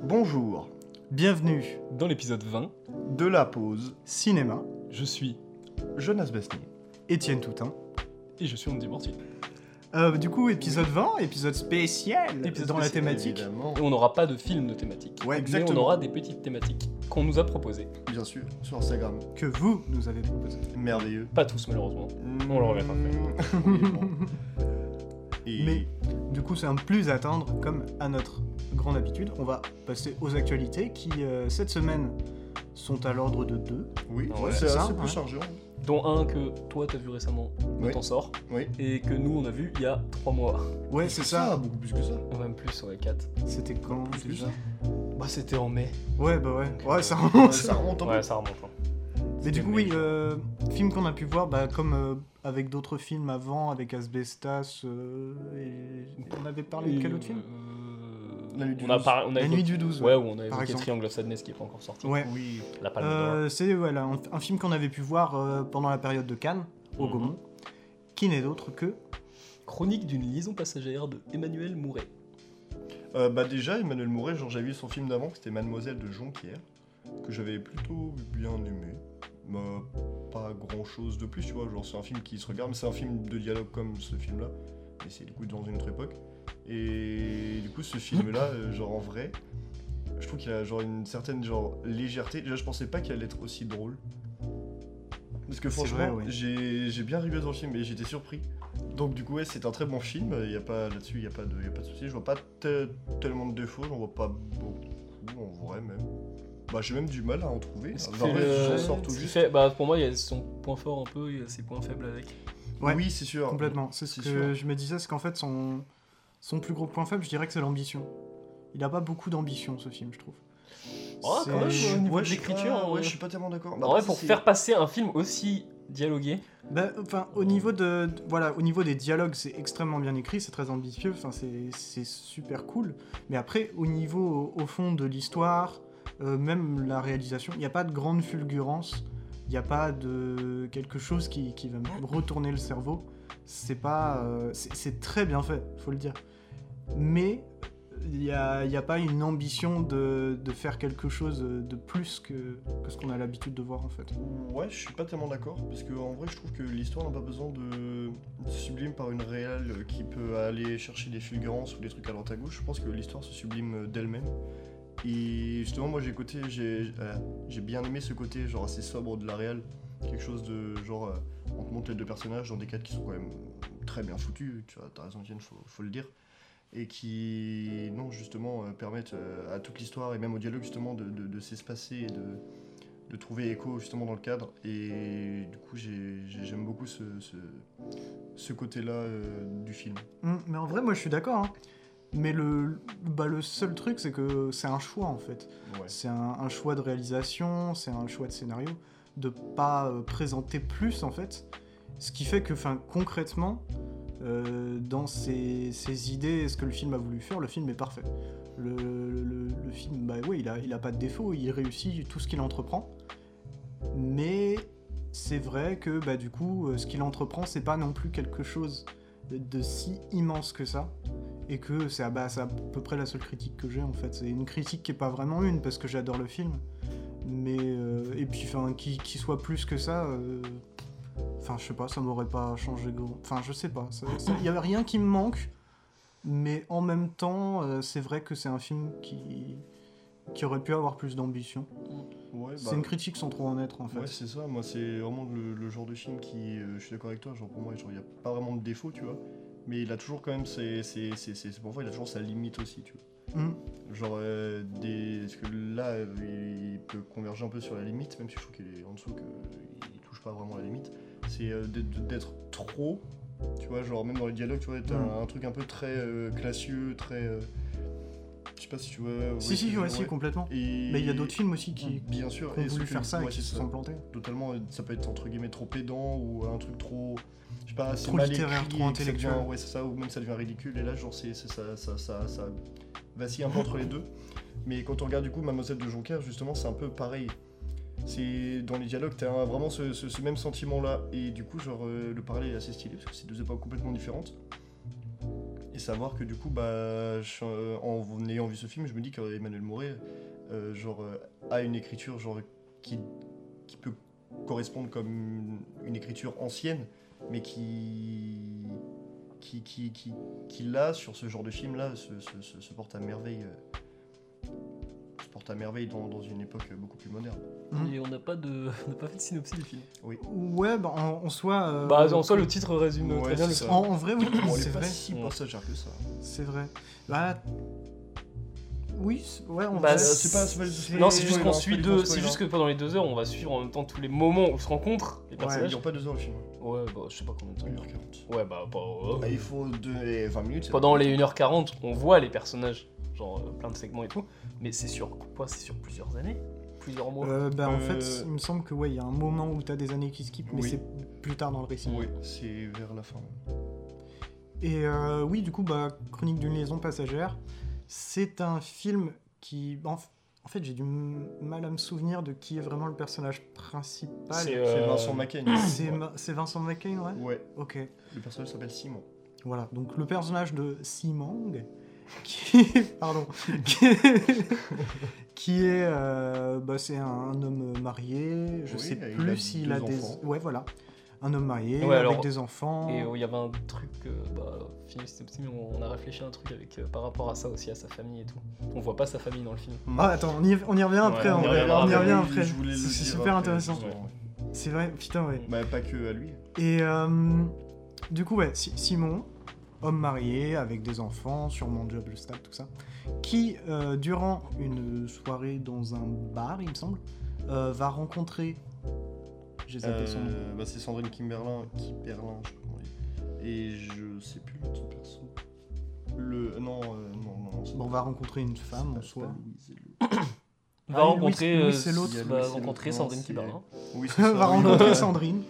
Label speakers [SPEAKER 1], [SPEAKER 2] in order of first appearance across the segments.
[SPEAKER 1] Bonjour, bienvenue
[SPEAKER 2] Dans l'épisode 20,
[SPEAKER 1] de La Pause Cinéma,
[SPEAKER 2] je suis
[SPEAKER 1] Jonas Besnier, Étienne Toutain.
[SPEAKER 2] et je suis Andy Mortier.
[SPEAKER 1] Euh, du coup, épisode 20, épisode spécial
[SPEAKER 2] Épisode
[SPEAKER 1] dans la
[SPEAKER 2] spécial,
[SPEAKER 1] thématique.
[SPEAKER 2] Et on n'aura pas de film de thématique, mais on
[SPEAKER 1] Ouais, exactement.
[SPEAKER 2] aura des petites thématiques qu'on nous a proposées.
[SPEAKER 3] bien sûr, sur Instagram.
[SPEAKER 1] Que vous nous avez proposé.
[SPEAKER 3] Merveilleux. Mmh.
[SPEAKER 2] Pas tous malheureusement. Mmh. On le remettra après.
[SPEAKER 3] Et
[SPEAKER 1] Mais du coup, c'est un plus à attendre, comme à notre grande habitude. On va passer aux actualités qui, euh, cette semaine, sont à l'ordre de deux.
[SPEAKER 3] oui,
[SPEAKER 2] Ouais,
[SPEAKER 3] ouais, c'est
[SPEAKER 1] ça,
[SPEAKER 3] assez peu
[SPEAKER 1] ouais.
[SPEAKER 3] chargeur.
[SPEAKER 2] Dont un que toi t'as vu récemment, on
[SPEAKER 3] Oui.
[SPEAKER 2] t'en sort,
[SPEAKER 3] Oui.
[SPEAKER 2] et que nous on a vu il y a 3 mois.
[SPEAKER 1] Ouais, c'est ça.
[SPEAKER 3] beaucoup plus que ça.
[SPEAKER 2] Même plus, ouais, 4.
[SPEAKER 1] C'était quand
[SPEAKER 3] Plus que
[SPEAKER 1] déjà
[SPEAKER 3] ça.
[SPEAKER 2] Bah c'était en mai.
[SPEAKER 1] Ouais, bah ouais. Ouais, ça
[SPEAKER 3] Ouais,
[SPEAKER 1] remonte.
[SPEAKER 3] ça remonte un peu.
[SPEAKER 2] Ouais, ça remonte. hein.
[SPEAKER 1] Mais du
[SPEAKER 2] C'était
[SPEAKER 1] coup,
[SPEAKER 2] en mai,
[SPEAKER 1] oui,
[SPEAKER 2] je
[SPEAKER 1] euh, film qu'on a pu voir, bah, comme euh, avec d'autres films avant, avec Asbestas, euh, et on avait parlé de quel autre film
[SPEAKER 2] Euh,
[SPEAKER 3] La nuit du
[SPEAKER 2] on a
[SPEAKER 3] 12.
[SPEAKER 2] par- on a
[SPEAKER 1] La
[SPEAKER 2] évoqué-
[SPEAKER 1] Nuit du 12.
[SPEAKER 2] Ouais, où on a
[SPEAKER 1] Par
[SPEAKER 2] évoqué
[SPEAKER 1] exemple.
[SPEAKER 2] Triangle of Sadness qui est pas encore sorti.
[SPEAKER 1] Ouais.
[SPEAKER 3] Oui.
[SPEAKER 2] La palme d'or.
[SPEAKER 1] Euh, c'est voilà, un, un film qu'on avait pu voir euh, pendant la période de Cannes, au
[SPEAKER 2] Mhm.
[SPEAKER 1] Gaumont, qui n'est d'autre que...
[SPEAKER 2] Chronique d'une liaison passagère de Emmanuel Mouret.
[SPEAKER 3] Euh, bah déjà, Emmanuel Mouret, genre j'avais vu son film d'avant, c'était Mademoiselle de Jonquière, que j'avais plutôt bien aimé. Bah, pas grand chose de plus, tu vois, genre c'est un film qui se regarde, mais c'est un film de dialogue comme ce film-là, mais c'est du coup dans une autre époque. Et du coup, ce film-là, euh, genre en vrai, je trouve qu'il a genre une certaine genre légèreté. Déjà, je pensais pas qu'il allait être aussi drôle. Parce que
[SPEAKER 1] C'est
[SPEAKER 3] franchement,
[SPEAKER 1] vrai, ouais.
[SPEAKER 3] j'ai j'ai bien rigolé dans le film et j'étais surpris. Donc du coup ouais, c'est un très bon film, il y a pas là-dessus, il y a pas de il y a pas de souci, je vois pas te- tellement de défauts, j'en vois pas beaucoup en vrai même. Bah j'ai même du mal à en trouver.
[SPEAKER 2] Ce qui
[SPEAKER 3] Bah,
[SPEAKER 2] fait
[SPEAKER 3] en vrai,
[SPEAKER 2] le-
[SPEAKER 3] j'en sors tout
[SPEAKER 2] ce qui
[SPEAKER 3] juste.
[SPEAKER 2] fait- bah, pour moi, il y a son point fort un peu, il y a ses points faibles avec.
[SPEAKER 1] Ouais.
[SPEAKER 3] Oui, c'est sûr.
[SPEAKER 1] Complètement. C'est ce
[SPEAKER 3] c'est
[SPEAKER 1] que je me disais, c'est qu'en fait, son, son plus gros point faible, je dirais que c'est l'ambition. Il n'a pas beaucoup d'ambition, ce film, je trouve.
[SPEAKER 2] Ah, quand
[SPEAKER 1] C'est-
[SPEAKER 2] même, au
[SPEAKER 3] je-
[SPEAKER 2] niveau
[SPEAKER 3] ouais,
[SPEAKER 2] de
[SPEAKER 3] je suis
[SPEAKER 2] l'écriture,
[SPEAKER 3] pas-
[SPEAKER 2] euh,
[SPEAKER 3] ouais, je suis pas tellement d'accord. Bah,
[SPEAKER 2] en vrai,
[SPEAKER 3] après,
[SPEAKER 2] pour
[SPEAKER 3] c'est-
[SPEAKER 2] faire passer un film aussi dialogué,
[SPEAKER 1] Bah, enfin, au niveau de, de- voilà, au niveau des dialogues, c'est extrêmement bien écrit, c'est très ambitieux, enfin, c'est, c'est super cool. Mais après, au niveau, au, au fond de l'histoire, euh, même la réalisation, il n'y a pas de grande fulgurance, il n'y a pas de quelque chose qui, qui va me retourner le cerveau. C'est pas, euh, c'est, c'est très bien fait, faut le dire. Mais il n'y a, il y a pas une ambition de, de faire quelque chose de plus que, que ce qu'on a l'habitude de voir en fait.
[SPEAKER 3] Ouais, je suis pas tellement d'accord parce que en vrai, je trouve que l'histoire n'a pas besoin de de se sublime par une réelle euh, qui peut aller chercher des fulgurances ou des trucs à droite à gauche. Je pense que l'histoire se sublime euh, d'elle-même. Et justement, moi, j'ai côté, j'ai euh, j'ai bien aimé ce côté genre assez sobre de la réelle, quelque chose de genre euh, on te montre les deux personnages dans des cadres qui sont quand même très bien foutus. Tu vois, t'as raison, Étienne, faut, faut le dire. Et qui, non, justement, euh, permettent euh, à toute l'histoire et même au dialogue, justement, de, de- de s'espacer et de, de trouver écho, justement, dans le cadre. Et du coup, j'ai- j'ai- j'aime beaucoup ce, ce, ce côté-là euh, du film.
[SPEAKER 1] Mm, mais en vrai, moi, je suis d'accord. hein. Mais le, bah, le seul truc, c'est que c'est un choix, en fait.
[SPEAKER 3] Ouais.
[SPEAKER 1] C'est un, un choix de réalisation, c'est un choix de scénario, de pas euh, présenter plus, en fait. Ce qui fait que, enfin, concrètement, euh, dans ses, ses idées, ce que le film a voulu faire, le film est parfait. Le, le- le film, bah ouais, il a, il a pas de défaut, il réussit tout ce qu'il entreprend. Mais c'est vrai que, bah du coup, euh, ce qu'il entreprend, c'est pas non plus quelque chose de si immense que ça. Et que c'est à, bah, c'est à peu près la seule critique que j'ai en fait. C'est une critique qui est pas vraiment une parce que j'adore le film. Mais euh, et puis enfin qui, qui soit plus que ça, euh, enfin je sais pas, ça m'aurait pas changé grand. Enfin je sais pas, ça- ça- il y avait rien qui me manque. Mais en même temps, euh, c'est vrai que c'est un film qui qui aurait pu avoir plus d'ambition.
[SPEAKER 3] Ouais,
[SPEAKER 1] c'est
[SPEAKER 3] bah,
[SPEAKER 1] une critique sans trop en être en fait.
[SPEAKER 3] Ouais, c'est ça. Moi, c'est vraiment le, le genre de film qui. euh, je suis d'accord avec toi. Genre, pour moi, il n'y a pas vraiment de défaut, tu vois. Mais il a toujours quand même. ses- ses- ses- ses- pour moi, il a toujours sa limite aussi, tu vois.
[SPEAKER 1] Mm.
[SPEAKER 3] Genre, euh, des, parce que là, euh, il peut converger un peu sur la limite, même si je trouve qu'il est en dessous, qu'il touche pas vraiment la limite. C'est euh, d'être d'être trop. Tu vois, genre, même dans les dialogues, tu vois, t'as
[SPEAKER 1] Mm.
[SPEAKER 3] un, un truc un peu très euh, classieux, très. euh, je sais pas si tu vois.
[SPEAKER 1] Si si, ouais, si complètement.
[SPEAKER 3] Et...
[SPEAKER 1] Mais il y a d'autres films aussi qui,
[SPEAKER 3] Bien sûr,
[SPEAKER 1] qui ont
[SPEAKER 3] et
[SPEAKER 1] voulu
[SPEAKER 3] ce
[SPEAKER 1] faire
[SPEAKER 3] que-
[SPEAKER 1] ça et
[SPEAKER 3] ouais,
[SPEAKER 1] qui
[SPEAKER 3] c'est
[SPEAKER 1] se sont plantés.
[SPEAKER 3] totalement euh, ça peut être entre guillemets trop pédant ou un truc trop je sais pas assez
[SPEAKER 1] Trop
[SPEAKER 3] mal
[SPEAKER 1] littéraire,
[SPEAKER 3] écrit
[SPEAKER 1] trop
[SPEAKER 3] et que ça devient-
[SPEAKER 1] intellectuel.
[SPEAKER 3] ouais c'est ça ou même ça devient ridicule et là genre c'est c'est ça ça ça ça vacille un peu entre les deux mais quand on regarde du coup Mademoiselle de Jonquière justement c'est un peu pareil c'est dans les dialogues t'as un- vraiment ce, ce- ce même sentiment là et du coup genre euh, le parallèle est assez stylé parce que c'est deux époques complètement différentes Et savoir que du coup, bah, je- euh, en ayant vu ce film, je me dis qu'Emmanuel Mouret euh, genre, euh, a une écriture genre, qui, qui peut correspondre comme une écriture ancienne, mais qui, qui, qui, qui, qui là, sur ce genre de film-là, se, se- se- se porte à merveille. euh, se porte à merveille dans, dans une époque beaucoup plus moderne.
[SPEAKER 2] Et on n'a pas, de... on n'a pas fait de synopsis du film.
[SPEAKER 1] Ouais, bah, en, en soi. euh,
[SPEAKER 2] Bah, en soi, le titre résume euh,
[SPEAKER 3] Ouais,
[SPEAKER 2] très bien le
[SPEAKER 3] c'est
[SPEAKER 1] en,
[SPEAKER 3] ça.
[SPEAKER 1] en vrai, oui,
[SPEAKER 3] Bon, elle
[SPEAKER 1] c'est
[SPEAKER 3] est pas
[SPEAKER 1] vrai. Ah,
[SPEAKER 3] si
[SPEAKER 2] Ouais.
[SPEAKER 3] passagère que ça.
[SPEAKER 1] C'est vrai. Bah. Oui, c'est- ouais, on
[SPEAKER 2] Bah,
[SPEAKER 1] va.
[SPEAKER 2] c'est pas-
[SPEAKER 3] Euh, c'est pas-
[SPEAKER 1] c'est-
[SPEAKER 2] Non, c'est juste
[SPEAKER 3] Spoiler,
[SPEAKER 2] qu'on
[SPEAKER 3] pas
[SPEAKER 2] suit
[SPEAKER 3] du
[SPEAKER 2] deux.
[SPEAKER 3] tout
[SPEAKER 2] C'est
[SPEAKER 3] spoiler.
[SPEAKER 2] juste que pendant les deux heures, on va suivre en même temps tous les moments où se rencontrent les
[SPEAKER 3] Il
[SPEAKER 2] personnages.
[SPEAKER 3] dure pas deux heures le film,
[SPEAKER 2] Ouais, bah, je sais pas combien de temps.
[SPEAKER 3] 1h40.
[SPEAKER 2] Ouais, bah, bah,
[SPEAKER 1] Oh,
[SPEAKER 2] ouais.
[SPEAKER 3] Ah, il faut deux- et 20 minutes.
[SPEAKER 2] pendant les 1h40, on voit les personnages, genre euh, plein de segments et tout, mais c'est sur quoi C'est sur plusieurs années Plusieurs mois
[SPEAKER 1] Euh, bah, en
[SPEAKER 3] Euh,
[SPEAKER 1] fait, il me semble que ouais, il y a un moment où t'as des années qui skippent, mais
[SPEAKER 3] Oui.
[SPEAKER 1] c'est plus tard dans le récit.
[SPEAKER 3] Oui, c'est vers la fin.
[SPEAKER 1] Et euh, oui, du coup, bah, Chronique d'une liaison passagère, c'est un film qui. En, f- en fait, j'ai du m- mal à me souvenir de qui est vraiment le personnage principal.
[SPEAKER 2] C'est, euh,
[SPEAKER 3] C'est Vincent McCain.
[SPEAKER 1] C'est
[SPEAKER 3] ouais.
[SPEAKER 1] Ma- c'est Vincent McCain, ouais
[SPEAKER 3] Ouais,
[SPEAKER 1] Ok.
[SPEAKER 3] le personnage s'appelle Simon.
[SPEAKER 1] Voilà, donc le personnage de Simang, qui, pardon, qui, qui est, euh, bah, c'est un, un homme marié, je
[SPEAKER 3] Oui,
[SPEAKER 1] sais
[SPEAKER 3] il a
[SPEAKER 1] plus s'il a
[SPEAKER 3] deux
[SPEAKER 1] des,
[SPEAKER 3] enfants.
[SPEAKER 1] ouais voilà, un homme marié
[SPEAKER 2] Ouais,
[SPEAKER 1] avec
[SPEAKER 2] alors-
[SPEAKER 1] des enfants.
[SPEAKER 2] Et euh, il y avait un truc, euh, bah, film synopsis, mais on, on a réfléchi à un truc avec, euh, par rapport à ça aussi, à sa famille et tout. On voit pas sa famille dans le film.
[SPEAKER 1] Ah attends, on y, on y revient après,
[SPEAKER 2] Ouais,
[SPEAKER 1] en
[SPEAKER 2] on y
[SPEAKER 1] vrai,
[SPEAKER 2] reviendra
[SPEAKER 1] on y
[SPEAKER 2] après,
[SPEAKER 1] revient
[SPEAKER 3] oui,
[SPEAKER 1] après.
[SPEAKER 3] je voulais le
[SPEAKER 1] C'est c'est
[SPEAKER 3] dire
[SPEAKER 1] super
[SPEAKER 3] après,
[SPEAKER 1] intéressant.
[SPEAKER 3] justement.
[SPEAKER 1] C'est vrai, putain ouais.
[SPEAKER 3] Bah, pas que à lui.
[SPEAKER 1] Et euh, du coup, ouais, Si- Simon, homme marié, avec des enfants, sûrement job, le stade, tout ça, qui, euh, durant une soirée dans un bar, il me semble, euh, va rencontrer. J'ai zappé son nom.
[SPEAKER 3] Euh, bah, c'est Sandrine Kimberlin, Kimberlin, je sais pas comment on dit. Et je sais plus le nom de son perso. Le. Non, euh, non, non, non. c'est-
[SPEAKER 1] Bon, va rencontrer une femme en
[SPEAKER 3] c'est
[SPEAKER 1] soi.
[SPEAKER 3] pas Louise et Lou-
[SPEAKER 2] Va
[SPEAKER 1] Ah, Louis-
[SPEAKER 2] rencontrer,
[SPEAKER 1] Louis,
[SPEAKER 2] euh,
[SPEAKER 1] c'est l'autre.
[SPEAKER 2] va
[SPEAKER 3] Louis, c'est
[SPEAKER 2] rencontrer
[SPEAKER 3] l'autre.
[SPEAKER 2] Sandrine
[SPEAKER 3] Non,
[SPEAKER 2] Kiberlin.
[SPEAKER 3] Oui, c'est ça,
[SPEAKER 1] va
[SPEAKER 3] oui.
[SPEAKER 1] rencontrer Sandrine.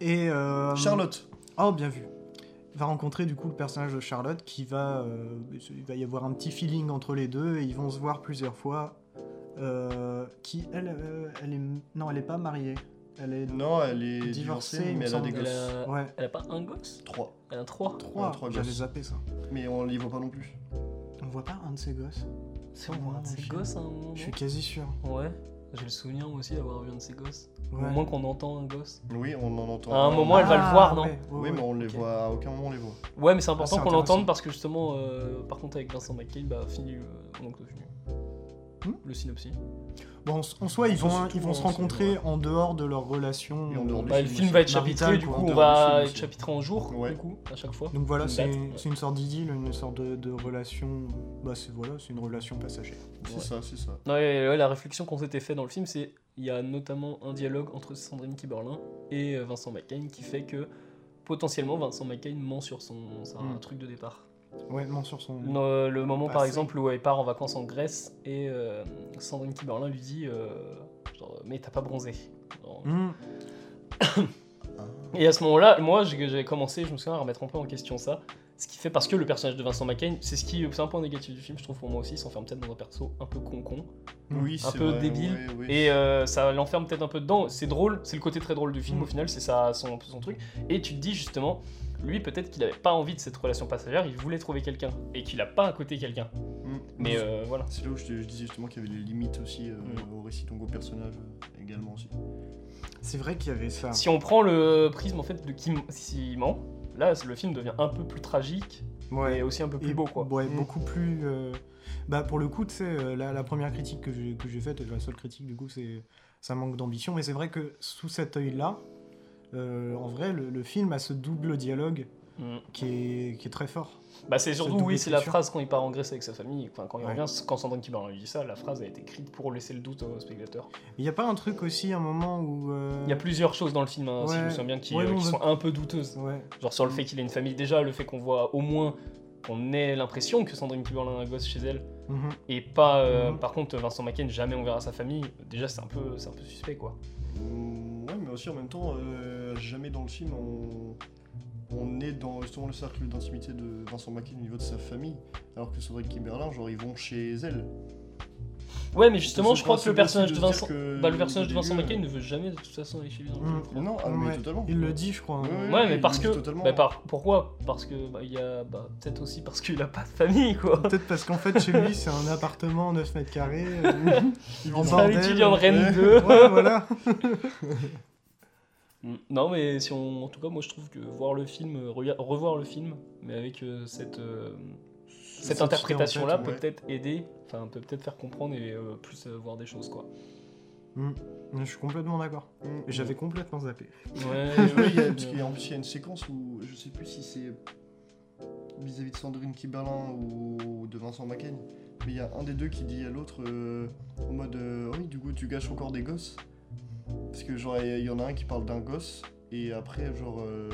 [SPEAKER 1] Et. euh,
[SPEAKER 3] Charlotte.
[SPEAKER 1] Oh, bien vu. Va rencontrer du coup le personnage de Charlotte qui va. euh, il va y avoir un petit feeling entre les deux et ils vont se voir plusieurs fois. Euh, qui, elle, euh, elle est. Non, elle est pas mariée. Elle est.
[SPEAKER 3] Non, elle est
[SPEAKER 1] Divorcée,
[SPEAKER 3] divorcée,
[SPEAKER 1] il me
[SPEAKER 3] mais elle a
[SPEAKER 1] semble.
[SPEAKER 3] des
[SPEAKER 2] hein.
[SPEAKER 3] gosses.
[SPEAKER 2] Elle a...
[SPEAKER 1] Ouais,
[SPEAKER 2] elle a pas un gosse
[SPEAKER 3] Trois.
[SPEAKER 2] Elle a trois.
[SPEAKER 1] 3.
[SPEAKER 3] trois
[SPEAKER 1] J'avais
[SPEAKER 3] gosses.
[SPEAKER 1] zappé ça.
[SPEAKER 3] Mais on les voit pas non plus.
[SPEAKER 1] On voit pas un de ces gosses
[SPEAKER 2] C'est au moins un de ses
[SPEAKER 1] Je-
[SPEAKER 2] gosses à un moment.
[SPEAKER 1] Je suis quasi sûr.
[SPEAKER 2] Ouais. J'ai le souvenir moi aussi d'avoir vu un de ses gosses.
[SPEAKER 1] Ouais. Ah,
[SPEAKER 2] Au moins qu'on entend un gosse.
[SPEAKER 3] Oui, on en entend.
[SPEAKER 2] À un moment, elle va le voir, non
[SPEAKER 1] ouais, ouais,
[SPEAKER 3] Oui, mais
[SPEAKER 1] ouais.
[SPEAKER 3] on les
[SPEAKER 2] Ok.
[SPEAKER 3] voit, à aucun moment on les voit.
[SPEAKER 2] Ouais, mais c'est
[SPEAKER 1] Ah,
[SPEAKER 2] important
[SPEAKER 1] c'est
[SPEAKER 2] qu'on
[SPEAKER 1] intéressant.
[SPEAKER 2] l'entende parce que justement, euh, par contre, avec Vincent McCain, bah, fini, euh, donc, fini.
[SPEAKER 1] Hmm
[SPEAKER 2] le synopsis.
[SPEAKER 1] Bon, en- en soi, ils
[SPEAKER 3] Ça,
[SPEAKER 1] vont,
[SPEAKER 3] c'est
[SPEAKER 1] ils vont
[SPEAKER 3] tout,
[SPEAKER 1] se
[SPEAKER 3] hein, c'est-
[SPEAKER 1] rencontrer
[SPEAKER 3] ouais.
[SPEAKER 1] en dehors de leur relation.
[SPEAKER 3] Et en dehors du
[SPEAKER 1] euh,
[SPEAKER 2] Bah, le
[SPEAKER 3] film
[SPEAKER 2] film
[SPEAKER 3] aussi.
[SPEAKER 2] va être chapitré,
[SPEAKER 1] Marital,
[SPEAKER 2] du
[SPEAKER 1] quoi,
[SPEAKER 2] coup,
[SPEAKER 1] en
[SPEAKER 2] on
[SPEAKER 3] dehors du
[SPEAKER 2] va
[SPEAKER 3] film
[SPEAKER 2] être
[SPEAKER 3] aussi.
[SPEAKER 2] chapitré en jour,
[SPEAKER 3] Ouais.
[SPEAKER 2] du coup, à chaque fois.
[SPEAKER 1] Donc voilà,
[SPEAKER 2] Une
[SPEAKER 1] c'est
[SPEAKER 2] date, ouais.
[SPEAKER 1] c'est une sorte d'idylle, une sorte de, de relation. Bah, c'est voilà, c'est une relation passagère.
[SPEAKER 3] C'est
[SPEAKER 2] Ouais.
[SPEAKER 3] ça, c'est ça.
[SPEAKER 2] Ouais, ouais, ouais, la réflexion qu'on s'était fait dans le film, c'est il y a notamment un dialogue entre Sandrine Kiberlin et euh, Vincent McCain qui fait que potentiellement Vincent McCain ment sur son sa-
[SPEAKER 1] Hmm.
[SPEAKER 2] truc de départ.
[SPEAKER 1] Ouais, non, sur son.
[SPEAKER 2] Non, euh, le moment par
[SPEAKER 1] Passé.
[SPEAKER 2] exemple où elle part en vacances en Grèce et euh, Sandrine Kiberlin lui dit euh, genre, mais t'as pas bronzé. Genre,
[SPEAKER 1] Hmm. Ah.
[SPEAKER 2] Et à ce moment-là, moi, j'ai j'ai commencé, je me souviens, à remettre un peu en question ça. Ce qui fait parce que le personnage de Vincent McCain, c'est ce qui c'est un point négatif du film, je trouve pour moi aussi, il s'enferme peut-être dans un perso un peu con-con.
[SPEAKER 1] mmh.
[SPEAKER 3] Oui,
[SPEAKER 2] Un
[SPEAKER 3] c'est
[SPEAKER 2] peu
[SPEAKER 3] vrai,
[SPEAKER 2] débile.
[SPEAKER 3] ouais, ouais.
[SPEAKER 2] Et euh, ça l'enferme peut-être un peu dedans. C'est drôle, c'est le côté très drôle du film
[SPEAKER 1] Mm.
[SPEAKER 2] au final, c'est ça son, son truc. Et tu te dis justement, lui peut-être qu'il avait pas envie de cette relation passagère, il voulait trouver quelqu'un et qu'il a pas à côté quelqu'un.
[SPEAKER 3] Mm.
[SPEAKER 2] Mais euh, voilà.
[SPEAKER 3] C'est là où je, te- je disais justement qu'il y avait les limites aussi euh,
[SPEAKER 2] Mm.
[SPEAKER 3] au récit, donc au personnage euh, également aussi.
[SPEAKER 1] C'est vrai qu'il y avait ça.
[SPEAKER 2] Si on prend le prisme en fait de Kim Simon, là le film devient un peu plus tragique et
[SPEAKER 1] Ouais.
[SPEAKER 2] aussi un peu plus
[SPEAKER 1] Et-
[SPEAKER 2] beau quoi. Mmh.
[SPEAKER 1] Ouais,
[SPEAKER 3] Mm.
[SPEAKER 1] beaucoup plus. euh, Bah, pour le coup, tu sais, euh, la, la première critique que j'ai que j'ai faite, et la seule critique du coup, c'est ça manque d'ambition. Mais c'est vrai que sous cet œil-là, euh, en vrai, le, le film a ce double dialogue
[SPEAKER 2] Mm.
[SPEAKER 1] qui est, qui est très fort.
[SPEAKER 2] Bah c'est
[SPEAKER 1] C'est
[SPEAKER 2] surtout
[SPEAKER 1] double
[SPEAKER 2] oui, c'est la
[SPEAKER 1] écriture.
[SPEAKER 2] phrase quand il part en Grèce avec sa famille, enfin, quand il
[SPEAKER 1] Ouais.
[SPEAKER 2] revient, quand Sandrine Kiberlin lui dit ça, la phrase a été écrite pour laisser le doute au spectateur.
[SPEAKER 1] Il n'y a pas un truc aussi, un moment où. euh,
[SPEAKER 2] Il y a plusieurs choses dans le film, hein, si je me
[SPEAKER 1] Ouais.
[SPEAKER 2] souviens bien, qui,
[SPEAKER 1] Ouais,
[SPEAKER 2] euh,
[SPEAKER 1] non,
[SPEAKER 2] qui
[SPEAKER 1] mais-
[SPEAKER 2] sont un peu douteuses.
[SPEAKER 1] Ouais.
[SPEAKER 2] Genre sur le fait qu'il ait une famille déjà, le fait qu'on voit au moins qu'on ait l'impression que Sandrine Kiberlin a un gosse chez elle,
[SPEAKER 1] Mhm.
[SPEAKER 2] et pas euh,
[SPEAKER 1] Mhm.
[SPEAKER 2] par contre Vincent Macken jamais on verra sa famille, déjà c'est un peu c'est un peu suspect quoi.
[SPEAKER 3] Mm, ouais, mais aussi en même temps, euh, jamais dans le film on, on est dans justement le cercle d'intimité de Vincent Mackin au niveau de sa famille, alors que Sandrine Kimberlin, genre ils vont chez elle.
[SPEAKER 2] Ouais, mais justement,
[SPEAKER 3] C'est
[SPEAKER 2] je crois que
[SPEAKER 3] principe
[SPEAKER 2] le personnage
[SPEAKER 3] aussi
[SPEAKER 2] de
[SPEAKER 3] dire
[SPEAKER 2] Vincent.
[SPEAKER 3] que
[SPEAKER 2] Bah, le
[SPEAKER 3] au
[SPEAKER 2] personnage de
[SPEAKER 3] début,
[SPEAKER 2] Vincent
[SPEAKER 3] euh,
[SPEAKER 2] McCain ne veut jamais de toute façon aller chez lui dans le jeu.
[SPEAKER 1] Mm.
[SPEAKER 3] Non, ah, mais
[SPEAKER 1] Ouais.
[SPEAKER 3] totalement.
[SPEAKER 1] Il le dit, je crois. hein.
[SPEAKER 3] Ouais,
[SPEAKER 2] Ouais,
[SPEAKER 3] il
[SPEAKER 2] mais
[SPEAKER 3] le
[SPEAKER 2] parce
[SPEAKER 3] dit
[SPEAKER 2] que.
[SPEAKER 3] totalement.
[SPEAKER 2] Bah, par... Pourquoi Parce que. Bah, il y a. Bah, peut-être aussi parce qu'il a pas de famille, quoi.
[SPEAKER 1] Peut-être parce qu'en fait, chez lui, c'est un appartement 9 mètres carrés. euh, en
[SPEAKER 2] C'est un
[SPEAKER 1] bordel.
[SPEAKER 2] étudiant de Rennes
[SPEAKER 3] Ouais.
[SPEAKER 2] 2.
[SPEAKER 1] Ouais, voilà.
[SPEAKER 2] Mm. Non, mais si on... en tout cas, moi je trouve que voir le film, euh, rega- revoir le film, mais avec euh, cette, euh, cette
[SPEAKER 1] sentiment, en fait,
[SPEAKER 2] interprétation-là, peut
[SPEAKER 3] ouais.
[SPEAKER 2] peut-être aider, enfin peut peut-être faire comprendre et euh, plus euh, voir des choses, quoi.
[SPEAKER 1] Je suis complètement d'accord.
[SPEAKER 3] Mm.
[SPEAKER 1] J'avais complètement zappé.
[SPEAKER 2] Ouais,
[SPEAKER 3] Et ouais, il y a- parce qu'il y a- en plus, il y a une séquence où je sais plus si c'est vis-à-vis de Sandrine Kiberlin ou de Vincent McCain, mais il y a un des deux qui dit à l'autre euh, en mode euh, Oui, du coup, tu gâches encore des gosses. Parce que, genre, il y a- il y en a un qui parle d'un gosse, et après, genre, euh,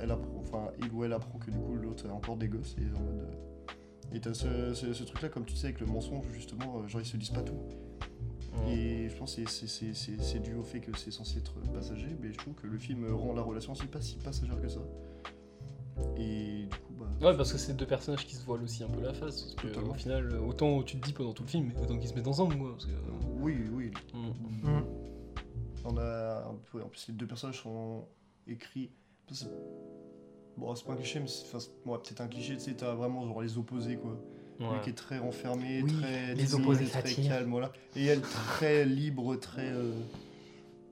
[SPEAKER 3] elle apprend, enfin, il ou elle apprend que du coup, l'autre a encore des gosses, et en mode. euh, et t'as ce, ce- ce truc-là, comme tu sais, avec le mensonge, justement, euh, genre, ils se disent pas tout.
[SPEAKER 2] Ouais.
[SPEAKER 3] Et je pense que c'est- c'est- c'est c'est- c'est dû au fait que c'est censé être passager, mais je trouve que le film rend la relation aussi pas si passagère que ça. Et du coup, bah.
[SPEAKER 2] Ouais, parce que c'est deux personnages qui se voilent aussi un peu la face. Parce que,
[SPEAKER 3] Totalement.
[SPEAKER 2] au final, euh, autant tu te dis pendant tout le film, mais autant qu'ils se mettent ensemble, quoi. parce que, euh,
[SPEAKER 3] Oui, oui.
[SPEAKER 2] Mm.
[SPEAKER 1] Mm.
[SPEAKER 3] On a un peu. En plus, les deux personnages sont écrits. c'est- Bon, c'est pas un cliché, mais c'est enfin, c'est- ouais, peut-être un cliché, tu sais, t'as vraiment genre les opposés quoi.
[SPEAKER 2] mm.
[SPEAKER 3] Lui qui est très renfermé,
[SPEAKER 1] Oui,
[SPEAKER 3] très.
[SPEAKER 2] les
[SPEAKER 3] timide,
[SPEAKER 2] opposés
[SPEAKER 3] très
[SPEAKER 2] s'attirent.
[SPEAKER 3] calme, voilà. Et elle très libre, très. euh,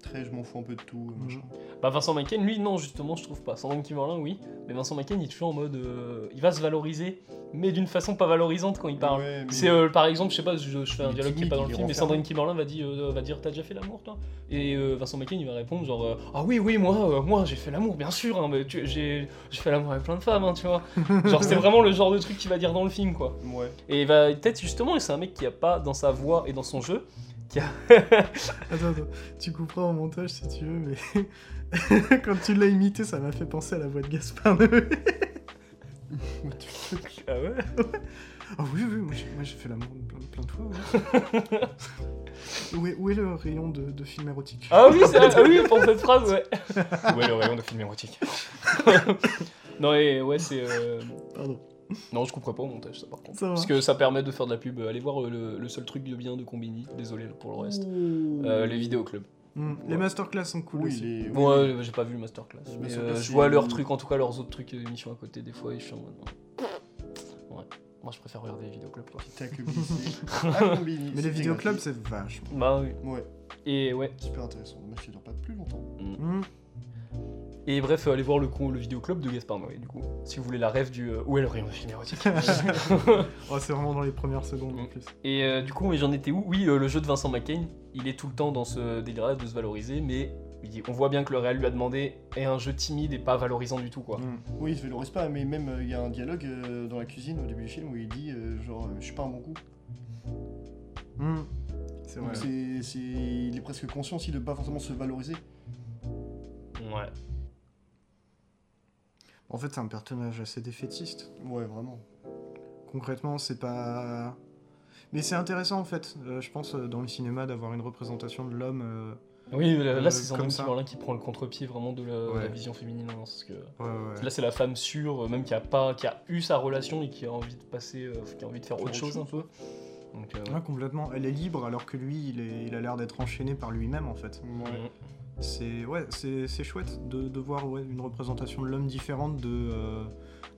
[SPEAKER 3] très je m'en fous un peu de tout, machin.
[SPEAKER 2] Bah Vincent McCain, lui, non, justement, je trouve pas. Sandrine Kimerlin, oui. Mais Vincent McCain, il est toujours en mode. euh, il va se valoriser, mais d'une façon pas valorisante quand il parle.
[SPEAKER 3] Ouais, mais-
[SPEAKER 2] C'est euh, par exemple, je sais pas, je, je fais un
[SPEAKER 3] Il est
[SPEAKER 2] dialogue qui est
[SPEAKER 3] timide,
[SPEAKER 2] pas dans
[SPEAKER 3] il
[SPEAKER 2] le
[SPEAKER 3] est
[SPEAKER 2] film, mais
[SPEAKER 3] renfermé.
[SPEAKER 2] Sandrine Kiberlin va, dire, euh, va dire T'as déjà fait l'amour toi Et euh, Vincent McCain il va répondre genre euh, Ah oui, oui, moi, euh, moi j'ai fait l'amour, bien sûr, hein, mais tu- j'ai j'ai fait l'amour avec plein de femmes, hein, tu vois. genre c'est vraiment le genre de truc qu'il va dire dans le film quoi.
[SPEAKER 3] Ouais.
[SPEAKER 2] Et il va peut-être justement, c'est un mec qui a pas dans sa voix et dans son jeu.
[SPEAKER 1] Attends, attends, tu couperas au montage si tu veux, mais quand tu l'as imité, ça m'a fait penser à la voix de Gaspard Noé.
[SPEAKER 2] Ah ouais
[SPEAKER 1] Ah oui, oui, moi j'ai, moi, j'ai fait l'amour plein, plein de fois. ouais. où, est, où est le rayon de, de film érotique
[SPEAKER 2] Ah oui, c'est- ah oui, pour cette phrase, ouais. ouais, le rayon de film érotique. non, et ouais, c'est. euh,
[SPEAKER 1] Pardon.
[SPEAKER 2] Non, je couperai pas au montage, ça par contre.
[SPEAKER 1] Ça va.
[SPEAKER 2] Parce que ça permet de faire de la pub. Allez voir euh, le, le seul truc de bien de Combini, désolé pour le reste. Euh, les vidéoclubs.
[SPEAKER 1] Hmm, Les
[SPEAKER 3] Ouais.
[SPEAKER 1] masterclass sont cool
[SPEAKER 3] Oui,
[SPEAKER 1] aussi.
[SPEAKER 3] les-
[SPEAKER 2] Bon, euh,
[SPEAKER 3] oui,
[SPEAKER 2] ouais, j'ai pas vu le masterclass.
[SPEAKER 3] Le
[SPEAKER 2] Mais,
[SPEAKER 3] masterclass,
[SPEAKER 2] euh, je
[SPEAKER 3] c'est-
[SPEAKER 2] vois leurs trucs, en tout cas leurs autres trucs et émissions à côté des fois, et je suis en mode. non. Ouais, moi je préfère regarder les vidéoclubs quoi.
[SPEAKER 3] T'as que Blissé. Ah, Combini,
[SPEAKER 1] Mais les
[SPEAKER 3] c'était
[SPEAKER 1] vidéoclubs,
[SPEAKER 3] gratuit.
[SPEAKER 1] c'est vachement.
[SPEAKER 2] Bah oui.
[SPEAKER 3] Ouais,
[SPEAKER 2] Et ouais.
[SPEAKER 3] super intéressant. Dommage qu'il dure pas plus longtemps.
[SPEAKER 1] Hmm,
[SPEAKER 2] Et bref, euh, allez voir le, con, le vidéoclub de Gaspard Noé du coup. Si vous voulez la rêve du. euh, Où est le rayon de film érotique
[SPEAKER 1] Oh, c'est vraiment dans les premières secondes en
[SPEAKER 2] Mm.
[SPEAKER 1] plus.
[SPEAKER 2] Et euh, du coup, mais j'en étais où Oui, euh, le jeu de Vincent McCain, il est tout le temps dans ce délire-là de se valoriser, mais il- on voit bien que le réel lui a demandé est un jeu timide et pas valorisant du tout, quoi.
[SPEAKER 1] Hmm.
[SPEAKER 3] Oui, il se valorise pas, mais même euh, il y a un dialogue euh, dans la cuisine au début du film où il dit euh, genre euh, je suis pas un bon coup.
[SPEAKER 1] Hmm. C'est vrai.
[SPEAKER 3] Donc c'est, c'est- il est presque conscient aussi de pas forcément se valoriser.
[SPEAKER 2] Ouais.
[SPEAKER 1] En fait, c'est un personnage assez défaitiste.
[SPEAKER 3] Ouais, vraiment.
[SPEAKER 1] concrètement, c'est pas. Mais c'est intéressant en fait, euh, je pense, euh, dans le cinéma, d'avoir une représentation de l'homme. euh,
[SPEAKER 2] Oui, là, là,
[SPEAKER 1] Euh,
[SPEAKER 2] c'est
[SPEAKER 1] comme
[SPEAKER 2] Sandrine
[SPEAKER 1] ça.
[SPEAKER 2] Kiberlin qui prend le contre-pied vraiment de la,
[SPEAKER 1] Ouais.
[SPEAKER 2] la vision féminine. hein, parce que
[SPEAKER 1] ouais, ouais.
[SPEAKER 2] Là, c'est la femme sûre, euh, même qui a, pas, qui a eu sa relation et qui a envie de passer, euh, qui a envie de faire
[SPEAKER 3] Faire
[SPEAKER 2] autre,
[SPEAKER 3] autre
[SPEAKER 2] chose,
[SPEAKER 3] chose.
[SPEAKER 2] un peu. Donc, euh,
[SPEAKER 1] Ouais, complètement. Elle est libre alors que lui, il, est- il a l'air d'être enchaîné par lui-même en fait.
[SPEAKER 3] Ouais.
[SPEAKER 2] mm.
[SPEAKER 1] C'est ouais, c'est c'est chouette de, de voir ouais, une représentation de l'homme différente de. euh,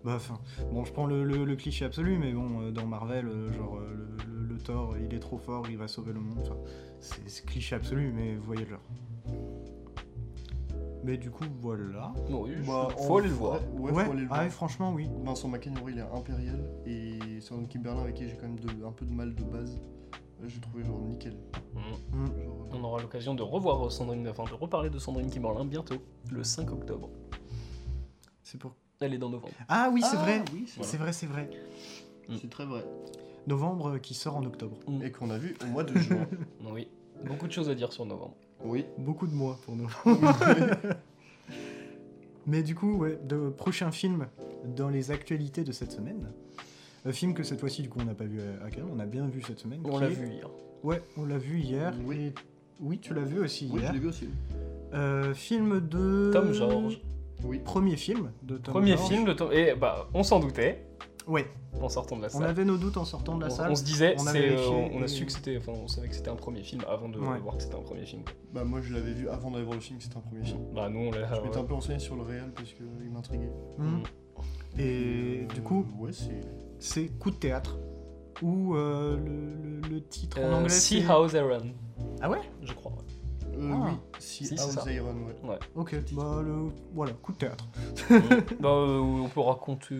[SPEAKER 1] Bah, enfin, bon, je prends le, le- le cliché absolu, mais bon, euh, dans Marvel, euh, genre euh, le, le- le Thor, il est trop fort, il va sauver le monde. Enfin, c'est c'est cliché absolu, mais vous voyez le genre. Mais du coup, voilà.
[SPEAKER 2] Bon, oui, je-
[SPEAKER 3] Bah,
[SPEAKER 2] faut
[SPEAKER 3] en
[SPEAKER 2] aller le voir.
[SPEAKER 3] vrai- Ouais,
[SPEAKER 1] Ouais,
[SPEAKER 3] faut aller le
[SPEAKER 1] ah ouais,
[SPEAKER 3] voir.
[SPEAKER 1] franchement, oui.
[SPEAKER 3] Vincent McCain, en vrai, il est impérial et c'est un Kimberlin avec qui j'ai quand même de- un peu de mal de base. Là, j'ai trouvé genre nickel.
[SPEAKER 2] Mm.
[SPEAKER 1] Mm.
[SPEAKER 3] Genre, euh,
[SPEAKER 2] On aura l'occasion de revoir euh, Sandrine, enfin de reparler de Sandrine Kiberlin bientôt, le 5 octobre.
[SPEAKER 1] C'est pour.
[SPEAKER 2] Elle est dans novembre.
[SPEAKER 1] Ah oui, c'est
[SPEAKER 3] Ah,
[SPEAKER 1] vrai.
[SPEAKER 3] oui, c'est,
[SPEAKER 1] C'est vrai, c'est vrai.
[SPEAKER 2] vrai.
[SPEAKER 3] c'est très vrai.
[SPEAKER 1] Novembre euh, qui sort en octobre.
[SPEAKER 3] Et qu'on a vu au mois de juin.
[SPEAKER 2] Oui, beaucoup de choses à dire sur novembre.
[SPEAKER 3] oui.
[SPEAKER 1] Beaucoup de mois pour nous. Mais du coup, ouais, de prochain film dans les actualités de cette semaine. Un film que cette fois-ci, du coup, on n'a pas vu à à Cannes, on a bien vu cette semaine.
[SPEAKER 2] On
[SPEAKER 1] qui
[SPEAKER 2] l'a
[SPEAKER 1] est-
[SPEAKER 2] vu hier.
[SPEAKER 1] Ouais, on l'a vu hier.
[SPEAKER 3] Oui.
[SPEAKER 1] et- Oui, tu l'as vu aussi
[SPEAKER 3] Oui, je
[SPEAKER 1] hier.
[SPEAKER 3] l'ai vu aussi.
[SPEAKER 1] Euh, film de.
[SPEAKER 2] Tom George.
[SPEAKER 3] Oui.
[SPEAKER 1] Premier film de Tom
[SPEAKER 2] Premier
[SPEAKER 1] George.
[SPEAKER 2] film de Tom. Et bah, on s'en doutait.
[SPEAKER 1] Ouais,
[SPEAKER 2] en sortant de la
[SPEAKER 1] on
[SPEAKER 2] salle.
[SPEAKER 1] avait nos doutes en sortant de la
[SPEAKER 2] On-
[SPEAKER 1] salle.
[SPEAKER 2] on se disait,
[SPEAKER 1] on a
[SPEAKER 2] c'est,
[SPEAKER 1] vérifié
[SPEAKER 2] euh, on a
[SPEAKER 1] et-
[SPEAKER 2] su que c'était, enfin, on savait que c'était un premier film avant de
[SPEAKER 1] Ouais.
[SPEAKER 2] voir que c'était un premier film.
[SPEAKER 3] Bah moi je l'avais vu avant d'aller voir le film, c'était un premier film.
[SPEAKER 2] Bah nous on l'a.
[SPEAKER 1] Ah
[SPEAKER 3] Je m'étais
[SPEAKER 2] ouais.
[SPEAKER 3] un peu renseigné sur le réel parce que euh, il m'intriguait.
[SPEAKER 1] Mhm. Et
[SPEAKER 3] Euh,
[SPEAKER 1] du coup,
[SPEAKER 3] Ouais, c'est.
[SPEAKER 1] c'est coup de théâtre. Ou euh, le, le- le titre en
[SPEAKER 2] Euh,
[SPEAKER 1] anglais.
[SPEAKER 2] see
[SPEAKER 1] c'est-
[SPEAKER 2] How They Run.
[SPEAKER 1] Ah ouais
[SPEAKER 2] Je crois.
[SPEAKER 3] Euh,
[SPEAKER 1] Ah.
[SPEAKER 3] Oui, si,
[SPEAKER 2] Si, c'est
[SPEAKER 3] House
[SPEAKER 2] ça.
[SPEAKER 3] Iron, ouais.
[SPEAKER 1] Ok, bah le... voilà, coup de théâtre.
[SPEAKER 2] bah euh, on peut raconter.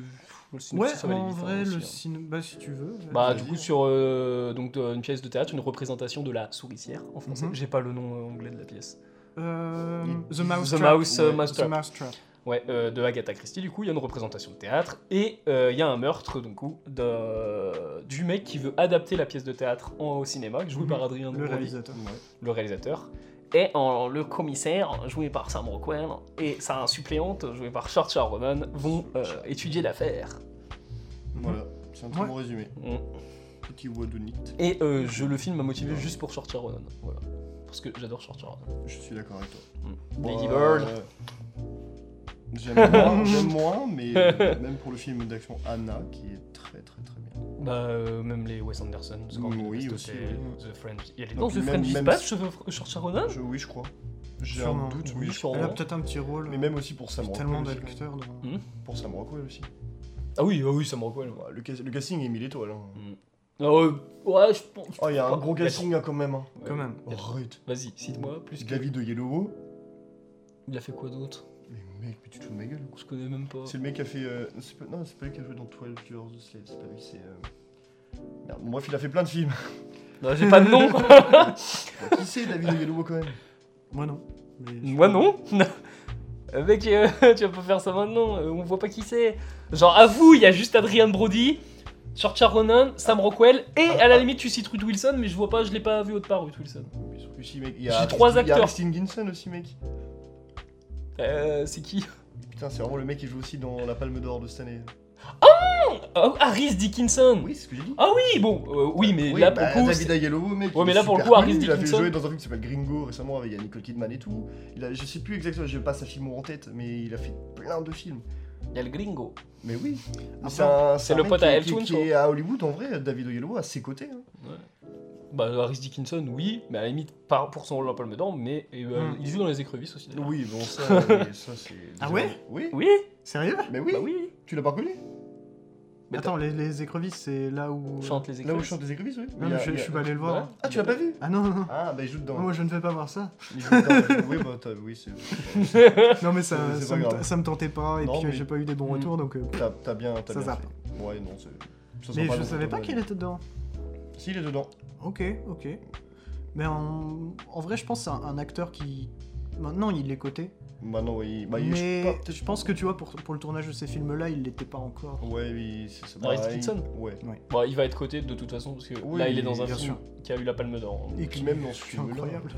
[SPEAKER 2] Le
[SPEAKER 1] Ouais,
[SPEAKER 2] synopsis, ça va aller
[SPEAKER 1] en
[SPEAKER 2] vite, hein,
[SPEAKER 1] vrai,
[SPEAKER 2] aussi,
[SPEAKER 1] le
[SPEAKER 2] hein.
[SPEAKER 1] cinéma, bah, si tu veux.
[SPEAKER 2] Bah
[SPEAKER 3] Vas-y.
[SPEAKER 2] du coup sur euh, donc de- une pièce de théâtre, une représentation de la souricière en français.
[SPEAKER 1] Mhm.
[SPEAKER 2] J'ai pas le nom euh, anglais de la pièce.
[SPEAKER 1] Euh, The
[SPEAKER 3] The
[SPEAKER 1] Mouse
[SPEAKER 2] The
[SPEAKER 1] Trap.
[SPEAKER 2] Mouse euh,
[SPEAKER 3] ouais,
[SPEAKER 1] The
[SPEAKER 2] Mousetrap.
[SPEAKER 1] Mousetrap.
[SPEAKER 2] Ouais, euh, de Agatha Christie. Du coup, il y a une représentation de théâtre et euh, il y a un meurtre donc coup d'un- du mec qui veut adapter la pièce de théâtre en- au cinéma, joué
[SPEAKER 1] Mhm.
[SPEAKER 2] par Adrien
[SPEAKER 1] Le
[SPEAKER 2] Brody,
[SPEAKER 1] réalisateur.
[SPEAKER 2] le réalisateur, et en- le commissaire joué par Sam Rockwell et sa suppléante jouée par Short Ronan vont euh, étudier l'affaire.
[SPEAKER 3] Mm-hmm. Voilà, c'est un très
[SPEAKER 1] Ouais.
[SPEAKER 3] bon résumé.
[SPEAKER 2] Mm.
[SPEAKER 3] Petit Wadunit,
[SPEAKER 2] Et euh, je le film m'a motivé juste pour Short Ronan, voilà, parce que j'adore Short Ronan.
[SPEAKER 3] je suis d'accord avec toi.
[SPEAKER 2] Lady
[SPEAKER 3] Bah,
[SPEAKER 2] Bird.
[SPEAKER 3] euh, J'aime moins, j'aime moins, mais euh, même pour le film d'action Anna, qui est très très très bien.
[SPEAKER 2] Bah, euh, même les Wes Anderson, Scorpion,
[SPEAKER 3] Oui,
[SPEAKER 2] Best
[SPEAKER 3] aussi,
[SPEAKER 2] Hotel,
[SPEAKER 1] oui.
[SPEAKER 2] The French. Il y a les
[SPEAKER 3] Non,
[SPEAKER 2] danses de
[SPEAKER 3] puis
[SPEAKER 2] French
[SPEAKER 3] même- même
[SPEAKER 2] Dispatch,
[SPEAKER 3] si-
[SPEAKER 2] je veux- Short Ronan
[SPEAKER 3] Ah. Je, oui, je crois. J'ai
[SPEAKER 1] Sûrement.
[SPEAKER 3] un doute,
[SPEAKER 2] Oui,
[SPEAKER 3] mais je crois.
[SPEAKER 1] Elle a peut-être un petit rôle.
[SPEAKER 3] Mais même aussi pour Sam
[SPEAKER 1] Il y a
[SPEAKER 3] Rockwell.
[SPEAKER 1] tellement
[SPEAKER 3] aussi.
[SPEAKER 1] d'acteurs dans.
[SPEAKER 3] Pour Sam Rockwell aussi.
[SPEAKER 2] Ah oui, ah oui, Sam Rockwell.
[SPEAKER 3] Bah, le, cas- le casting est mille étoiles. hein.
[SPEAKER 2] Ah ouais, ouais, je pense.
[SPEAKER 3] Oh, il y a un
[SPEAKER 2] Oh,
[SPEAKER 3] gros
[SPEAKER 2] il y a
[SPEAKER 3] casting hein, quand même. hein.
[SPEAKER 2] Ouais.
[SPEAKER 1] Quand même.
[SPEAKER 2] Il y a-
[SPEAKER 3] Arrête.
[SPEAKER 2] Vas-y, cite-moi plus. que-
[SPEAKER 3] David de Yellow.
[SPEAKER 2] Il a fait quoi d'autre
[SPEAKER 3] Mais mec, mais tu te fous de ma gueule ou quoi
[SPEAKER 2] Je connais même pas.
[SPEAKER 3] C'est le mec qui a fait. euh, c'est pas- non, c'est pas lui qui a joué dans 12 Years of Slave, c'est pas lui, c'est. euh, Merde, bon, bref, il a fait plein de films.
[SPEAKER 2] Non, J'ai pas de nom.
[SPEAKER 3] Bah, qui c'est David de Yellow quand même
[SPEAKER 1] Moi non. Mais je-
[SPEAKER 2] Moi non. Euh, Mec, euh, tu vas pas faire ça maintenant. euh, on voit pas qui c'est. Genre, avoue, il y a juste Adrian Brody. Short Ronan, Sam Rockwell, et à la limite tu cites Ruth Wilson, mais je vois pas, je l'ai pas vu autre part Ruth Wilson.
[SPEAKER 3] Mais sauf que si, mec, il y
[SPEAKER 2] J'ai
[SPEAKER 3] a Arist-
[SPEAKER 2] trois
[SPEAKER 3] il y a
[SPEAKER 2] acteurs.
[SPEAKER 3] Aristin Ginson aussi, mec.
[SPEAKER 2] Euh, c'est qui
[SPEAKER 3] Putain, c'est vraiment le mec qui joue aussi dans La Palme d'Or de cette année.
[SPEAKER 2] Ah, Harris Dickinson
[SPEAKER 3] Oui, c'est ce que j'ai dit.
[SPEAKER 2] Ah oui, bon, euh, oui, mais là pour
[SPEAKER 3] bah,
[SPEAKER 2] le coup.
[SPEAKER 3] David Aiello, mec.
[SPEAKER 2] Ouais,
[SPEAKER 3] il
[SPEAKER 2] mais
[SPEAKER 3] est
[SPEAKER 2] là, pour le
[SPEAKER 3] super
[SPEAKER 2] coup, Harris
[SPEAKER 3] connu, Il
[SPEAKER 2] Dickinson-
[SPEAKER 3] a fait jouer dans un film qui s'appelle Gringo récemment avec il y a Nicole Kidman et tout. Il a, je sais plus exactement, j'ai pas sa filmo en tête, mais il a fait plein de films.
[SPEAKER 2] c'est- Il y a le gringo.
[SPEAKER 3] Mais oui.
[SPEAKER 1] Après,
[SPEAKER 3] C'est un- c'est
[SPEAKER 2] le
[SPEAKER 3] un mec
[SPEAKER 2] pote à
[SPEAKER 3] qui-
[SPEAKER 2] El
[SPEAKER 3] qui-
[SPEAKER 2] Tuncho.
[SPEAKER 3] Qui est à Hollywood, en vrai, David Aiello à ses côtés. hein.
[SPEAKER 2] Bah, Harris Dickinson, oui, mais à la limite, pas pour son rôle en Palme d'Or, mais et, euh,
[SPEAKER 1] Hmm.
[SPEAKER 2] il joue dans Les Écrevisses aussi. d'ailleurs.
[SPEAKER 3] Oui, bon, ça, mais ça c'est.
[SPEAKER 1] Ah ouais
[SPEAKER 3] Oui.
[SPEAKER 2] Oui
[SPEAKER 1] Sérieux
[SPEAKER 3] Mais oui,
[SPEAKER 2] Bah oui
[SPEAKER 3] tu l'as pas reconnu
[SPEAKER 2] Mais
[SPEAKER 1] Attends, les, les écrevisses, c'est là où.
[SPEAKER 2] On chante Les
[SPEAKER 3] Là où
[SPEAKER 2] Écrevisses.
[SPEAKER 3] chantent les écrevisses, oui.
[SPEAKER 1] Non,
[SPEAKER 3] Il y
[SPEAKER 1] mais
[SPEAKER 3] a-
[SPEAKER 1] je,
[SPEAKER 3] il y
[SPEAKER 1] je
[SPEAKER 3] a-
[SPEAKER 1] suis pas allé le voir.
[SPEAKER 2] Ouais.
[SPEAKER 3] Ah, tu l'as pas vu
[SPEAKER 1] Ah non, non, non.
[SPEAKER 3] Ah, bah il joue dedans.
[SPEAKER 1] Moi, je ne vais pas voir ça.
[SPEAKER 3] Il joue dedans. oui, bah t'as- oui, c'est.
[SPEAKER 1] Non, mais ça,
[SPEAKER 3] C'est- c'est
[SPEAKER 1] ça,
[SPEAKER 3] pas
[SPEAKER 1] me,
[SPEAKER 3] grave.
[SPEAKER 1] ça me tentait pas. Et
[SPEAKER 3] Non,
[SPEAKER 1] puis,
[SPEAKER 3] mais-
[SPEAKER 1] j'ai pas eu des bons
[SPEAKER 2] Mm.
[SPEAKER 1] retours. donc... euh,
[SPEAKER 3] T'as t'as bien, t'as
[SPEAKER 1] Ça
[SPEAKER 3] bien
[SPEAKER 1] zappe.
[SPEAKER 3] fait. Ouais, non, c'est. ça sent
[SPEAKER 1] Mais je
[SPEAKER 3] bon,
[SPEAKER 1] savais
[SPEAKER 3] ça
[SPEAKER 1] pas
[SPEAKER 3] sent
[SPEAKER 1] qu'il était dedans.
[SPEAKER 3] Si, il est dedans.
[SPEAKER 1] Ok, ok. Mais en, en vrai, je pense que c'est un, un acteur qui. Maintenant, il est coté.
[SPEAKER 3] Bah non, oui. Bah, il-
[SPEAKER 1] mais
[SPEAKER 3] pas- peut-être-
[SPEAKER 1] je pense que tu vois, pour, pour le tournage de ces films-là, il l'était pas encore.
[SPEAKER 3] Ouais, oui, c'est ça.
[SPEAKER 2] Harris
[SPEAKER 3] Bah, il-
[SPEAKER 2] Dickinson.
[SPEAKER 3] Ouais.
[SPEAKER 2] Bon, il va être coté de toute façon, parce que
[SPEAKER 3] Oui,
[SPEAKER 2] là, il est dans un
[SPEAKER 1] bien
[SPEAKER 2] film
[SPEAKER 1] sûr.
[SPEAKER 2] qui a eu la Palme d'Or.
[SPEAKER 1] Et
[SPEAKER 3] Puis
[SPEAKER 1] qui-
[SPEAKER 3] même dans ce hein,
[SPEAKER 1] c'est
[SPEAKER 3] film
[SPEAKER 1] incroyable.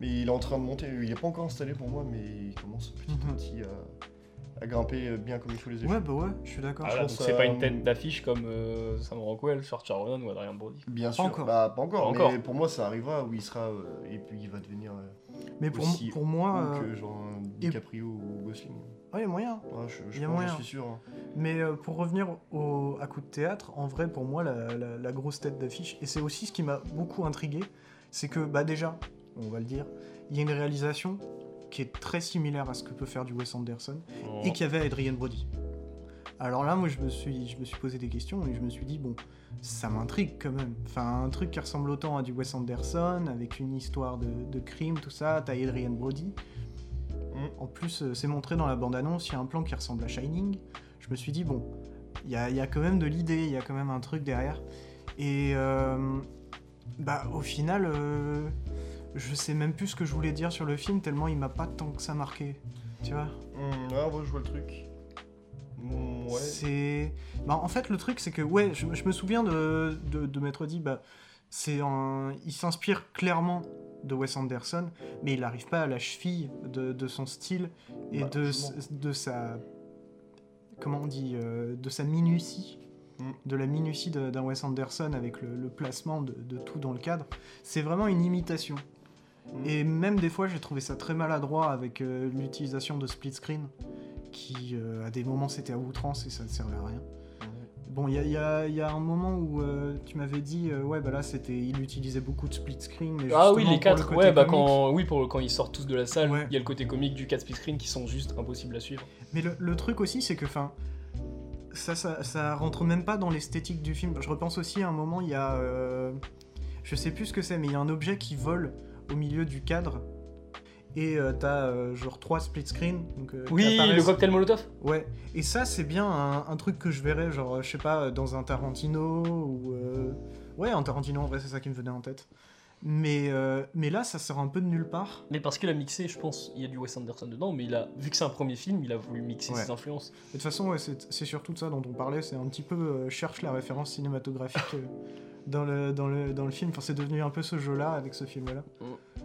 [SPEAKER 3] Mais il est en train de monter. Il est pas encore installé pour moi, mais il commence petit à
[SPEAKER 1] Mhm.
[SPEAKER 3] petit à, à grimper euh, bien comme il faut les échelons.
[SPEAKER 1] Ouais, bah ouais, je suis d'accord.
[SPEAKER 2] Ah, là, donc
[SPEAKER 3] pense,
[SPEAKER 2] c'est pas une
[SPEAKER 3] euh,
[SPEAKER 2] tête d'affiche comme euh, Sam Rockwell, Short Ronan ou Adrien Brody.
[SPEAKER 3] Bien sûr.
[SPEAKER 1] encore.
[SPEAKER 3] Bah, pas encore.
[SPEAKER 2] Pas
[SPEAKER 3] mais
[SPEAKER 2] encore.
[SPEAKER 3] pour moi, ça arrivera où il sera. euh, et puis il va devenir. euh,
[SPEAKER 1] Mais pour,
[SPEAKER 3] aussi
[SPEAKER 1] pour moi,
[SPEAKER 3] ou
[SPEAKER 1] euh,
[SPEAKER 3] que genre un
[SPEAKER 1] et-
[SPEAKER 3] DiCaprio ou Gosling.
[SPEAKER 1] ouais, il y a moyen.
[SPEAKER 3] Ah, je, je,
[SPEAKER 1] Il y a
[SPEAKER 3] pense,
[SPEAKER 1] moyen.
[SPEAKER 3] je suis sûr. hein.
[SPEAKER 1] Mais euh, pour revenir au, à coup de théâtre, en vrai, pour moi, la, la- la grosse tête d'affiche, et c'est aussi ce qui m'a beaucoup intrigué, c'est que, bah déjà, on va le dire, il y a une réalisation qui est très similaire à ce que peut faire du Wes Anderson, et qu'il y avait Adrian Brody. Alors là, moi, je me suis, je me suis posé des questions et je me suis dit, bon, ça m'intrigue quand même. Enfin, un truc qui ressemble autant à du Wes Anderson, avec une histoire de, de crime, tout ça, t'as Adrian Brody. En plus, euh, c'est montré dans la bande-annonce, il y a un plan qui ressemble à Shining. Je me suis dit, bon, il y a, il y a quand même de l'idée, il y a quand même un truc derrière. Et euh, bah, au final, euh, je sais même plus ce que je voulais dire sur le film, tellement il m'a pas tant que ça marqué. Tu vois
[SPEAKER 3] Hum, ouais, ouais, je vois le truc. Hum, ouais.
[SPEAKER 1] C'est. Bah, en fait, le truc, c'est que, ouais, je, je me souviens de, de, de m'être dit, bah, c'est un. Il s'inspire clairement de Wes Anderson, mais il n'arrive pas à la cheville de, de son style et
[SPEAKER 3] Bah,
[SPEAKER 1] de,
[SPEAKER 3] justement.
[SPEAKER 1] s- de sa. Comment on dit euh, De sa minutie.
[SPEAKER 3] Mm.
[SPEAKER 1] De la minutie de- d'un Wes Anderson avec le, le placement de, de tout dans le cadre. C'est vraiment une imitation.
[SPEAKER 3] Mm.
[SPEAKER 1] Et même des fois, j'ai trouvé ça très maladroit avec euh, l'utilisation de split screen, qui euh, à des moments c'était à outrance et ça ne servait à rien.
[SPEAKER 3] Ouais.
[SPEAKER 1] Bon, il y a, il y a- il y a un moment où euh, tu m'avais dit, euh, ouais, bah là, c'était, il utilisait beaucoup de split screen. mais
[SPEAKER 2] Ah oui,
[SPEAKER 1] justement,
[SPEAKER 2] les
[SPEAKER 1] pour le
[SPEAKER 2] 4,
[SPEAKER 1] côté
[SPEAKER 2] ouais, bah
[SPEAKER 1] comique.
[SPEAKER 2] quand, oui, pour, quand ils sortent tous de la salle, il
[SPEAKER 1] Ouais.
[SPEAKER 2] y a le côté comique du 4 split screen qui sont juste impossibles à suivre.
[SPEAKER 1] Mais le, le truc aussi, c'est que, enfin, ça, ça, ça rentre même pas dans l'esthétique du film. Je repense aussi à un moment, il y a. euh, je sais plus ce que c'est, mais il y a un objet qui vole au milieu du cadre. Et euh, t'as euh, genre trois split screen. Donc, euh, qui
[SPEAKER 2] Oui, le
[SPEAKER 1] apparaissent.
[SPEAKER 2] cocktail Molotov
[SPEAKER 1] Ouais, et ça c'est bien un, un truc que je verrais, genre, euh, je sais pas, euh, dans un Tarantino ou. euh, Ouais, un Tarantino en vrai, c'est ça qui me venait en tête. Mais, euh, mais là, ça sort un peu de nulle part.
[SPEAKER 2] Mais parce qu'il a mixé, je pense, il y a du Wes Anderson dedans, mais il a, vu que c'est un premier film, il a voulu mixer
[SPEAKER 1] Ouais.
[SPEAKER 2] ses influences.
[SPEAKER 1] Et De toute façon, ouais, c'est c'est surtout de ça dont on parlait, c'est un petit peu euh, cherche la référence cinématographique euh, dans, le, dans, le, dans le film. Enfin, c'est devenu un peu ce jeu-là avec ce film-là.
[SPEAKER 2] Mm.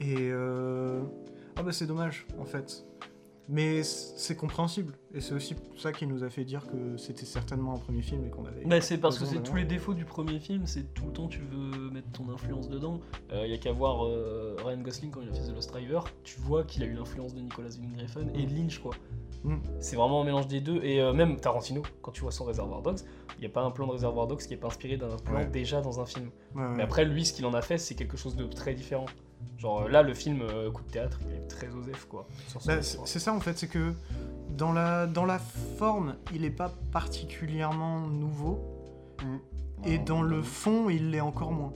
[SPEAKER 1] Et. euh, Ah bah c'est dommage, en fait. Mais c- c'est compréhensible. Et c'est aussi ça qui nous a fait dire que c'était certainement un premier film et euh, qu'on avait.
[SPEAKER 2] Bah, c'est parce que
[SPEAKER 1] besoin
[SPEAKER 2] c'est
[SPEAKER 1] d'avoir-
[SPEAKER 2] tous les défauts du premier film, c'est tout le temps tu veux mettre ton influence dedans. Il y a qu'à voir euh, Ryan Gosling quand il a fait The Lost Driver, tu vois qu'il a eu l'influence de Nicolas Winding Refn et de Lynch quoi.
[SPEAKER 1] Mm.
[SPEAKER 2] C'est vraiment un mélange des deux et euh, même Tarantino quand tu vois son Reservoir Dogs, il n'y a pas un plan de Reservoir Dogs qui est pas inspiré d'un plan
[SPEAKER 1] Ouais.
[SPEAKER 2] déjà dans un film.
[SPEAKER 1] Ouais, ouais.
[SPEAKER 2] Mais après lui ce qu'il en a fait c'est quelque chose de très différent. Genre euh, là le film euh, coup de théâtre il est très osef quoi. sur son
[SPEAKER 1] Bah, c'est
[SPEAKER 2] histoire.
[SPEAKER 1] c'est ça en fait, c'est que dans la, dans la forme, il n'est pas particulièrement nouveau, Mm. et
[SPEAKER 3] Voilà,
[SPEAKER 1] dans le
[SPEAKER 3] donc,
[SPEAKER 1] fond, il l'est encore moins.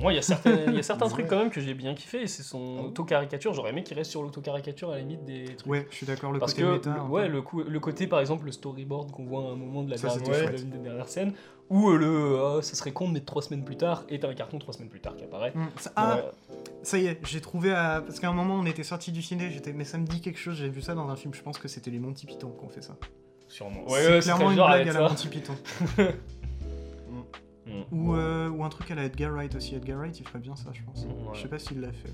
[SPEAKER 2] Moi, il y a certains, il y a certains
[SPEAKER 3] Ouais.
[SPEAKER 2] trucs quand même que j'ai bien kiffé, et c'est
[SPEAKER 3] Ah
[SPEAKER 2] son
[SPEAKER 3] oui.
[SPEAKER 2] auto-caricature. J'aurais aimé qu'il reste sur l'auto-caricature à la limite des trucs.
[SPEAKER 1] Ouais, je suis d'accord, le
[SPEAKER 2] Parce
[SPEAKER 1] côté
[SPEAKER 2] que,
[SPEAKER 1] méta.
[SPEAKER 2] le-
[SPEAKER 1] un peu.
[SPEAKER 2] ouais, le, cou- le côté, par exemple, le storyboard qu'on voit à un moment de la
[SPEAKER 1] Ça,
[SPEAKER 2] dernière,
[SPEAKER 3] c'était
[SPEAKER 2] de
[SPEAKER 1] chouette.
[SPEAKER 2] l'une des dernières scènes, ou euh, le euh, ça serait con de mettre trois semaines plus tard, et t'as un carton trois semaines plus tard qui apparaît.
[SPEAKER 1] Mm. Ça- ah,
[SPEAKER 2] Ouais.
[SPEAKER 1] ça y est, j'ai trouvé à... Parce qu'à un moment, on était sorti du ciné, j'étais... Mais ça me dit quelque chose, j'ai vu ça dans un film, je pense que c'était les Monty Python qu'on fait ça.
[SPEAKER 2] sûrement.
[SPEAKER 1] c'est
[SPEAKER 2] Ouais, ouais, c'est
[SPEAKER 1] clairement
[SPEAKER 2] très
[SPEAKER 1] une
[SPEAKER 2] genre
[SPEAKER 1] blague
[SPEAKER 2] avec
[SPEAKER 1] à la
[SPEAKER 2] ça.
[SPEAKER 1] Monty Python.
[SPEAKER 2] Mm.
[SPEAKER 1] ou, euh, ou un truc à la Edgar Wright aussi. Edgar Wright, il ferait bien ça, je pense.
[SPEAKER 2] Ouais.
[SPEAKER 1] Je sais pas s'il l'a fait.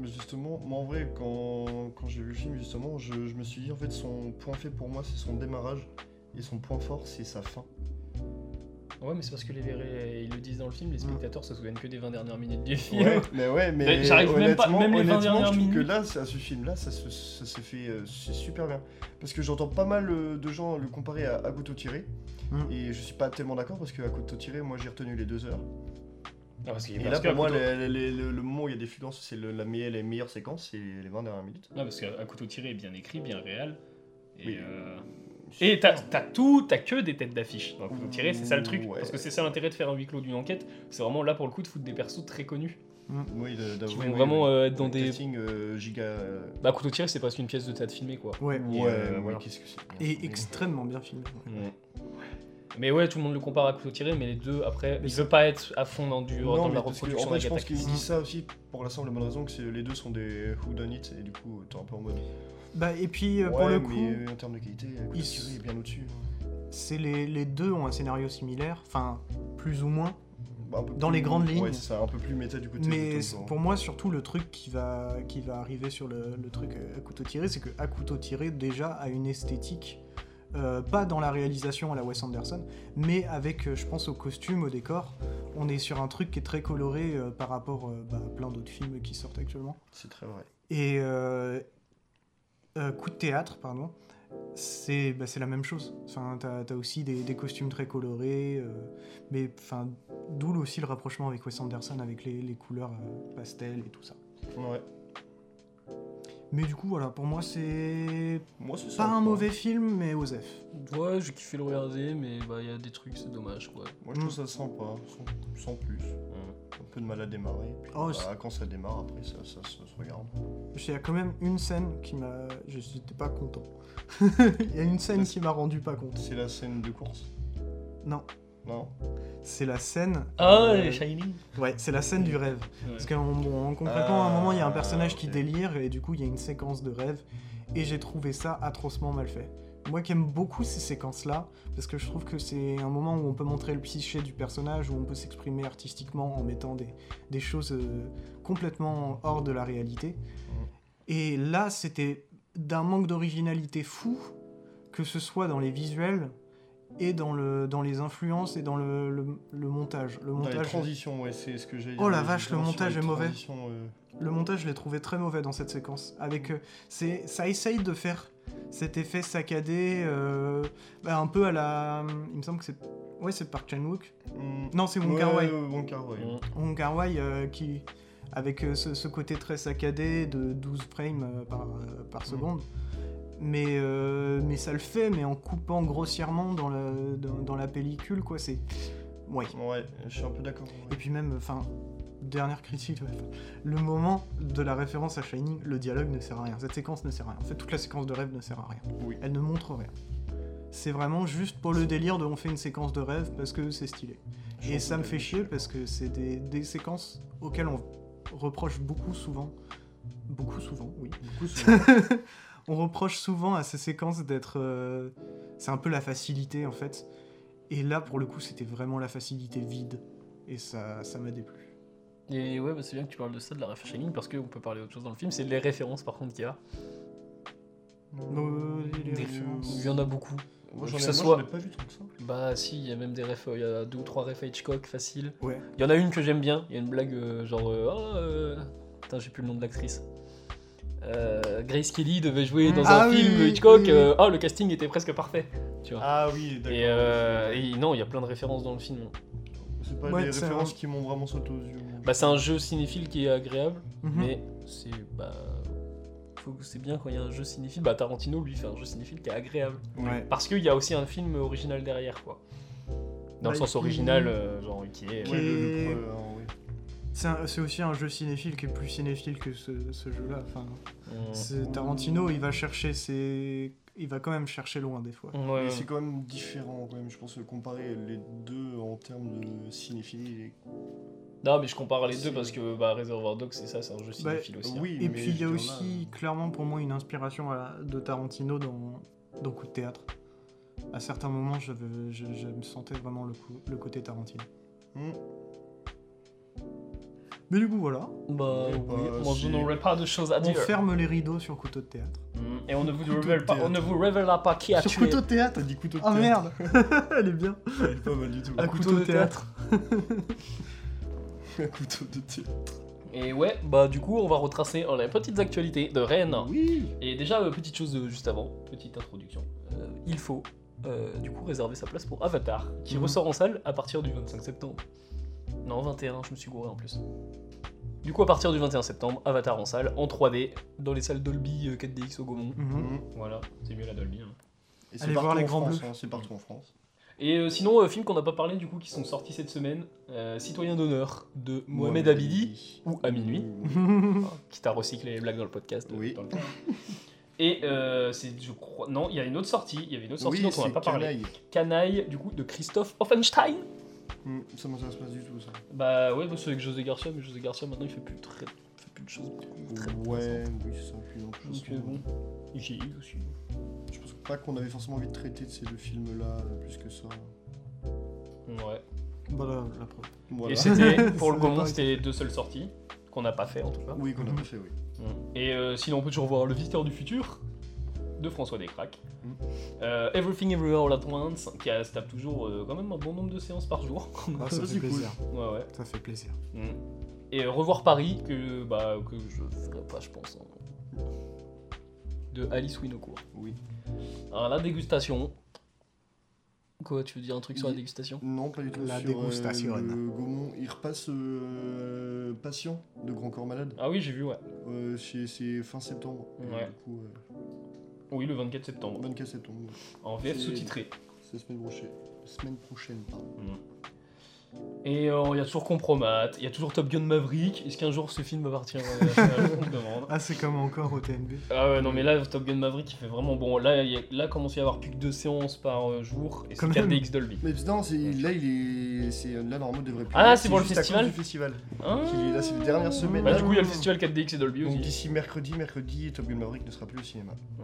[SPEAKER 3] Mais Justement, moi en vrai, quand, quand j'ai vu le film, justement, je, je me suis dit en fait, son point fait pour moi, c'est son démarrage. Et son point fort, c'est sa fin.
[SPEAKER 2] Ouais, mais c'est parce que les, les- ils le disent dans le film, les spectateurs se souviennent que des 20 dernières minutes du film.
[SPEAKER 3] Ouais, mais ouais, mais.
[SPEAKER 2] Mais j'arrive même pas-
[SPEAKER 3] honnêtement-
[SPEAKER 2] même les vingt
[SPEAKER 3] honnêtement,
[SPEAKER 2] dernières
[SPEAKER 3] je trouve que
[SPEAKER 2] minutes.
[SPEAKER 3] là, ça- à ce film-là, ça se ça s'est fait. euh, C'est super bien. Parce que j'entends pas mal euh, de gens le comparer à, à couteau tiré.
[SPEAKER 2] Hmm.
[SPEAKER 1] Mm.
[SPEAKER 3] Et je suis pas tellement d'accord parce que à couteau tiré, moi j'ai retenu les deux heures.
[SPEAKER 2] Ah, parce qu'il
[SPEAKER 3] Et
[SPEAKER 2] est
[SPEAKER 3] là,
[SPEAKER 2] parce que
[SPEAKER 3] pour moi,
[SPEAKER 2] à couteau-
[SPEAKER 3] les- les- les- le moment où il y a des fulgurances, c'est le- la meilleure, les meilleures séquences, c'est les 20 dernières minutes.
[SPEAKER 2] Ah, parce qu'à à couteau tiré, bien écrit, bien réel. Et,
[SPEAKER 3] Oui.
[SPEAKER 2] euh, Et t'as t'as tout, t'as que des têtes d'affiche. Donc faut tirer, c'est ça le truc.
[SPEAKER 3] Ouais.
[SPEAKER 2] Parce que c'est ça l'intérêt de faire un huis clos d'une enquête. C'est vraiment là pour le coup de foutre des persos très connus.
[SPEAKER 3] Oui, de-
[SPEAKER 2] Qui
[SPEAKER 3] d'avouer,
[SPEAKER 2] vont
[SPEAKER 3] Bah oui,
[SPEAKER 2] vraiment
[SPEAKER 3] oui.
[SPEAKER 2] euh, être dans
[SPEAKER 3] Le
[SPEAKER 2] des.
[SPEAKER 3] casting, euh, giga. euh,
[SPEAKER 2] Bah, couteau tiré, c'est presque une pièce de théâtre filmée quoi.
[SPEAKER 1] Ouais.
[SPEAKER 3] Ouais,
[SPEAKER 2] euh,
[SPEAKER 3] mais
[SPEAKER 2] voilà.
[SPEAKER 3] qu'est-ce que c'est
[SPEAKER 1] Et extrêmement bien filmé.
[SPEAKER 2] Mais ouais, tout le monde le compare à couteau tiré, mais les deux après,
[SPEAKER 1] Mais
[SPEAKER 2] il veut pas être à fond dans, du, dans
[SPEAKER 3] Non,
[SPEAKER 2] de
[SPEAKER 3] mais
[SPEAKER 2] la
[SPEAKER 3] parce que, en
[SPEAKER 2] reproduction
[SPEAKER 3] fait, je pense
[SPEAKER 2] d'Agatha
[SPEAKER 3] qu'ils
[SPEAKER 2] Christie.
[SPEAKER 3] disent ça aussi pour la simple et bonne raison que c'est- les deux sont des whodunits et du coup, t'es un peu en mode.
[SPEAKER 1] Bah, et puis, euh, pour
[SPEAKER 3] Ouais,
[SPEAKER 1] le coup...
[SPEAKER 3] mais euh, en termes de qualité, Couteau
[SPEAKER 1] ils-
[SPEAKER 3] Tiré est bien au-dessus. hein.
[SPEAKER 1] c'est les, les deux ont un scénario similaire, enfin plus ou moins,
[SPEAKER 3] Bah, un peu
[SPEAKER 1] Dans
[SPEAKER 3] plus-
[SPEAKER 1] les grandes lignes.
[SPEAKER 3] Ouais, c'est ça, un peu plus méta du côté
[SPEAKER 1] mais
[SPEAKER 3] de
[SPEAKER 1] c'est-
[SPEAKER 3] Tom
[SPEAKER 1] pour moi surtout le truc qui va, qui va arriver sur le, le truc euh, à couteau tiré, c'est que à couteau tiré déjà a une esthétique, euh, pas dans la réalisation à la Wes Anderson, mais avec euh, je pense au costume, au décor, on est sur un truc qui est très coloré euh, par rapport euh, bah, à plein d'autres films qui sortent actuellement.
[SPEAKER 3] C'est très vrai.
[SPEAKER 1] Et euh, euh, coup de théâtre, pardon, c'est bah, c'est la même chose. Enfin, t'as as aussi des, des costumes très colorés, euh, mais enfin, d'où aussi le rapprochement avec Wes Anderson, avec les, les couleurs euh, pastel et tout ça.
[SPEAKER 3] Ouais.
[SPEAKER 1] Mais du coup, voilà, pour moi, c'est
[SPEAKER 3] Moi, c'est
[SPEAKER 1] pas
[SPEAKER 3] ça,
[SPEAKER 1] un
[SPEAKER 3] quoi.
[SPEAKER 1] mauvais film, mais Osef.
[SPEAKER 2] Ouais, j'ai kiffé le regarder, mais bah, il y a des trucs, c'est dommage quoi.
[SPEAKER 3] Moi,
[SPEAKER 1] Mm.
[SPEAKER 3] je trouve ça sympa, sans, sans plus. Un peu de mal à démarrer. Puis,
[SPEAKER 1] Oh,
[SPEAKER 3] bah,
[SPEAKER 1] c'est-
[SPEAKER 3] quand ça démarre, après, ça, ça- ça se regarde.
[SPEAKER 1] Il y a quand même une scène qui m'a. je- J'étais pas content. Il y a une scène qui m'a rendu pas content.
[SPEAKER 3] C'est la scène de course
[SPEAKER 1] Non,
[SPEAKER 3] Non
[SPEAKER 1] c'est la scène.
[SPEAKER 2] Ah,
[SPEAKER 1] euh,
[SPEAKER 2] les Shining
[SPEAKER 1] Ouais, c'est la scène du rêve. Parce qu'en bon, en concrètement, à un moment, il y a un personnage qui
[SPEAKER 3] Ah, ok.
[SPEAKER 1] délire et du coup, il y a une séquence de rêve. Et j'ai trouvé ça atrocement mal fait. Moi qui aime beaucoup ces séquences-là, parce que je trouve que c'est un moment où on peut montrer le psyché du personnage, où on peut s'exprimer artistiquement en mettant des, des choses euh, complètement hors de la réalité.
[SPEAKER 3] Mm.
[SPEAKER 1] Et là, c'était d'un manque d'originalité fou, que ce soit dans les visuels et dans, le, dans les influences et dans le, le- le montage. Le
[SPEAKER 3] Dans les
[SPEAKER 1] montage,
[SPEAKER 3] transitions, ouais, c'est ce que j'ai
[SPEAKER 1] Oh la vache, le montage est mauvais.
[SPEAKER 3] mauvais.
[SPEAKER 1] le montage, je l'ai trouvé très mauvais dans cette séquence. Avec, euh, c'est, ça euh, essaye de faire cet effet saccadé, euh, bah, un peu à la. Il me semble que c'est. Ouais, c'est Park Chan Wook.
[SPEAKER 3] Mm.
[SPEAKER 1] Non, c'est Wong
[SPEAKER 3] Ouais,
[SPEAKER 1] Kar
[SPEAKER 3] ouais,
[SPEAKER 1] Wai.
[SPEAKER 3] Wong Kar Wai.
[SPEAKER 2] Mm.
[SPEAKER 1] Wong Kar Wai euh, qui, avec euh, ce, ce côté très saccadé de 12 frames euh, par, euh,
[SPEAKER 3] Mm.
[SPEAKER 1] par seconde. Mais, euh, mais ça le fait, mais en coupant grossièrement dans la, dans, dans la pellicule, quoi, c'est... Ouais.
[SPEAKER 3] Ouais, je suis un peu d'accord. ouais.
[SPEAKER 1] Et puis même, enfin, dernière critique, ouais, 'fin, le moment de la référence à Shining, le dialogue ne sert à rien, cette séquence ne sert à rien. En fait, toute la séquence de rêve ne sert à rien.
[SPEAKER 3] Oui.
[SPEAKER 1] Elle ne montre rien. C'est vraiment juste pour le délire de on fait une séquence de rêve parce que c'est stylé.
[SPEAKER 3] Je suis un
[SPEAKER 1] Et
[SPEAKER 3] peu
[SPEAKER 1] ça me
[SPEAKER 3] d'accord.
[SPEAKER 1] fait chier parce que c'est des, des séquences auxquelles on reproche beaucoup souvent. Beaucoup souvent, oui.
[SPEAKER 3] Beaucoup sont-
[SPEAKER 1] on reproche souvent à ces séquences d'être. euh, c'est un peu la facilité en fait. Et là, pour le coup, c'était vraiment la facilité vide. Et ça, ça m'a déplu.
[SPEAKER 2] Et ouais, bah, c'est bien que tu parles de ça, de la référence Shining, parce qu'on peut parler d'autre chose dans le film, c'est les références par contre qu'il y a.
[SPEAKER 1] Euh, les
[SPEAKER 2] Des-
[SPEAKER 1] références.
[SPEAKER 2] Il y en a beaucoup.
[SPEAKER 3] Moi,
[SPEAKER 2] Que
[SPEAKER 3] j'en ai,
[SPEAKER 2] ça
[SPEAKER 3] moi,
[SPEAKER 2] soit-
[SPEAKER 3] j'en ai pas vu tant que ça.
[SPEAKER 2] Bah si, il y a même des refs, il y a deux ou trois refs à Hitchcock, facile.
[SPEAKER 1] Ouais.
[SPEAKER 2] Il y en a une que j'aime bien, il y a une blague euh, genre... euh, Ah, euh, Putain, j'ai plus le nom de l'actrice. Euh, Grace Kelly devait jouer dans
[SPEAKER 1] Ah
[SPEAKER 2] un
[SPEAKER 1] oui,
[SPEAKER 2] film
[SPEAKER 1] oui,
[SPEAKER 2] Hitchcock,
[SPEAKER 1] oui, oui.
[SPEAKER 2] euh, ah le casting était presque parfait. Tu vois.
[SPEAKER 3] Ah oui, d'accord.
[SPEAKER 2] et, euh, et non, il y a plein de références dans le film.
[SPEAKER 3] C'est pas
[SPEAKER 1] Ouais,
[SPEAKER 3] les
[SPEAKER 1] c'est un-
[SPEAKER 3] références qui m'ont vraiment sauté aux yeux. moi.
[SPEAKER 2] Bah c'est un jeu cinéphile qui est agréable,
[SPEAKER 1] Mhm.
[SPEAKER 2] mais c'est... Bah, faut que- c'est bien quand il y a un jeu cinéphile, bah Tarantino lui fait un jeu cinéphile qui est agréable.
[SPEAKER 1] Ouais.
[SPEAKER 2] Parce qu'il y a aussi un film original derrière, quoi. Dans
[SPEAKER 1] Bah,
[SPEAKER 2] le sens
[SPEAKER 1] qui-
[SPEAKER 2] original, euh, genre qui est.
[SPEAKER 3] Ouais, le-
[SPEAKER 1] Et-
[SPEAKER 3] le- euh, oui.
[SPEAKER 1] C'est un- c'est aussi un jeu cinéphile qui est plus cinéphile que ce, ce jeu-là. Enfin,
[SPEAKER 2] on-
[SPEAKER 1] c'est Tarantino, il va chercher ses... Il va quand même chercher loin des fois.
[SPEAKER 2] Ouais,
[SPEAKER 3] Mais
[SPEAKER 2] ouais.
[SPEAKER 3] c'est quand même différent quand même. Je pense que comparer les deux en termes de cinéphilie, et-
[SPEAKER 2] Non, mais je compare les deux
[SPEAKER 3] C'est- Bah,
[SPEAKER 2] parce que bah, Reservoir Dogs, c'est ça, c'est un jeu cinéphile aussi. hein.
[SPEAKER 3] Euh, oui. mais
[SPEAKER 1] Et puis il y
[SPEAKER 3] je
[SPEAKER 1] a
[SPEAKER 3] veux dire,
[SPEAKER 1] aussi clairement pour moi une inspiration à- de Tarantino dans, dans Coup de théâtre. À certains moments, je, veux- je- je me sentais vraiment le, coup- le côté Tarantino.
[SPEAKER 3] Hmm.
[SPEAKER 1] Mais du coup, voilà.
[SPEAKER 2] Bah,
[SPEAKER 3] Ouais,
[SPEAKER 2] oui,
[SPEAKER 3] bah,
[SPEAKER 2] on
[SPEAKER 3] c'est-
[SPEAKER 2] n'aurait pas de choses
[SPEAKER 3] Ah,
[SPEAKER 2] à
[SPEAKER 1] On
[SPEAKER 2] dire.
[SPEAKER 1] ferme les rideaux sur Couteau de théâtre.
[SPEAKER 2] Mm, Et on ne, vous
[SPEAKER 3] Couteau de
[SPEAKER 2] révèle pas, on
[SPEAKER 3] théâtre.
[SPEAKER 2] ne vous révélera pas qui a
[SPEAKER 1] sur
[SPEAKER 2] tué.
[SPEAKER 1] Couteau de théâtre
[SPEAKER 3] T'as dit couteau de
[SPEAKER 1] Oh
[SPEAKER 3] théâtre.
[SPEAKER 1] merde Elle est bien
[SPEAKER 3] Il est pas mal du tout.
[SPEAKER 1] À couteau de théâtre. Ah.
[SPEAKER 3] Un couteau de théâtre.
[SPEAKER 2] Et ouais, bah du coup, on va retracer euh, les petites actualités de Rennes.
[SPEAKER 3] Oui.
[SPEAKER 2] Et déjà, euh, petite chose euh, juste avant, petite introduction. Euh, il faut euh, du coup réserver sa place pour Avatar, qui
[SPEAKER 1] Mhm.
[SPEAKER 2] ressort en salle à partir du 25 septembre. Non, 21, je me suis gouré en plus. Du coup, à partir du 21 septembre, Avatar en salle, en 3D, dans les salles Dolby euh, 4DX au Gaumont.
[SPEAKER 1] Mhm.
[SPEAKER 2] Voilà, c'est mieux la Dolby. hein.
[SPEAKER 3] Mmh. Et c'est
[SPEAKER 1] Allez
[SPEAKER 3] partout
[SPEAKER 1] voir les
[SPEAKER 3] en
[SPEAKER 1] Grands
[SPEAKER 3] France,
[SPEAKER 1] Bleus.
[SPEAKER 3] hein, C'est partout en France.
[SPEAKER 2] Et euh, sinon, euh, film qu'on n'a pas parlé du coup, qui sont sortis cette semaine euh, Citoyen d'honneur de Mohamed Abidi, ou à minuit.
[SPEAKER 3] Mmh.
[SPEAKER 2] qui t'a recyclé les blagues dans le podcast. euh,
[SPEAKER 3] Oui.
[SPEAKER 2] dans le temps. Et euh, c'est, je crois, non, il y a une autre sortie, il y avait une autre sortie
[SPEAKER 3] Oui,
[SPEAKER 2] dont on n'a
[SPEAKER 3] c'est
[SPEAKER 2] pas parlé.
[SPEAKER 3] Canaille.
[SPEAKER 2] Canaille, du coup, de Christophe Offenstein.
[SPEAKER 3] Hmm, Ça m'intéresse pas du tout ça.
[SPEAKER 2] Bah ouais, bah, c'est avec José Garcia, mais José Garcia maintenant il fait plus très, il fait plus de choses très
[SPEAKER 3] Ouais, oui, c'est un plus long. je
[SPEAKER 2] Donc
[SPEAKER 3] sais
[SPEAKER 2] euh,
[SPEAKER 3] pas.
[SPEAKER 2] bon, il vieillit aussi.
[SPEAKER 3] Je pense pas qu'on avait forcément envie de traiter de ces deux films-là euh, plus que ça.
[SPEAKER 2] Ouais.
[SPEAKER 1] Voilà la preuve. Ah,
[SPEAKER 3] Voilà.
[SPEAKER 2] Et c'était pour
[SPEAKER 1] Ça
[SPEAKER 2] le
[SPEAKER 1] va
[SPEAKER 2] Gaumont,
[SPEAKER 1] pas
[SPEAKER 2] c'était les deux seules sorties qu'on n'a pas fait en tout cas.
[SPEAKER 3] Oui, qu'on a pas fait, oui.
[SPEAKER 2] Et euh, sinon, on peut toujours voir Le Visiteur du Futur de François Descraques.
[SPEAKER 3] Mm.
[SPEAKER 2] Euh, Everything Everywhere All At Once, qui a, se tape toujours euh, quand même un bon nombre de séances par jour.
[SPEAKER 1] Ah,
[SPEAKER 3] Ça,
[SPEAKER 1] ça
[SPEAKER 3] c'est
[SPEAKER 1] fait
[SPEAKER 3] cool.
[SPEAKER 1] plaisir.
[SPEAKER 2] ouais, ouais.
[SPEAKER 1] Ça fait plaisir.
[SPEAKER 2] Mm. Et euh, Revoir Paris, que, bah, que je ferai pas, je pense. hein. De Alice Winocourt.
[SPEAKER 3] Oui.
[SPEAKER 2] Alors, la dégustation. Quoi, tu veux dire un truc sur la
[SPEAKER 3] Oui.
[SPEAKER 2] dégustation
[SPEAKER 3] Non, pas du tout.
[SPEAKER 1] La
[SPEAKER 3] sur, euh,
[SPEAKER 1] dégustation.
[SPEAKER 3] le Gaumont, il repasse euh, Patient de Grand Corps Malade.
[SPEAKER 2] Ah oui, j'ai vu, ouais.
[SPEAKER 3] Euh, c'est c'est fin septembre. Et
[SPEAKER 2] Ouais.
[SPEAKER 3] Du coup, euh,
[SPEAKER 2] Oui, le 24 septembre.
[SPEAKER 3] 24 septembre. ouais.
[SPEAKER 2] En VF
[SPEAKER 3] C'est-
[SPEAKER 2] sous-titré.
[SPEAKER 3] C'est la semaine prochaine. Semaine prochaine, pardon.
[SPEAKER 2] Et euh, il y a toujours Compromat, il y a toujours Top Gun Maverick. Est-ce qu'un jour ce film va partir euh, national On se demande.
[SPEAKER 1] Ah, c'est comme encore au TNB.
[SPEAKER 2] Ah ouais, non, mais là, Top Gun Maverick, il fait vraiment bon. Là, il y a- là commence à y avoir plus que deux séances par euh, jour et c'est
[SPEAKER 1] Quand
[SPEAKER 2] 4DX Dolby.
[SPEAKER 3] Mais non, c'est- là, il est, c'est là normalement, il devrait plus.
[SPEAKER 2] Ah, c'est pour le
[SPEAKER 3] juste à
[SPEAKER 2] festival
[SPEAKER 3] cause du festival.
[SPEAKER 2] Hein
[SPEAKER 3] Qui- là, c'est les dernières semaines.
[SPEAKER 2] Bah,
[SPEAKER 3] là.
[SPEAKER 2] du coup, il y a le festival 4DX et Dolby
[SPEAKER 3] Donc
[SPEAKER 2] aussi.
[SPEAKER 3] d'ici mercredi, mercredi, Top Gun Maverick ne sera plus au cinéma.
[SPEAKER 2] Mmh.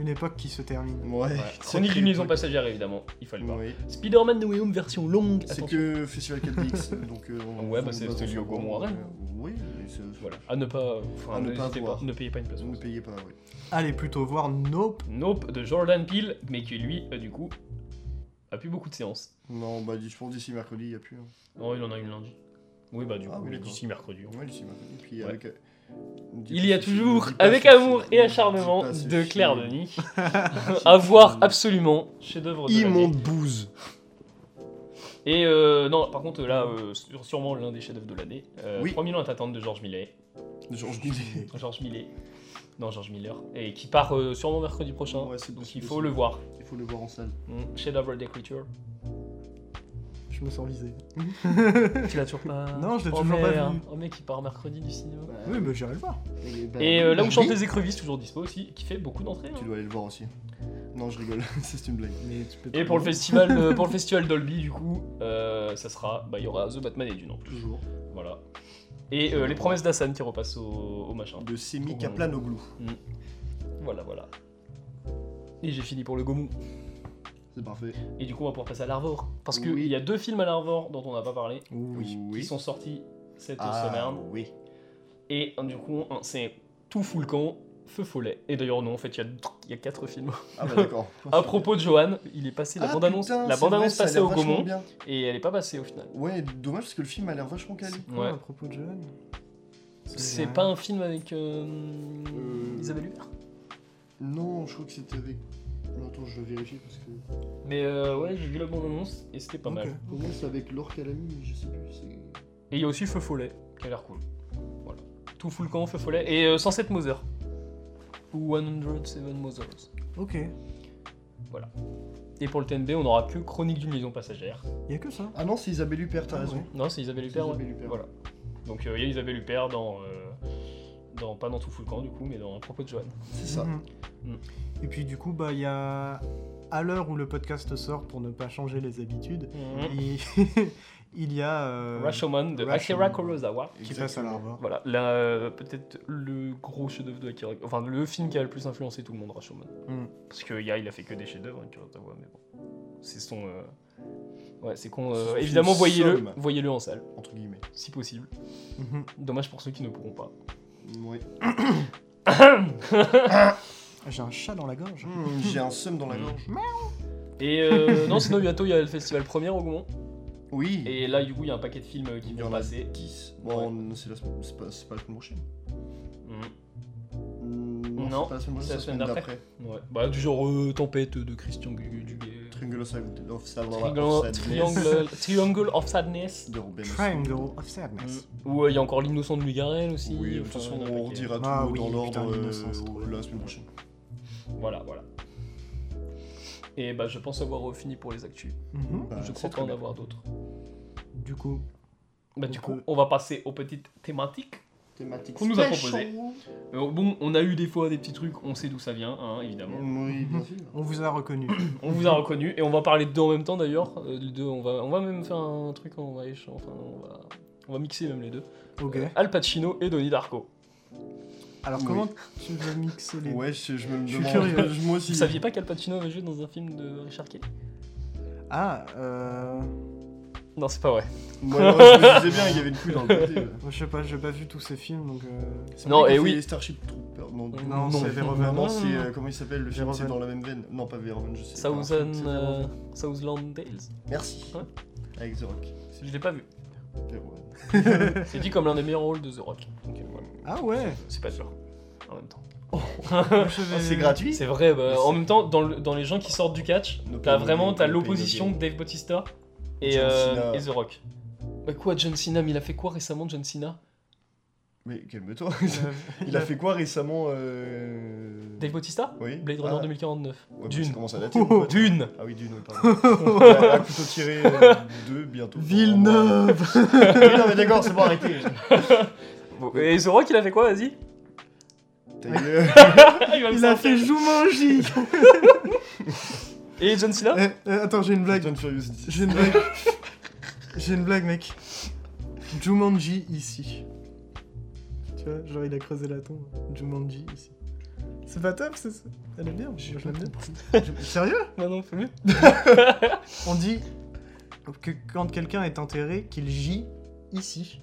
[SPEAKER 1] Une époque qui se termine.
[SPEAKER 3] Ouais.
[SPEAKER 2] Ouais. Chronique d'une liaison passagère, évidemment. Il fallait pas.
[SPEAKER 3] Oui.
[SPEAKER 2] Spider-Man No Way Home version longue.
[SPEAKER 3] C'est
[SPEAKER 2] attention.
[SPEAKER 3] que Festival 4DX, donc... euh, on-
[SPEAKER 2] Ouais, bah,
[SPEAKER 3] on
[SPEAKER 2] c'est-
[SPEAKER 3] va
[SPEAKER 2] c'est
[SPEAKER 3] dans
[SPEAKER 2] lié au
[SPEAKER 3] son
[SPEAKER 2] Gaumont
[SPEAKER 3] coin,
[SPEAKER 2] Arène.
[SPEAKER 3] euh, Oui, mais c'est...
[SPEAKER 2] Voilà. À ne pas. enfin,
[SPEAKER 3] À ne pas
[SPEAKER 2] n'hésitez
[SPEAKER 3] voir.
[SPEAKER 2] ne payez pas une place.
[SPEAKER 3] Vous ne payez pas, oui.
[SPEAKER 1] Allez plutôt voir Nope.
[SPEAKER 2] Nope de Jordan Peele, mais qui lui, euh, du coup, a plus beaucoup de séances.
[SPEAKER 3] Non, bah je pense d'ici mercredi, il n'y a plus. hein.
[SPEAKER 2] Non, il en a une lundi. Oui, bah du
[SPEAKER 3] Ah
[SPEAKER 2] coup,
[SPEAKER 3] oui,
[SPEAKER 2] il est
[SPEAKER 3] d'accord.
[SPEAKER 2] d'ici mercredi.
[SPEAKER 3] Ouais, d'ici mercredi. Puis
[SPEAKER 2] Ouais.
[SPEAKER 3] avec, euh, Dis
[SPEAKER 2] Il
[SPEAKER 3] pas
[SPEAKER 2] y a
[SPEAKER 3] ceci, dis
[SPEAKER 2] toujours,
[SPEAKER 3] pas
[SPEAKER 2] avec
[SPEAKER 3] ceci,
[SPEAKER 2] amour
[SPEAKER 3] dis
[SPEAKER 2] et
[SPEAKER 3] pas
[SPEAKER 2] acharnement,
[SPEAKER 3] ceci.
[SPEAKER 2] de Claire Denis. à voir absolument, chef-d'œuvre de l'année.
[SPEAKER 3] Immonde bouse.
[SPEAKER 2] Et euh, non, par contre, là, euh, sur- sûrement l'un des chefs-d'œuvre de l'année. Euh,
[SPEAKER 3] Oui.
[SPEAKER 2] 3000 ans à t'attendre de Georges Millet.
[SPEAKER 3] Genre, je dis-
[SPEAKER 2] Georges Millet. Non, Georges Miller. Et qui part euh, sûrement mercredi prochain.
[SPEAKER 3] Ouais, c'est
[SPEAKER 2] Donc il
[SPEAKER 3] possible.
[SPEAKER 2] faut le voir.
[SPEAKER 3] Il faut le voir en salle.
[SPEAKER 2] Mm. Chef-d'œuvre d'écriture.
[SPEAKER 1] Je me sens visé.
[SPEAKER 2] Tu l'as toujours pas.
[SPEAKER 1] Non, je l'ai
[SPEAKER 2] Oh,
[SPEAKER 1] toujours pas
[SPEAKER 2] merde.
[SPEAKER 1] vu. Bah,
[SPEAKER 2] Oh mec, il part mercredi du cinéma.
[SPEAKER 1] Oui, mais j'irai le voir.
[SPEAKER 2] Et euh, là où
[SPEAKER 3] Oui.
[SPEAKER 2] chantent les écrevisses, toujours dispo aussi, qui fait beaucoup d'entrées. hein.
[SPEAKER 3] Tu dois aller le voir aussi. Non, je rigole, c'est une blague.
[SPEAKER 1] Mais tu peux
[SPEAKER 2] Et
[SPEAKER 1] pas
[SPEAKER 2] pour le
[SPEAKER 1] voir.
[SPEAKER 2] festival, euh, pour le festival Dolby, du coup, euh, ça sera, bah, il y aura The Batman et Dune en plus.
[SPEAKER 3] Toujours.
[SPEAKER 2] Voilà. Et euh, les promesses d'Hassan qui repassent au, au machin.
[SPEAKER 3] De Semi Kaplanoglou.
[SPEAKER 2] Voilà, voilà. Et j'ai fini pour le Gomu.
[SPEAKER 3] C'est parfait.
[SPEAKER 2] Et du coup, on va pouvoir passer à l'Arvor. Parce qu'il
[SPEAKER 3] Oui.
[SPEAKER 2] y a deux films à l'Arvor dont on n'a pas parlé,
[SPEAKER 1] Oui.
[SPEAKER 2] qui sont sortis cette
[SPEAKER 3] Ah,
[SPEAKER 2] semaine.
[SPEAKER 3] oui.
[SPEAKER 2] Et euh, du coup, un- c'est tout fout le camp, feu follet. Et d'ailleurs, non, en fait, il y a, il y a quatre films.
[SPEAKER 3] Ah bah d'accord.
[SPEAKER 2] À propos de Johan, il est passé la
[SPEAKER 3] Ah,
[SPEAKER 2] bande-annonce
[SPEAKER 3] putain,
[SPEAKER 2] la
[SPEAKER 3] c'est
[SPEAKER 2] bande
[SPEAKER 3] vrai,
[SPEAKER 2] annonce
[SPEAKER 3] ça a
[SPEAKER 2] passée
[SPEAKER 3] l'air
[SPEAKER 2] au
[SPEAKER 3] vachement
[SPEAKER 2] Gaumont,
[SPEAKER 3] bien.
[SPEAKER 2] et elle est pas passée au final.
[SPEAKER 3] Ouais, dommage parce que le film a l'air vachement calé.
[SPEAKER 1] Quoi,
[SPEAKER 2] Ouais.
[SPEAKER 1] à propos de Johan Ça me dit
[SPEAKER 2] C'est
[SPEAKER 1] rien.
[SPEAKER 2] pas un film avec euh,
[SPEAKER 3] Euh,
[SPEAKER 2] Isabelle Huppert
[SPEAKER 3] Non, je crois que c'était avec. Non, Attends, je vais vérifier parce que.
[SPEAKER 2] Mais euh, ouais, j'ai vu la bande-annonce et c'était pas
[SPEAKER 1] Ok.
[SPEAKER 2] mal.
[SPEAKER 3] Pour moi, c'est avec Laure Calami, je sais plus. c'est-
[SPEAKER 2] Et il y a aussi Feu Follet, qui a l'air cool. Voilà. Tout full camp, Feu Follet. Et euh, 107 Mother. Ou 107 Mothers.
[SPEAKER 1] Ok, il
[SPEAKER 2] Et pour le TNB, on aura que Chronique d'une liaison passagère.
[SPEAKER 1] y a que ça.
[SPEAKER 3] Ah non, c'est Isabelle Huppert, t'as
[SPEAKER 1] Ah
[SPEAKER 3] raison.
[SPEAKER 1] ouais.
[SPEAKER 2] Non, c'est Isabelle Huppert,
[SPEAKER 3] C'est
[SPEAKER 2] ouais.
[SPEAKER 3] Isabelle Huppert.
[SPEAKER 2] Voilà. Donc euh, il y a Isabelle Huppert dans, euh, dans. Pas dans Tout full camp du coup, mais dans À propos de Johan.
[SPEAKER 3] C'est ça.
[SPEAKER 1] Mhm.
[SPEAKER 2] Mm.
[SPEAKER 1] Et puis du coup, bah il y a à l'heure où le podcast sort pour ne pas changer les habitudes,
[SPEAKER 3] Mhm.
[SPEAKER 1] il... il y a euh,
[SPEAKER 2] Rashomon de
[SPEAKER 1] Rashomon.
[SPEAKER 2] Akira Kurosawa.
[SPEAKER 1] qui passe à l'arbre.
[SPEAKER 2] Voilà, là, euh, peut-être le gros chef-d'œuvre de Akira. Enfin, le film qui a le plus influencé tout le monde, Rashomon.
[SPEAKER 3] Mhm.
[SPEAKER 1] Mm.
[SPEAKER 2] Parce que Y'a, il a fait que des chefs-d'œuvre, Akira Kurosawa, mais bon. C'est son. euh, Ouais, c'est con. euh,
[SPEAKER 3] C'est son
[SPEAKER 2] Évidemment,
[SPEAKER 3] film
[SPEAKER 2] voyez-le
[SPEAKER 3] somme.
[SPEAKER 2] voyez-le en salle,
[SPEAKER 3] Entre guillemets.
[SPEAKER 2] si possible.
[SPEAKER 1] Mhm.
[SPEAKER 2] Dommage pour ceux qui ne pourront pas.
[SPEAKER 3] Ouais.
[SPEAKER 1] J'ai un chat dans la gorge.
[SPEAKER 3] Mmh, J'ai un seum
[SPEAKER 2] Mm.
[SPEAKER 3] dans la gorge.
[SPEAKER 2] Et euh, non, sinon, bientôt, il y a le festival première au Gaumont.
[SPEAKER 3] Oui.
[SPEAKER 2] Et là, du coup, il y a un paquet de films euh, qui
[SPEAKER 3] Il y
[SPEAKER 2] vont
[SPEAKER 3] en a
[SPEAKER 2] passer.
[SPEAKER 3] 10. Bon, on- c'est la semaine- c'est pas, c'est pas la semaine prochaine.
[SPEAKER 2] Mm.
[SPEAKER 3] Non,
[SPEAKER 2] Non,
[SPEAKER 3] c'est pas la semaine prochaine,
[SPEAKER 2] c'est la semaine
[SPEAKER 3] d'après.
[SPEAKER 2] Ouais. Bah, du genre euh, Tempête de Christian Gu- Duguay.
[SPEAKER 3] Triangle of Sad- of Sad-
[SPEAKER 2] Triangle,
[SPEAKER 3] of Sadness
[SPEAKER 2] triangle, triangle of Sadness.
[SPEAKER 3] de Robin
[SPEAKER 1] Triangle of Sadness.
[SPEAKER 2] Ou euh, il y a encore l'innocent de Lugarel aussi.
[SPEAKER 3] Oui, de toute
[SPEAKER 2] enfin,
[SPEAKER 3] façon,
[SPEAKER 2] il y en a un
[SPEAKER 3] on
[SPEAKER 2] paquet.
[SPEAKER 3] redira tout
[SPEAKER 1] Ah oui,
[SPEAKER 3] dans l'ordre
[SPEAKER 1] putain, l'innocent, c'est trop
[SPEAKER 3] euh, la semaine prochaine.
[SPEAKER 2] Voilà, voilà. Et bah, je pense avoir euh, fini pour les actus.
[SPEAKER 1] Mhm.
[SPEAKER 3] Bah,
[SPEAKER 2] je
[SPEAKER 3] c'est
[SPEAKER 2] crois pas
[SPEAKER 3] très
[SPEAKER 2] en
[SPEAKER 3] bien.
[SPEAKER 2] avoir d'autres.
[SPEAKER 1] Du coup,
[SPEAKER 2] Bah,
[SPEAKER 1] On
[SPEAKER 2] du coup,
[SPEAKER 1] peut-
[SPEAKER 2] on va passer aux petites thématiques.
[SPEAKER 3] Thématique
[SPEAKER 2] qu'on nous a
[SPEAKER 3] special.
[SPEAKER 2] Euh, bon, on a eu des fois des petits trucs, on sait d'où ça vient, hein, évidemment.
[SPEAKER 3] Mm, Oui, bien sûr.
[SPEAKER 1] on vous a reconnu.
[SPEAKER 2] On vous a reconnu et on va parler de deux en même temps d'ailleurs. Euh, les deux, on va, on va même faire un truc, on va écha- enfin, on va, on va mixer même les deux.
[SPEAKER 1] Ok.
[SPEAKER 2] Euh, Al Pacino et Donnie Darko.
[SPEAKER 1] Alors
[SPEAKER 3] Oui.
[SPEAKER 1] comment tu veux mixer les
[SPEAKER 3] Ouais, je, je me
[SPEAKER 1] Je suis
[SPEAKER 3] demande.
[SPEAKER 1] curieux.
[SPEAKER 3] je- Moi
[SPEAKER 2] Vous
[SPEAKER 3] aussi.
[SPEAKER 2] saviez pas qu'Al Pacino avait joué dans un film de Richard Kelly
[SPEAKER 1] Ah, euh...
[SPEAKER 2] Non, c'est pas vrai.
[SPEAKER 3] Moi, alors, je me disais bien, il y avait une couille dans le côté. euh. ouais.
[SPEAKER 1] moi, je sais pas, j'ai pas vu tous ces films, donc... euh,
[SPEAKER 3] C'est
[SPEAKER 2] Non,
[SPEAKER 3] vrai
[SPEAKER 2] et
[SPEAKER 3] qu'on
[SPEAKER 2] oui.
[SPEAKER 3] fait les Starship Troopers. Non,
[SPEAKER 2] Non,
[SPEAKER 1] Non,
[SPEAKER 2] non,
[SPEAKER 1] c'est
[SPEAKER 3] non,
[SPEAKER 1] Verhoeven.
[SPEAKER 3] non, c'est. euh, comment il s'appelle le film C'est
[SPEAKER 1] Verhoeven.
[SPEAKER 3] dans la même veine. Non, pas Verhoeven, je sais. pas.
[SPEAKER 2] Thousand,
[SPEAKER 1] c'est
[SPEAKER 2] euh,
[SPEAKER 1] vraiment
[SPEAKER 2] Southland Tales.
[SPEAKER 3] Merci.
[SPEAKER 2] Ouais.
[SPEAKER 3] Avec The Rock.
[SPEAKER 2] Je l'ai pas vu.
[SPEAKER 3] Verhoeven.
[SPEAKER 2] C'est dit comme l'un des meilleurs rôles de The Rock. Donc, euh, voilà.
[SPEAKER 1] Ah ouais
[SPEAKER 2] C'est pas sûr. En même temps.
[SPEAKER 1] Moi, je vais-
[SPEAKER 3] Ah, C'est gratuit
[SPEAKER 2] C'est vrai, bah,
[SPEAKER 3] Mais
[SPEAKER 2] en
[SPEAKER 3] c'est-
[SPEAKER 2] même temps, dans, le- dans les gens qui sortent du catch,
[SPEAKER 3] No
[SPEAKER 2] t'as
[SPEAKER 3] pain, no
[SPEAKER 2] vraiment
[SPEAKER 3] gain,
[SPEAKER 2] t'as
[SPEAKER 3] no pain, no
[SPEAKER 2] l'opposition
[SPEAKER 3] gain.
[SPEAKER 2] de Dave Bautista et,
[SPEAKER 3] John
[SPEAKER 2] euh,
[SPEAKER 3] Cena.
[SPEAKER 2] et The Rock. Bah quoi, John Cena Mais il a fait quoi récemment, John Cena
[SPEAKER 3] Mais calme-toi.
[SPEAKER 1] Euh,
[SPEAKER 3] Il a fait quoi récemment euh...
[SPEAKER 2] Dave Bautista
[SPEAKER 3] Oui.
[SPEAKER 2] Blade
[SPEAKER 3] Ah,
[SPEAKER 2] Runner 2049.
[SPEAKER 3] ouais, bah, ça
[SPEAKER 2] Dune. Oh,
[SPEAKER 3] commence à dater, mon pote.
[SPEAKER 2] Dune
[SPEAKER 3] Ah oui, Dune, oui, pardon. Ouais, à couteau tiré 2 bientôt.
[SPEAKER 1] Villeneuve
[SPEAKER 3] Oui, non, mais d'accord, c'est bon, arrêtez.
[SPEAKER 2] Et The Rock, il a fait quoi, vas-y
[SPEAKER 3] Ta gueule.
[SPEAKER 2] Ah, va me
[SPEAKER 1] Il a
[SPEAKER 2] sortir.
[SPEAKER 1] fait Jumanji
[SPEAKER 2] Et John Cena
[SPEAKER 1] Eh, eh, Attends, j'ai une blague.
[SPEAKER 3] John Furious 10.
[SPEAKER 1] J'ai une blague. J'ai une blague, mec. Jumanji ici. Tu vois, genre il a creusé la tombe. Jumanji ici. C'est pas top, c'est ça Elle est bien, je l'aime bien. Je- Sérieux
[SPEAKER 2] Bah non, fais mieux.
[SPEAKER 1] On dit que quand quelqu'un est enterré, qu'il gît ici.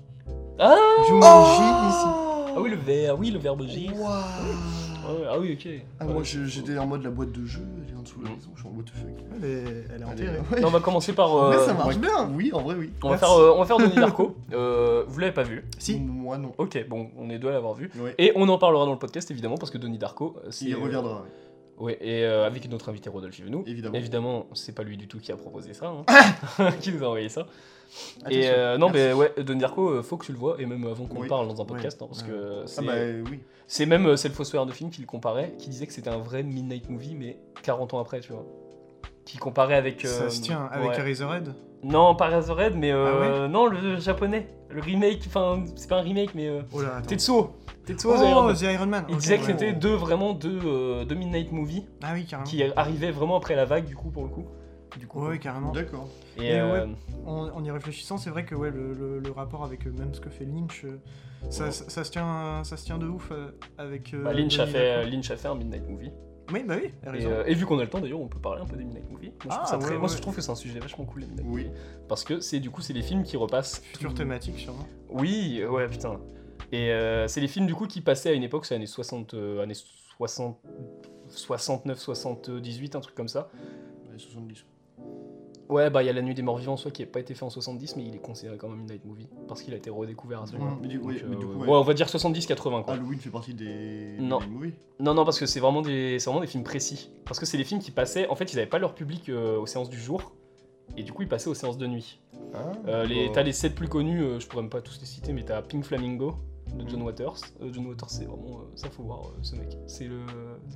[SPEAKER 2] Ah
[SPEAKER 1] Jumanji ici.
[SPEAKER 2] Ah oui, le verbe, oui, le verbe gire.
[SPEAKER 3] Waouh.
[SPEAKER 2] ouais, ah oui, ok.
[SPEAKER 3] Ah,
[SPEAKER 2] Ouais.
[SPEAKER 3] moi je- j'étais en mode la boîte de jeu, elle est en dessous de la
[SPEAKER 2] Mm.
[SPEAKER 3] maison, je suis en what the fuck.
[SPEAKER 1] Elle est, elle est
[SPEAKER 3] Elle est-
[SPEAKER 1] enterrée.
[SPEAKER 3] ouais.
[SPEAKER 2] Non, on va commencer par. euh,
[SPEAKER 1] Mais ça marche
[SPEAKER 3] ouais.
[SPEAKER 1] bien
[SPEAKER 3] Oui, en vrai, oui.
[SPEAKER 2] on, va
[SPEAKER 1] Merci.
[SPEAKER 2] faire, euh, on va faire Donnie Darko. Euh, vous l'avez pas vu
[SPEAKER 1] Si,
[SPEAKER 3] Moi, non.
[SPEAKER 2] Ok, bon, on est deux à l'avoir vu.
[SPEAKER 3] Ouais.
[SPEAKER 2] Et on en parlera dans le podcast évidemment parce que Donnie Darko, euh, c'est.
[SPEAKER 3] Il reviendra, ouais.
[SPEAKER 2] Ouais, et euh, avec notre invité Rodolphe Yvenou.
[SPEAKER 3] évidemment.
[SPEAKER 2] Évidemment, c'est pas lui du tout qui a proposé ça, hein. qui nous a envoyé ça. Et
[SPEAKER 3] Attention.
[SPEAKER 2] euh, non,
[SPEAKER 3] Merci.
[SPEAKER 2] mais ouais, Donnie Darko, euh, faut que tu le vois, et même avant qu'on
[SPEAKER 3] Oui.
[SPEAKER 2] parle dans un podcast, hein, parce
[SPEAKER 1] Ouais.
[SPEAKER 2] que c'est
[SPEAKER 3] Ah bah euh, oui.
[SPEAKER 2] c'est même euh, c'est le fossoyeur de film qui le comparait, qui disait que c'était un vrai Midnight Movie, mais 40 ans après, tu vois. Qui comparait avec. euh,
[SPEAKER 1] ça se tient avec Ah
[SPEAKER 2] ouais.
[SPEAKER 1] Eraserhead.
[SPEAKER 2] Non, pas Razorhead, mais euh, non, le japonais. Le remake, enfin, c'est pas un remake, mais. euh,
[SPEAKER 1] Oh là, attends.
[SPEAKER 2] Tetsuo Tetsuo, The Iron
[SPEAKER 1] Oh,
[SPEAKER 2] Man.
[SPEAKER 1] The Iron Man.
[SPEAKER 2] Il
[SPEAKER 1] ok,
[SPEAKER 2] disait que
[SPEAKER 1] ouais.
[SPEAKER 2] c'était deux, vraiment deux, euh, deux Midnight Movie
[SPEAKER 1] Ah oui, carrément.
[SPEAKER 2] qui arrivaient vraiment après la vague, du coup, pour le coup. Du coup.
[SPEAKER 1] Ouais, ouais, carrément.
[SPEAKER 3] D'accord.
[SPEAKER 2] Et,
[SPEAKER 1] Et
[SPEAKER 2] euh,
[SPEAKER 1] En, en y réfléchissant, c'est vrai que ouais, le, le- le rapport avec euh, même ce que fait Lynch, euh, ça,
[SPEAKER 2] Ouais.
[SPEAKER 1] ça, ça se tient, euh, ça se tient de ouf euh, avec. euh,
[SPEAKER 2] bah, Lynch, a
[SPEAKER 1] Denis
[SPEAKER 2] fait,
[SPEAKER 1] Lacour.
[SPEAKER 2] Lynch a fait un Midnight Movie.
[SPEAKER 1] Oui, bah oui, elle a
[SPEAKER 2] Et,
[SPEAKER 1] raison.
[SPEAKER 2] euh, et vu qu'on a le temps d'ailleurs, on peut parler un peu des Midnight Movies. Moi, je,
[SPEAKER 1] Ah,
[SPEAKER 2] trouve, ça très-
[SPEAKER 1] ouais,
[SPEAKER 2] moi,
[SPEAKER 1] ouais.
[SPEAKER 2] je trouve que c'est un sujet vachement cool, les Midnight
[SPEAKER 3] Oui.
[SPEAKER 2] Movies. Parce que c'est du coup, c'est les films qui repassent.
[SPEAKER 1] Future
[SPEAKER 2] tout-
[SPEAKER 1] thématique, sûrement.
[SPEAKER 2] Oui, euh, ouais, putain. Et euh, c'est les films du coup qui passaient à une époque, c'est années 60, euh, années 60, 69, 78, un truc comme ça.
[SPEAKER 3] Ouais, 70.
[SPEAKER 2] Ouais, bah il y a La Nuit des Morts Vivants, soit qui n'a pas été fait en 70, mais il est considéré comme un Midnight Movie. Parce qu'il a été redécouvert à ce moment-là.
[SPEAKER 3] Mm. Mais du,
[SPEAKER 2] Donc,
[SPEAKER 3] ouais,
[SPEAKER 2] euh,
[SPEAKER 3] Mmh. mais du coup,
[SPEAKER 2] ouais,
[SPEAKER 3] ouais,
[SPEAKER 2] on va dire 70-80 quoi.
[SPEAKER 3] Halloween fait partie des.
[SPEAKER 2] Non.
[SPEAKER 3] des movies.
[SPEAKER 2] Non, non, parce que c'est vraiment, des... c'est vraiment des films précis. Parce que c'est les films qui passaient, en fait, ils n'avaient pas leur public euh, aux séances du jour, et du coup, ils passaient aux séances de nuit.
[SPEAKER 3] Ah,
[SPEAKER 2] Euh, les... T'as les 7 plus connus, euh, je pourrais même pas tous les citer, mais t'as Pink Flamingo de John Waters. Euh, John Waters, c'est vraiment. euh, ça, faut voir euh, ce mec. C'est le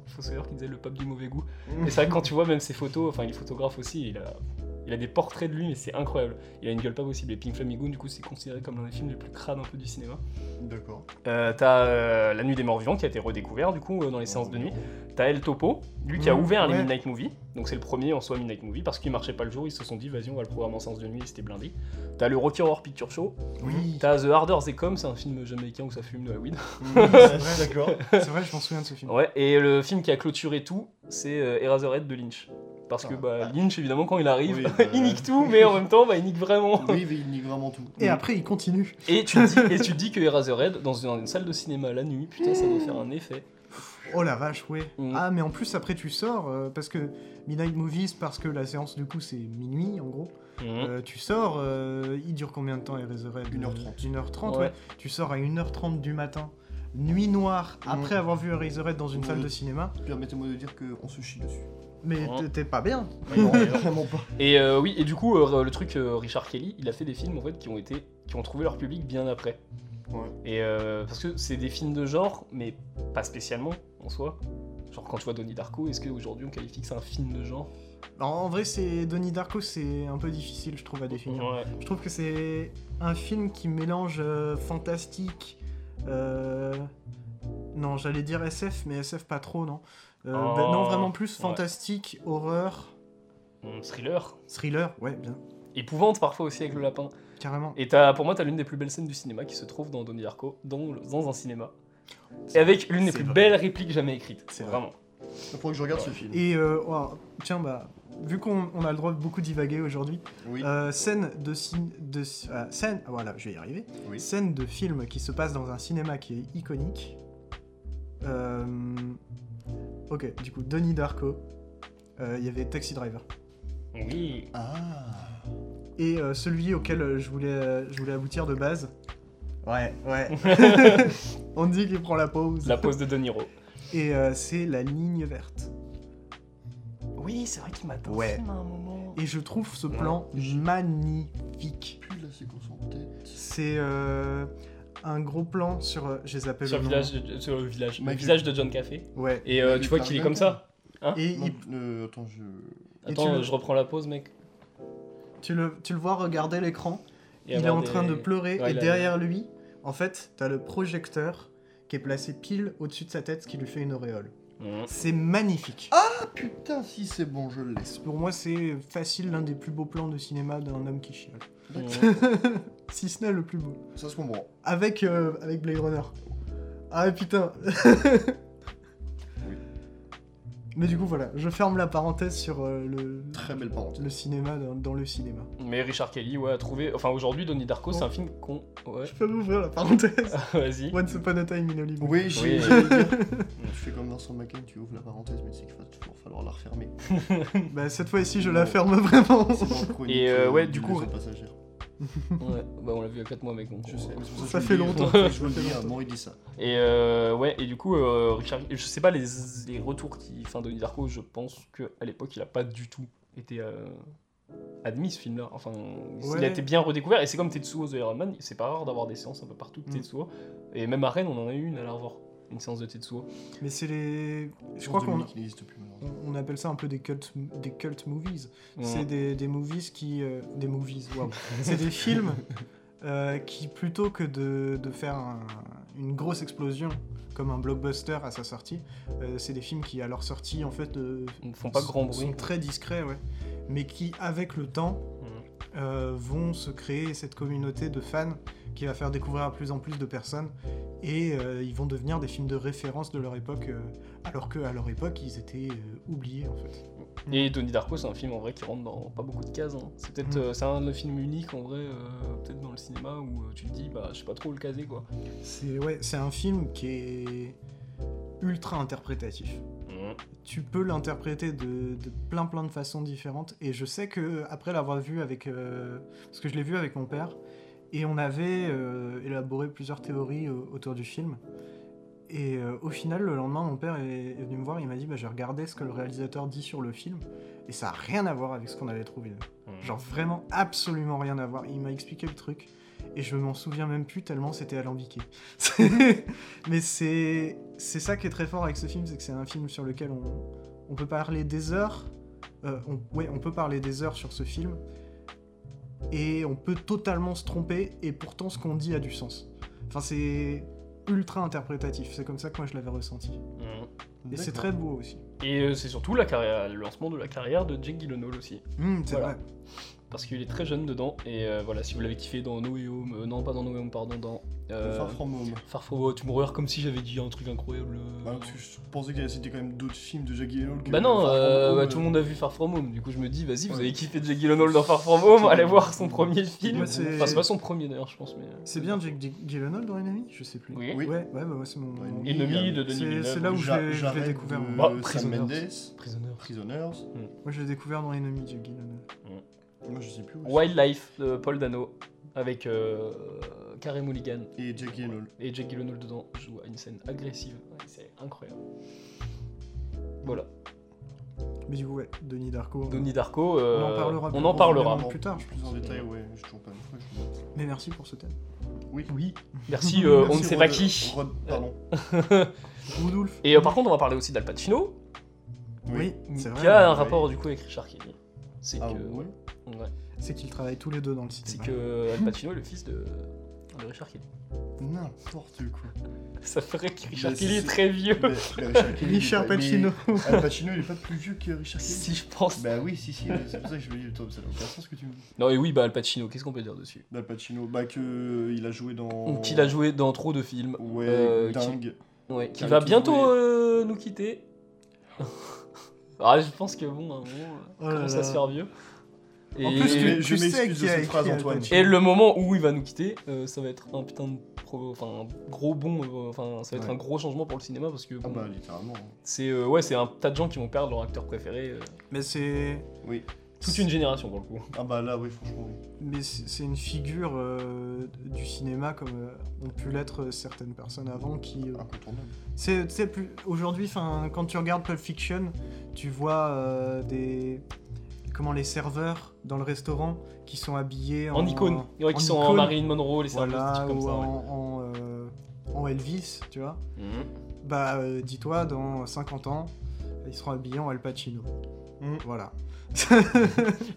[SPEAKER 2] fossoyeur qui disait le pape du mauvais goût. Et c'est vrai que quand tu vois même ses photos, enfin, il est photographe aussi, il a. Il a des portraits de lui, mais c'est incroyable. Il a une gueule pas possible. Et Pink Flamingo, du coup, c'est considéré comme l'un des films les plus crades un peu du cinéma.
[SPEAKER 3] D'accord.
[SPEAKER 2] Euh, t'as euh, La Nuit des Morts Vivants qui a été redécouvert, du coup, euh, dans les séances de nuit. T'as El Topo, lui qui a
[SPEAKER 1] Mhm,
[SPEAKER 2] ouvert les
[SPEAKER 1] ouais.
[SPEAKER 2] Midnight Movie, donc c'est le premier en soi Midnight Movie, parce qu'il marchait pas le jour, ils se sont dit vas-y on va le programmer en séance de nuit, c'était blindé. T'as le Rocky Horror Picture Show,
[SPEAKER 1] Oui,
[SPEAKER 2] t'as The Harder They Come, c'est un film jamaïcain où ça fume de la weed.
[SPEAKER 1] c'est
[SPEAKER 3] Ouais,
[SPEAKER 1] vrai,
[SPEAKER 3] D'accord.
[SPEAKER 1] c'est vrai, je m'en souviens de ce film.
[SPEAKER 2] Ouais, et le film qui a clôturé tout, c'est euh, Eraserhead de Lynch. Parce que
[SPEAKER 3] Ah,
[SPEAKER 2] bah,
[SPEAKER 3] ah.
[SPEAKER 2] Lynch évidemment quand il arrive,
[SPEAKER 3] Oui, bah,
[SPEAKER 2] il nique tout, mais en même temps bah, il nique vraiment.
[SPEAKER 3] Oui, mais il nie vraiment tout.
[SPEAKER 1] Et après, il continue.
[SPEAKER 2] Et tu te dis, et tu te dis que Eraserhead dans une, une salle de cinéma la nuit, putain ça doit faire un effet.
[SPEAKER 1] Oh la vache, ouais.
[SPEAKER 2] Mm.
[SPEAKER 1] Ah, mais en plus, après, tu sors, euh, parce que Midnight Movies, parce que la séance, du coup, c'est minuit, en gros.
[SPEAKER 2] Mhm.
[SPEAKER 1] Euh, tu sors, euh, il dure combien de temps, Eraserhead
[SPEAKER 3] 1h30.
[SPEAKER 1] 1h30, ouais.
[SPEAKER 2] Ouais.
[SPEAKER 1] Tu sors à 1h30 du matin, nuit noire,
[SPEAKER 3] Mm.
[SPEAKER 1] après avoir vu Eraserhead dans une
[SPEAKER 3] Mm.
[SPEAKER 1] salle de cinéma.
[SPEAKER 3] Permettez-moi de dire qu'on se chie dessus.
[SPEAKER 1] Mais
[SPEAKER 2] Ouais.
[SPEAKER 1] t'es- t'es pas bien.
[SPEAKER 2] Non, mais non.
[SPEAKER 3] Vraiment pas.
[SPEAKER 2] Et euh, oui, et du coup, euh, le truc euh, Richard Kelly, il a fait des films en fait qui ont été, qui ont trouvé leur public bien après.
[SPEAKER 3] Ouais.
[SPEAKER 2] Et euh, parce que c'est des films de genre, mais pas spécialement en soi. Genre quand tu vois Donnie Darko, est-ce qu'aujourd'hui on qualifie que c'est un film de genre
[SPEAKER 1] En- En vrai, c'est Donnie Darko, c'est un peu difficile, je trouve, à définir.
[SPEAKER 2] Ouais.
[SPEAKER 1] Je trouve que c'est un film qui mélange euh, fantastique. euh, Non, j'allais dire SF, mais SF pas trop, non. Euh,
[SPEAKER 2] Oh,
[SPEAKER 1] bah, non, vraiment plus
[SPEAKER 2] ouais.
[SPEAKER 1] fantastique, horreur,
[SPEAKER 2] Un thriller,
[SPEAKER 1] thriller, ouais, bien,
[SPEAKER 2] épouvante parfois aussi avec le lapin.
[SPEAKER 1] carrément.
[SPEAKER 2] Et t'as, pour moi, t'as l'une des plus belles scènes du cinéma qui se trouve dans Donnie Darko, dans, dans un cinéma, et avec l'une des
[SPEAKER 1] C'est
[SPEAKER 2] plus
[SPEAKER 1] vrai.
[SPEAKER 2] belles répliques jamais écrites.
[SPEAKER 1] C'est vrai.
[SPEAKER 2] vraiment.
[SPEAKER 3] Il faut que je regarde ce film.
[SPEAKER 1] Et euh, wow, tiens, bah, vu qu'on on a le droit de beaucoup divaguer aujourd'hui,
[SPEAKER 3] Oui.
[SPEAKER 1] euh, scène de cin- de ci- ah, scène, ah, voilà, je vais y arriver.
[SPEAKER 3] Oui.
[SPEAKER 1] Scène de film qui se passe dans un cinéma qui est iconique. Euh, Ok, du coup, Donnie Darko. Euh, Il y avait Taxi Driver.
[SPEAKER 2] Oui.
[SPEAKER 3] Ah.
[SPEAKER 1] et euh, celui auquel euh, je voulais, euh, je voulais aboutir de base. Ouais, ouais. On dit qu'il prend la pause.
[SPEAKER 2] La pose de De Niro.
[SPEAKER 1] Et euh, c'est la ligne verte.
[SPEAKER 2] Oui, c'est vrai qu'il m'attend.
[SPEAKER 1] Ouais.
[SPEAKER 2] à un moment.
[SPEAKER 1] Et je trouve ce plan magnifique.
[SPEAKER 3] Plus la séquence en tête.
[SPEAKER 1] C'est euh, un gros plan sur. euh, Je les appelle
[SPEAKER 2] sur
[SPEAKER 1] le
[SPEAKER 2] le
[SPEAKER 1] nom.
[SPEAKER 2] village, de- sur le village, le
[SPEAKER 3] Michael.
[SPEAKER 2] visage de John Café.
[SPEAKER 1] Ouais.
[SPEAKER 2] Et euh,
[SPEAKER 3] Michael
[SPEAKER 2] tu vois qu'il est comme ça.
[SPEAKER 1] Et
[SPEAKER 3] Non,
[SPEAKER 1] il-
[SPEAKER 3] euh, attends, je.
[SPEAKER 1] Et
[SPEAKER 2] Attends,
[SPEAKER 1] tu le-
[SPEAKER 2] euh, je reprends la pause, mec.
[SPEAKER 1] tu, le, tu le vois regarder l'écran.
[SPEAKER 2] Et
[SPEAKER 1] Il est
[SPEAKER 2] avoir
[SPEAKER 1] en train
[SPEAKER 2] des-
[SPEAKER 1] de pleurer.
[SPEAKER 2] Ouais,
[SPEAKER 1] et
[SPEAKER 2] il a-
[SPEAKER 1] derrière lui, en fait, t'as le projecteur qui est placé pile au-dessus de sa tête, ce qui lui fait une auréole.
[SPEAKER 2] Mhm.
[SPEAKER 1] C'est magnifique.
[SPEAKER 3] Ah putain, si c'est bon, je le laisse.
[SPEAKER 1] Pour moi, c'est facile l'un des plus beaux plans de cinéma d'un homme qui chiale.
[SPEAKER 2] Mhm.
[SPEAKER 1] si ce n'est le plus beau.
[SPEAKER 3] Ça se comprend.
[SPEAKER 1] Avec, euh, avec Blade Runner. Ah putain.
[SPEAKER 3] Oui.
[SPEAKER 1] Mais du coup, voilà, je ferme la parenthèse sur euh, le,
[SPEAKER 3] Très belle parenthèse.
[SPEAKER 1] le cinéma dans, dans le cinéma.
[SPEAKER 2] Mais Richard Kelly, ouais, a trouvé. Enfin, aujourd'hui, Donnie Darko,
[SPEAKER 1] Oh.
[SPEAKER 2] c'est un film qu'on. Ouais.
[SPEAKER 1] Je peux ouvrir la parenthèse
[SPEAKER 2] Vas-y.
[SPEAKER 1] Once Upon a Time in Hollywood.
[SPEAKER 3] Oui,
[SPEAKER 2] Oui.
[SPEAKER 3] j'ai. j'allais le dire. tu fais comme Vincent Macken, tu ouvres la parenthèse, mais c'est qu'il va toujours falloir la refermer.
[SPEAKER 1] Bah, cette fois-ci, je la
[SPEAKER 3] Non.
[SPEAKER 1] ferme vraiment.
[SPEAKER 3] C'est dans le chronique,
[SPEAKER 2] Et, euh, ouais,
[SPEAKER 3] de
[SPEAKER 2] du coup-
[SPEAKER 3] Liaison passagère.
[SPEAKER 2] Ouais, bah, on l'a vu à 4 mois, mec. donc,
[SPEAKER 3] Je
[SPEAKER 2] on-
[SPEAKER 3] sais, mais c'est pour
[SPEAKER 1] Ça
[SPEAKER 3] que je
[SPEAKER 1] fait
[SPEAKER 3] le dis,
[SPEAKER 1] longtemps.
[SPEAKER 3] Je vous le
[SPEAKER 1] Ça fait
[SPEAKER 3] dis,
[SPEAKER 1] longtemps.
[SPEAKER 3] Maurice dit ça.
[SPEAKER 2] Et euh, ouais, et du coup, euh, Richard, je sais pas les, les retours qui. Enfin, Denis Darko, je pense qu'à l'époque, il a pas du tout été euh, admis ce film-là. Enfin, il a
[SPEAKER 1] Ouais.
[SPEAKER 2] été bien redécouvert. Et c'est comme Tetsuo The Iron Man, c'est pas rare d'avoir des séances un peu partout de
[SPEAKER 1] Mm.
[SPEAKER 2] Tetsuo. Et même à Rennes, on en a eu une à l'Arvor, une séance de Tetsuo.
[SPEAKER 1] Mais c'est les. Je
[SPEAKER 3] Sur
[SPEAKER 1] crois qu'on
[SPEAKER 3] Dominique, il n'existe plus maintenant.
[SPEAKER 1] on appelle ça un peu des cult, des cult movies.
[SPEAKER 2] Ouais.
[SPEAKER 1] C'est des, des movies qui. euh, des movies, waouh. c'est des films euh, qui, plutôt que de, de faire un- une grosse explosion comme un blockbuster à sa sortie, euh, c'est des films qui, à leur sortie, en fait, euh,
[SPEAKER 2] Ils ne font pas grand
[SPEAKER 1] sont
[SPEAKER 2] bruit.
[SPEAKER 1] très discrets, ouais. Mais qui, avec le temps,
[SPEAKER 2] Mm.
[SPEAKER 1] euh, vont se créer cette communauté de fans qui va faire découvrir à plus en plus de personnes et euh, ils vont devenir des films de référence de leur époque, euh, alors que à leur époque, ils étaient euh, oubliés, en fait.
[SPEAKER 2] Et Donnie Darko, c'est un film en vrai qui rentre dans pas beaucoup de cases. hein. C'est peut-être
[SPEAKER 1] Mm.
[SPEAKER 2] euh, c'est un film unique en vrai, euh, peut-être dans le cinéma où euh, tu te dis, bah, je sais pas trop le caser quoi.
[SPEAKER 1] C'est ouais, c'est un film qui est ultra interprétatif. tu peux l'interpréter de, de plein plein de façons différentes et je sais que après l'avoir vu avec euh, parce que je l'ai vu avec mon père et on avait euh, élaboré plusieurs théories au- autour du film et euh, au final le lendemain mon père est, est venu me voir il m'a dit bah, j'ai regardé ce que le réalisateur dit sur le film et ça a rien à voir avec ce qu'on avait trouvé là. genre vraiment absolument rien à voir il m'a expliqué le truc et je m'en souviens même plus tellement c'était alambiqué C'est- mais c'est c'est ça qui est très fort avec ce film, c'est que c'est un film sur lequel on, on peut parler des heures. euh, on, ouais, on peut parler des heures sur ce film. Et on peut totalement se tromper, et pourtant ce qu'on dit a du sens. Enfin, c'est ultra interprétatif, c'est comme ça que moi je l'avais ressenti.
[SPEAKER 2] Mm.
[SPEAKER 1] Et c'est
[SPEAKER 3] D'accord.
[SPEAKER 1] très beau aussi.
[SPEAKER 2] Et euh, c'est surtout la carrière, le lancement de la carrière de Jake Gyllenhaal aussi.
[SPEAKER 1] Hum, c'est
[SPEAKER 2] Voilà.
[SPEAKER 1] vrai.
[SPEAKER 2] Parce qu'il est très jeune dedans. Et euh, voilà, si vous l'avez kiffé dans No Way Home, euh, non pas dans No Way Home, pardon, dans euh,
[SPEAKER 3] Far From Home.
[SPEAKER 2] Far From Home, tu me regardes comme si j'avais dit un truc incroyable. euh.
[SPEAKER 3] Bah, parce que je pensais qu'il y avait- c'était quand même d'autres films de Jackie Gyllenhaal que
[SPEAKER 2] Bah non,
[SPEAKER 3] Far From
[SPEAKER 2] euh,
[SPEAKER 3] Home,
[SPEAKER 2] bah,
[SPEAKER 3] euh,
[SPEAKER 2] tout le monde a vu Far From Home, du coup je me dis, vas-y, vous
[SPEAKER 3] Ouais.
[SPEAKER 2] avez kiffé Jake Gyllenhaal dans Far From Home, allez voir son premier film.
[SPEAKER 1] Moi, c'est-
[SPEAKER 2] Enfin, c'est pas son premier d'ailleurs, je pense, mais. euh,
[SPEAKER 1] C'est bien Jake Gy- Gyllenhaal dans Enemy Je sais plus.
[SPEAKER 2] Oui.
[SPEAKER 1] Ouais,
[SPEAKER 3] Oui.
[SPEAKER 1] ouais, bah, ouais, c'est mon.
[SPEAKER 3] Ouais,
[SPEAKER 1] mon-
[SPEAKER 3] il-
[SPEAKER 2] Ennemi de Denis
[SPEAKER 1] C'est-
[SPEAKER 2] Villeneuve.
[SPEAKER 1] c'est là où je
[SPEAKER 3] Ja-
[SPEAKER 1] l'ai- je l'ai
[SPEAKER 3] Jared
[SPEAKER 1] découvert.
[SPEAKER 3] de-
[SPEAKER 2] Bah,
[SPEAKER 3] Sam
[SPEAKER 2] Prisoners.
[SPEAKER 3] Mendes,
[SPEAKER 2] Prisoner.
[SPEAKER 3] Prisoners.
[SPEAKER 1] Moi je l'ai découvert dans Enemy, Jake Gyllenhaal.
[SPEAKER 3] Moi je sais plus. où
[SPEAKER 2] Wildlife de Paul Dano avec euh, Carey Mulligan.
[SPEAKER 3] c'est. Et Jackie Gyllenhaal.
[SPEAKER 2] Et Jake Gyllenhaal dedans joue à une scène agressive. Ouais, C'est incroyable. Voilà.
[SPEAKER 1] Mais du coup, ouais, Denis Darko. hein.
[SPEAKER 2] Donnie Darko, euh,
[SPEAKER 1] On en parlera
[SPEAKER 2] on
[SPEAKER 1] plus
[SPEAKER 2] en parlera.
[SPEAKER 1] profondément. plus tard, je
[SPEAKER 3] Plus en
[SPEAKER 1] pense.
[SPEAKER 3] détail, ouais. J'ai toujours pas une fois. je-
[SPEAKER 1] Mais merci pour ce thème.
[SPEAKER 3] Oui.
[SPEAKER 1] Oui.
[SPEAKER 2] Merci, euh, on
[SPEAKER 3] Merci,
[SPEAKER 2] ne sait pas
[SPEAKER 3] Rod-
[SPEAKER 2] qui.
[SPEAKER 3] Rod- Pardon.
[SPEAKER 1] Rudolf.
[SPEAKER 2] Et euh, par contre, on va parler aussi d'Al Pacino,
[SPEAKER 1] Euh, Oui,
[SPEAKER 2] qui
[SPEAKER 1] c'est
[SPEAKER 2] a
[SPEAKER 1] vrai.
[SPEAKER 2] un
[SPEAKER 3] ouais.
[SPEAKER 2] rapport du coup avec Richard Kelly. C'est
[SPEAKER 3] Ah
[SPEAKER 2] que,
[SPEAKER 3] ouais.
[SPEAKER 2] ouais.
[SPEAKER 1] C'est qu'ils travaillent tous les deux dans le
[SPEAKER 2] c'est
[SPEAKER 1] cinéma.
[SPEAKER 2] que Al Pacino est le fils de, de Richard Kelly.
[SPEAKER 3] N'importe quoi.
[SPEAKER 2] Ça ferait que Richard
[SPEAKER 3] Bah,
[SPEAKER 2] Kelly est
[SPEAKER 3] c'est-
[SPEAKER 2] très vieux.
[SPEAKER 3] Mais- mais Richard Kelly,
[SPEAKER 1] Richard
[SPEAKER 3] il est pas-
[SPEAKER 1] Pacino.
[SPEAKER 3] mais Al Pacino, il est pas plus vieux que Richard Kelly.
[SPEAKER 2] Si je pense.
[SPEAKER 3] Bah oui, si, si, c'est pour ça que je me dis, Tom, ça n'a aucun sens ce que tu me dis.
[SPEAKER 2] Non, et oui, bah Al Pacino, qu'est-ce qu'on peut dire dessus
[SPEAKER 3] Al Pacino, bah que euh, il a joué dans.
[SPEAKER 2] Qu'il a joué dans trop de films.
[SPEAKER 3] Ouais,
[SPEAKER 2] euh,
[SPEAKER 3] dingue.
[SPEAKER 2] Ouais, qui
[SPEAKER 3] Avec
[SPEAKER 2] va
[SPEAKER 3] qui
[SPEAKER 2] bientôt
[SPEAKER 3] jouer.
[SPEAKER 2] euh, nous quitter. ah, je pense que bon, à un moment,
[SPEAKER 1] Oh
[SPEAKER 2] ça
[SPEAKER 1] là
[SPEAKER 2] commence à
[SPEAKER 1] là.
[SPEAKER 2] se faire vieux. Et,
[SPEAKER 1] En plus, tu,
[SPEAKER 3] je
[SPEAKER 1] tu
[SPEAKER 3] m'excuse
[SPEAKER 1] sais
[SPEAKER 3] de
[SPEAKER 1] qui a
[SPEAKER 3] cette
[SPEAKER 1] écrit
[SPEAKER 3] phrase,
[SPEAKER 1] Al
[SPEAKER 3] Antoine.
[SPEAKER 1] Pacino.
[SPEAKER 2] et le moment où il va nous quitter, euh, ça va être un putain de pro- enfin, un gros bond, euh, enfin, ça va être
[SPEAKER 1] Ouais.
[SPEAKER 2] un gros changement pour le cinéma parce que
[SPEAKER 3] Ah
[SPEAKER 2] bon,
[SPEAKER 3] bah littéralement.
[SPEAKER 2] c'est euh, ouais, c'est un tas de gens qui vont perdre leur acteur préféré, euh,
[SPEAKER 1] Mais c'est.
[SPEAKER 3] Oui.
[SPEAKER 2] toute une génération pour le coup.
[SPEAKER 3] Ah bah là, oui, franchement, oui.
[SPEAKER 1] Mais c'est c'est une figure euh, du cinéma comme euh, ont pu l'être certaines personnes avant qui. euh,
[SPEAKER 3] Incontournable.
[SPEAKER 1] c'est tu sais, plus aujourd'hui, enfin, quand tu regardes Pulp Fiction, tu vois euh, des comment les serveurs dans le restaurant qui sont habillés en,
[SPEAKER 2] En icône, il y en a qui
[SPEAKER 1] en
[SPEAKER 2] sont en
[SPEAKER 1] icône.
[SPEAKER 2] Marilyn Monroe, les serveuses, des
[SPEAKER 1] voilà,
[SPEAKER 2] trucs comme
[SPEAKER 1] ou
[SPEAKER 2] ça. ouais.
[SPEAKER 1] en, en, euh, en Elvis, tu vois.
[SPEAKER 2] Mhm.
[SPEAKER 1] Bah, euh, dis-toi, dans 50 ans, ils seront habillés en Al Pacino.
[SPEAKER 3] Mm.
[SPEAKER 1] Voilà.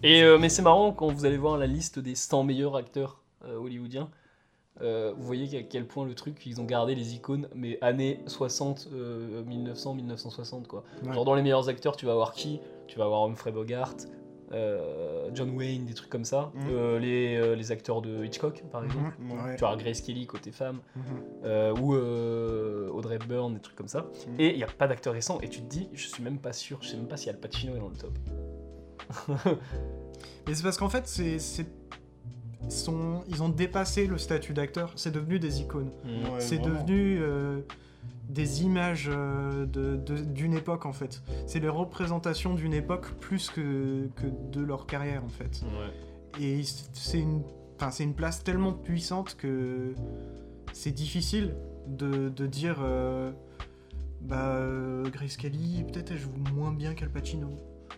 [SPEAKER 2] Et euh, mais c'est marrant quand vous allez voir la liste des 100 meilleurs acteurs euh, hollywoodiens. euh, vous voyez à quel point le truc, ils ont gardé les icônes, mais années 60, euh, 1900, 1960 quoi.
[SPEAKER 1] Ouais.
[SPEAKER 2] Genre dans les meilleurs acteurs, tu vas avoir qui Tu vas avoir Humphrey Bogart, euh, John Wayne, des trucs comme ça,
[SPEAKER 3] Mhm.
[SPEAKER 2] euh, les, euh, les acteurs de Hitchcock, par exemple.
[SPEAKER 1] Mhm, ouais.
[SPEAKER 2] Tu vois, Grace Kelly côté femme,
[SPEAKER 1] Mhm.
[SPEAKER 2] euh, ou euh, Audrey Byrne, des trucs comme ça.
[SPEAKER 3] Mhm.
[SPEAKER 2] Et il n'y a pas d'acteur récent, et tu te dis, je suis même pas sûr, je sais même pas si Al Pacino est dans le top.
[SPEAKER 1] Mais c'est parce qu'en fait, c'est, c'est- sont- ils ont dépassé le statut d'acteur. C'est devenu des icônes.
[SPEAKER 3] Ouais,
[SPEAKER 1] c'est
[SPEAKER 3] vraiment.
[SPEAKER 1] devenu euh, des images euh, de- de- d'une époque, en fait. C'est les représentations d'une époque plus que, que de leur carrière, en fait. Et ils- c'est une, enfin, c'est une place tellement puissante que c'est difficile de, de dire... euh, bah, euh, Grace Kelly, peut-être elle joue moins bien qu'Al Pacino.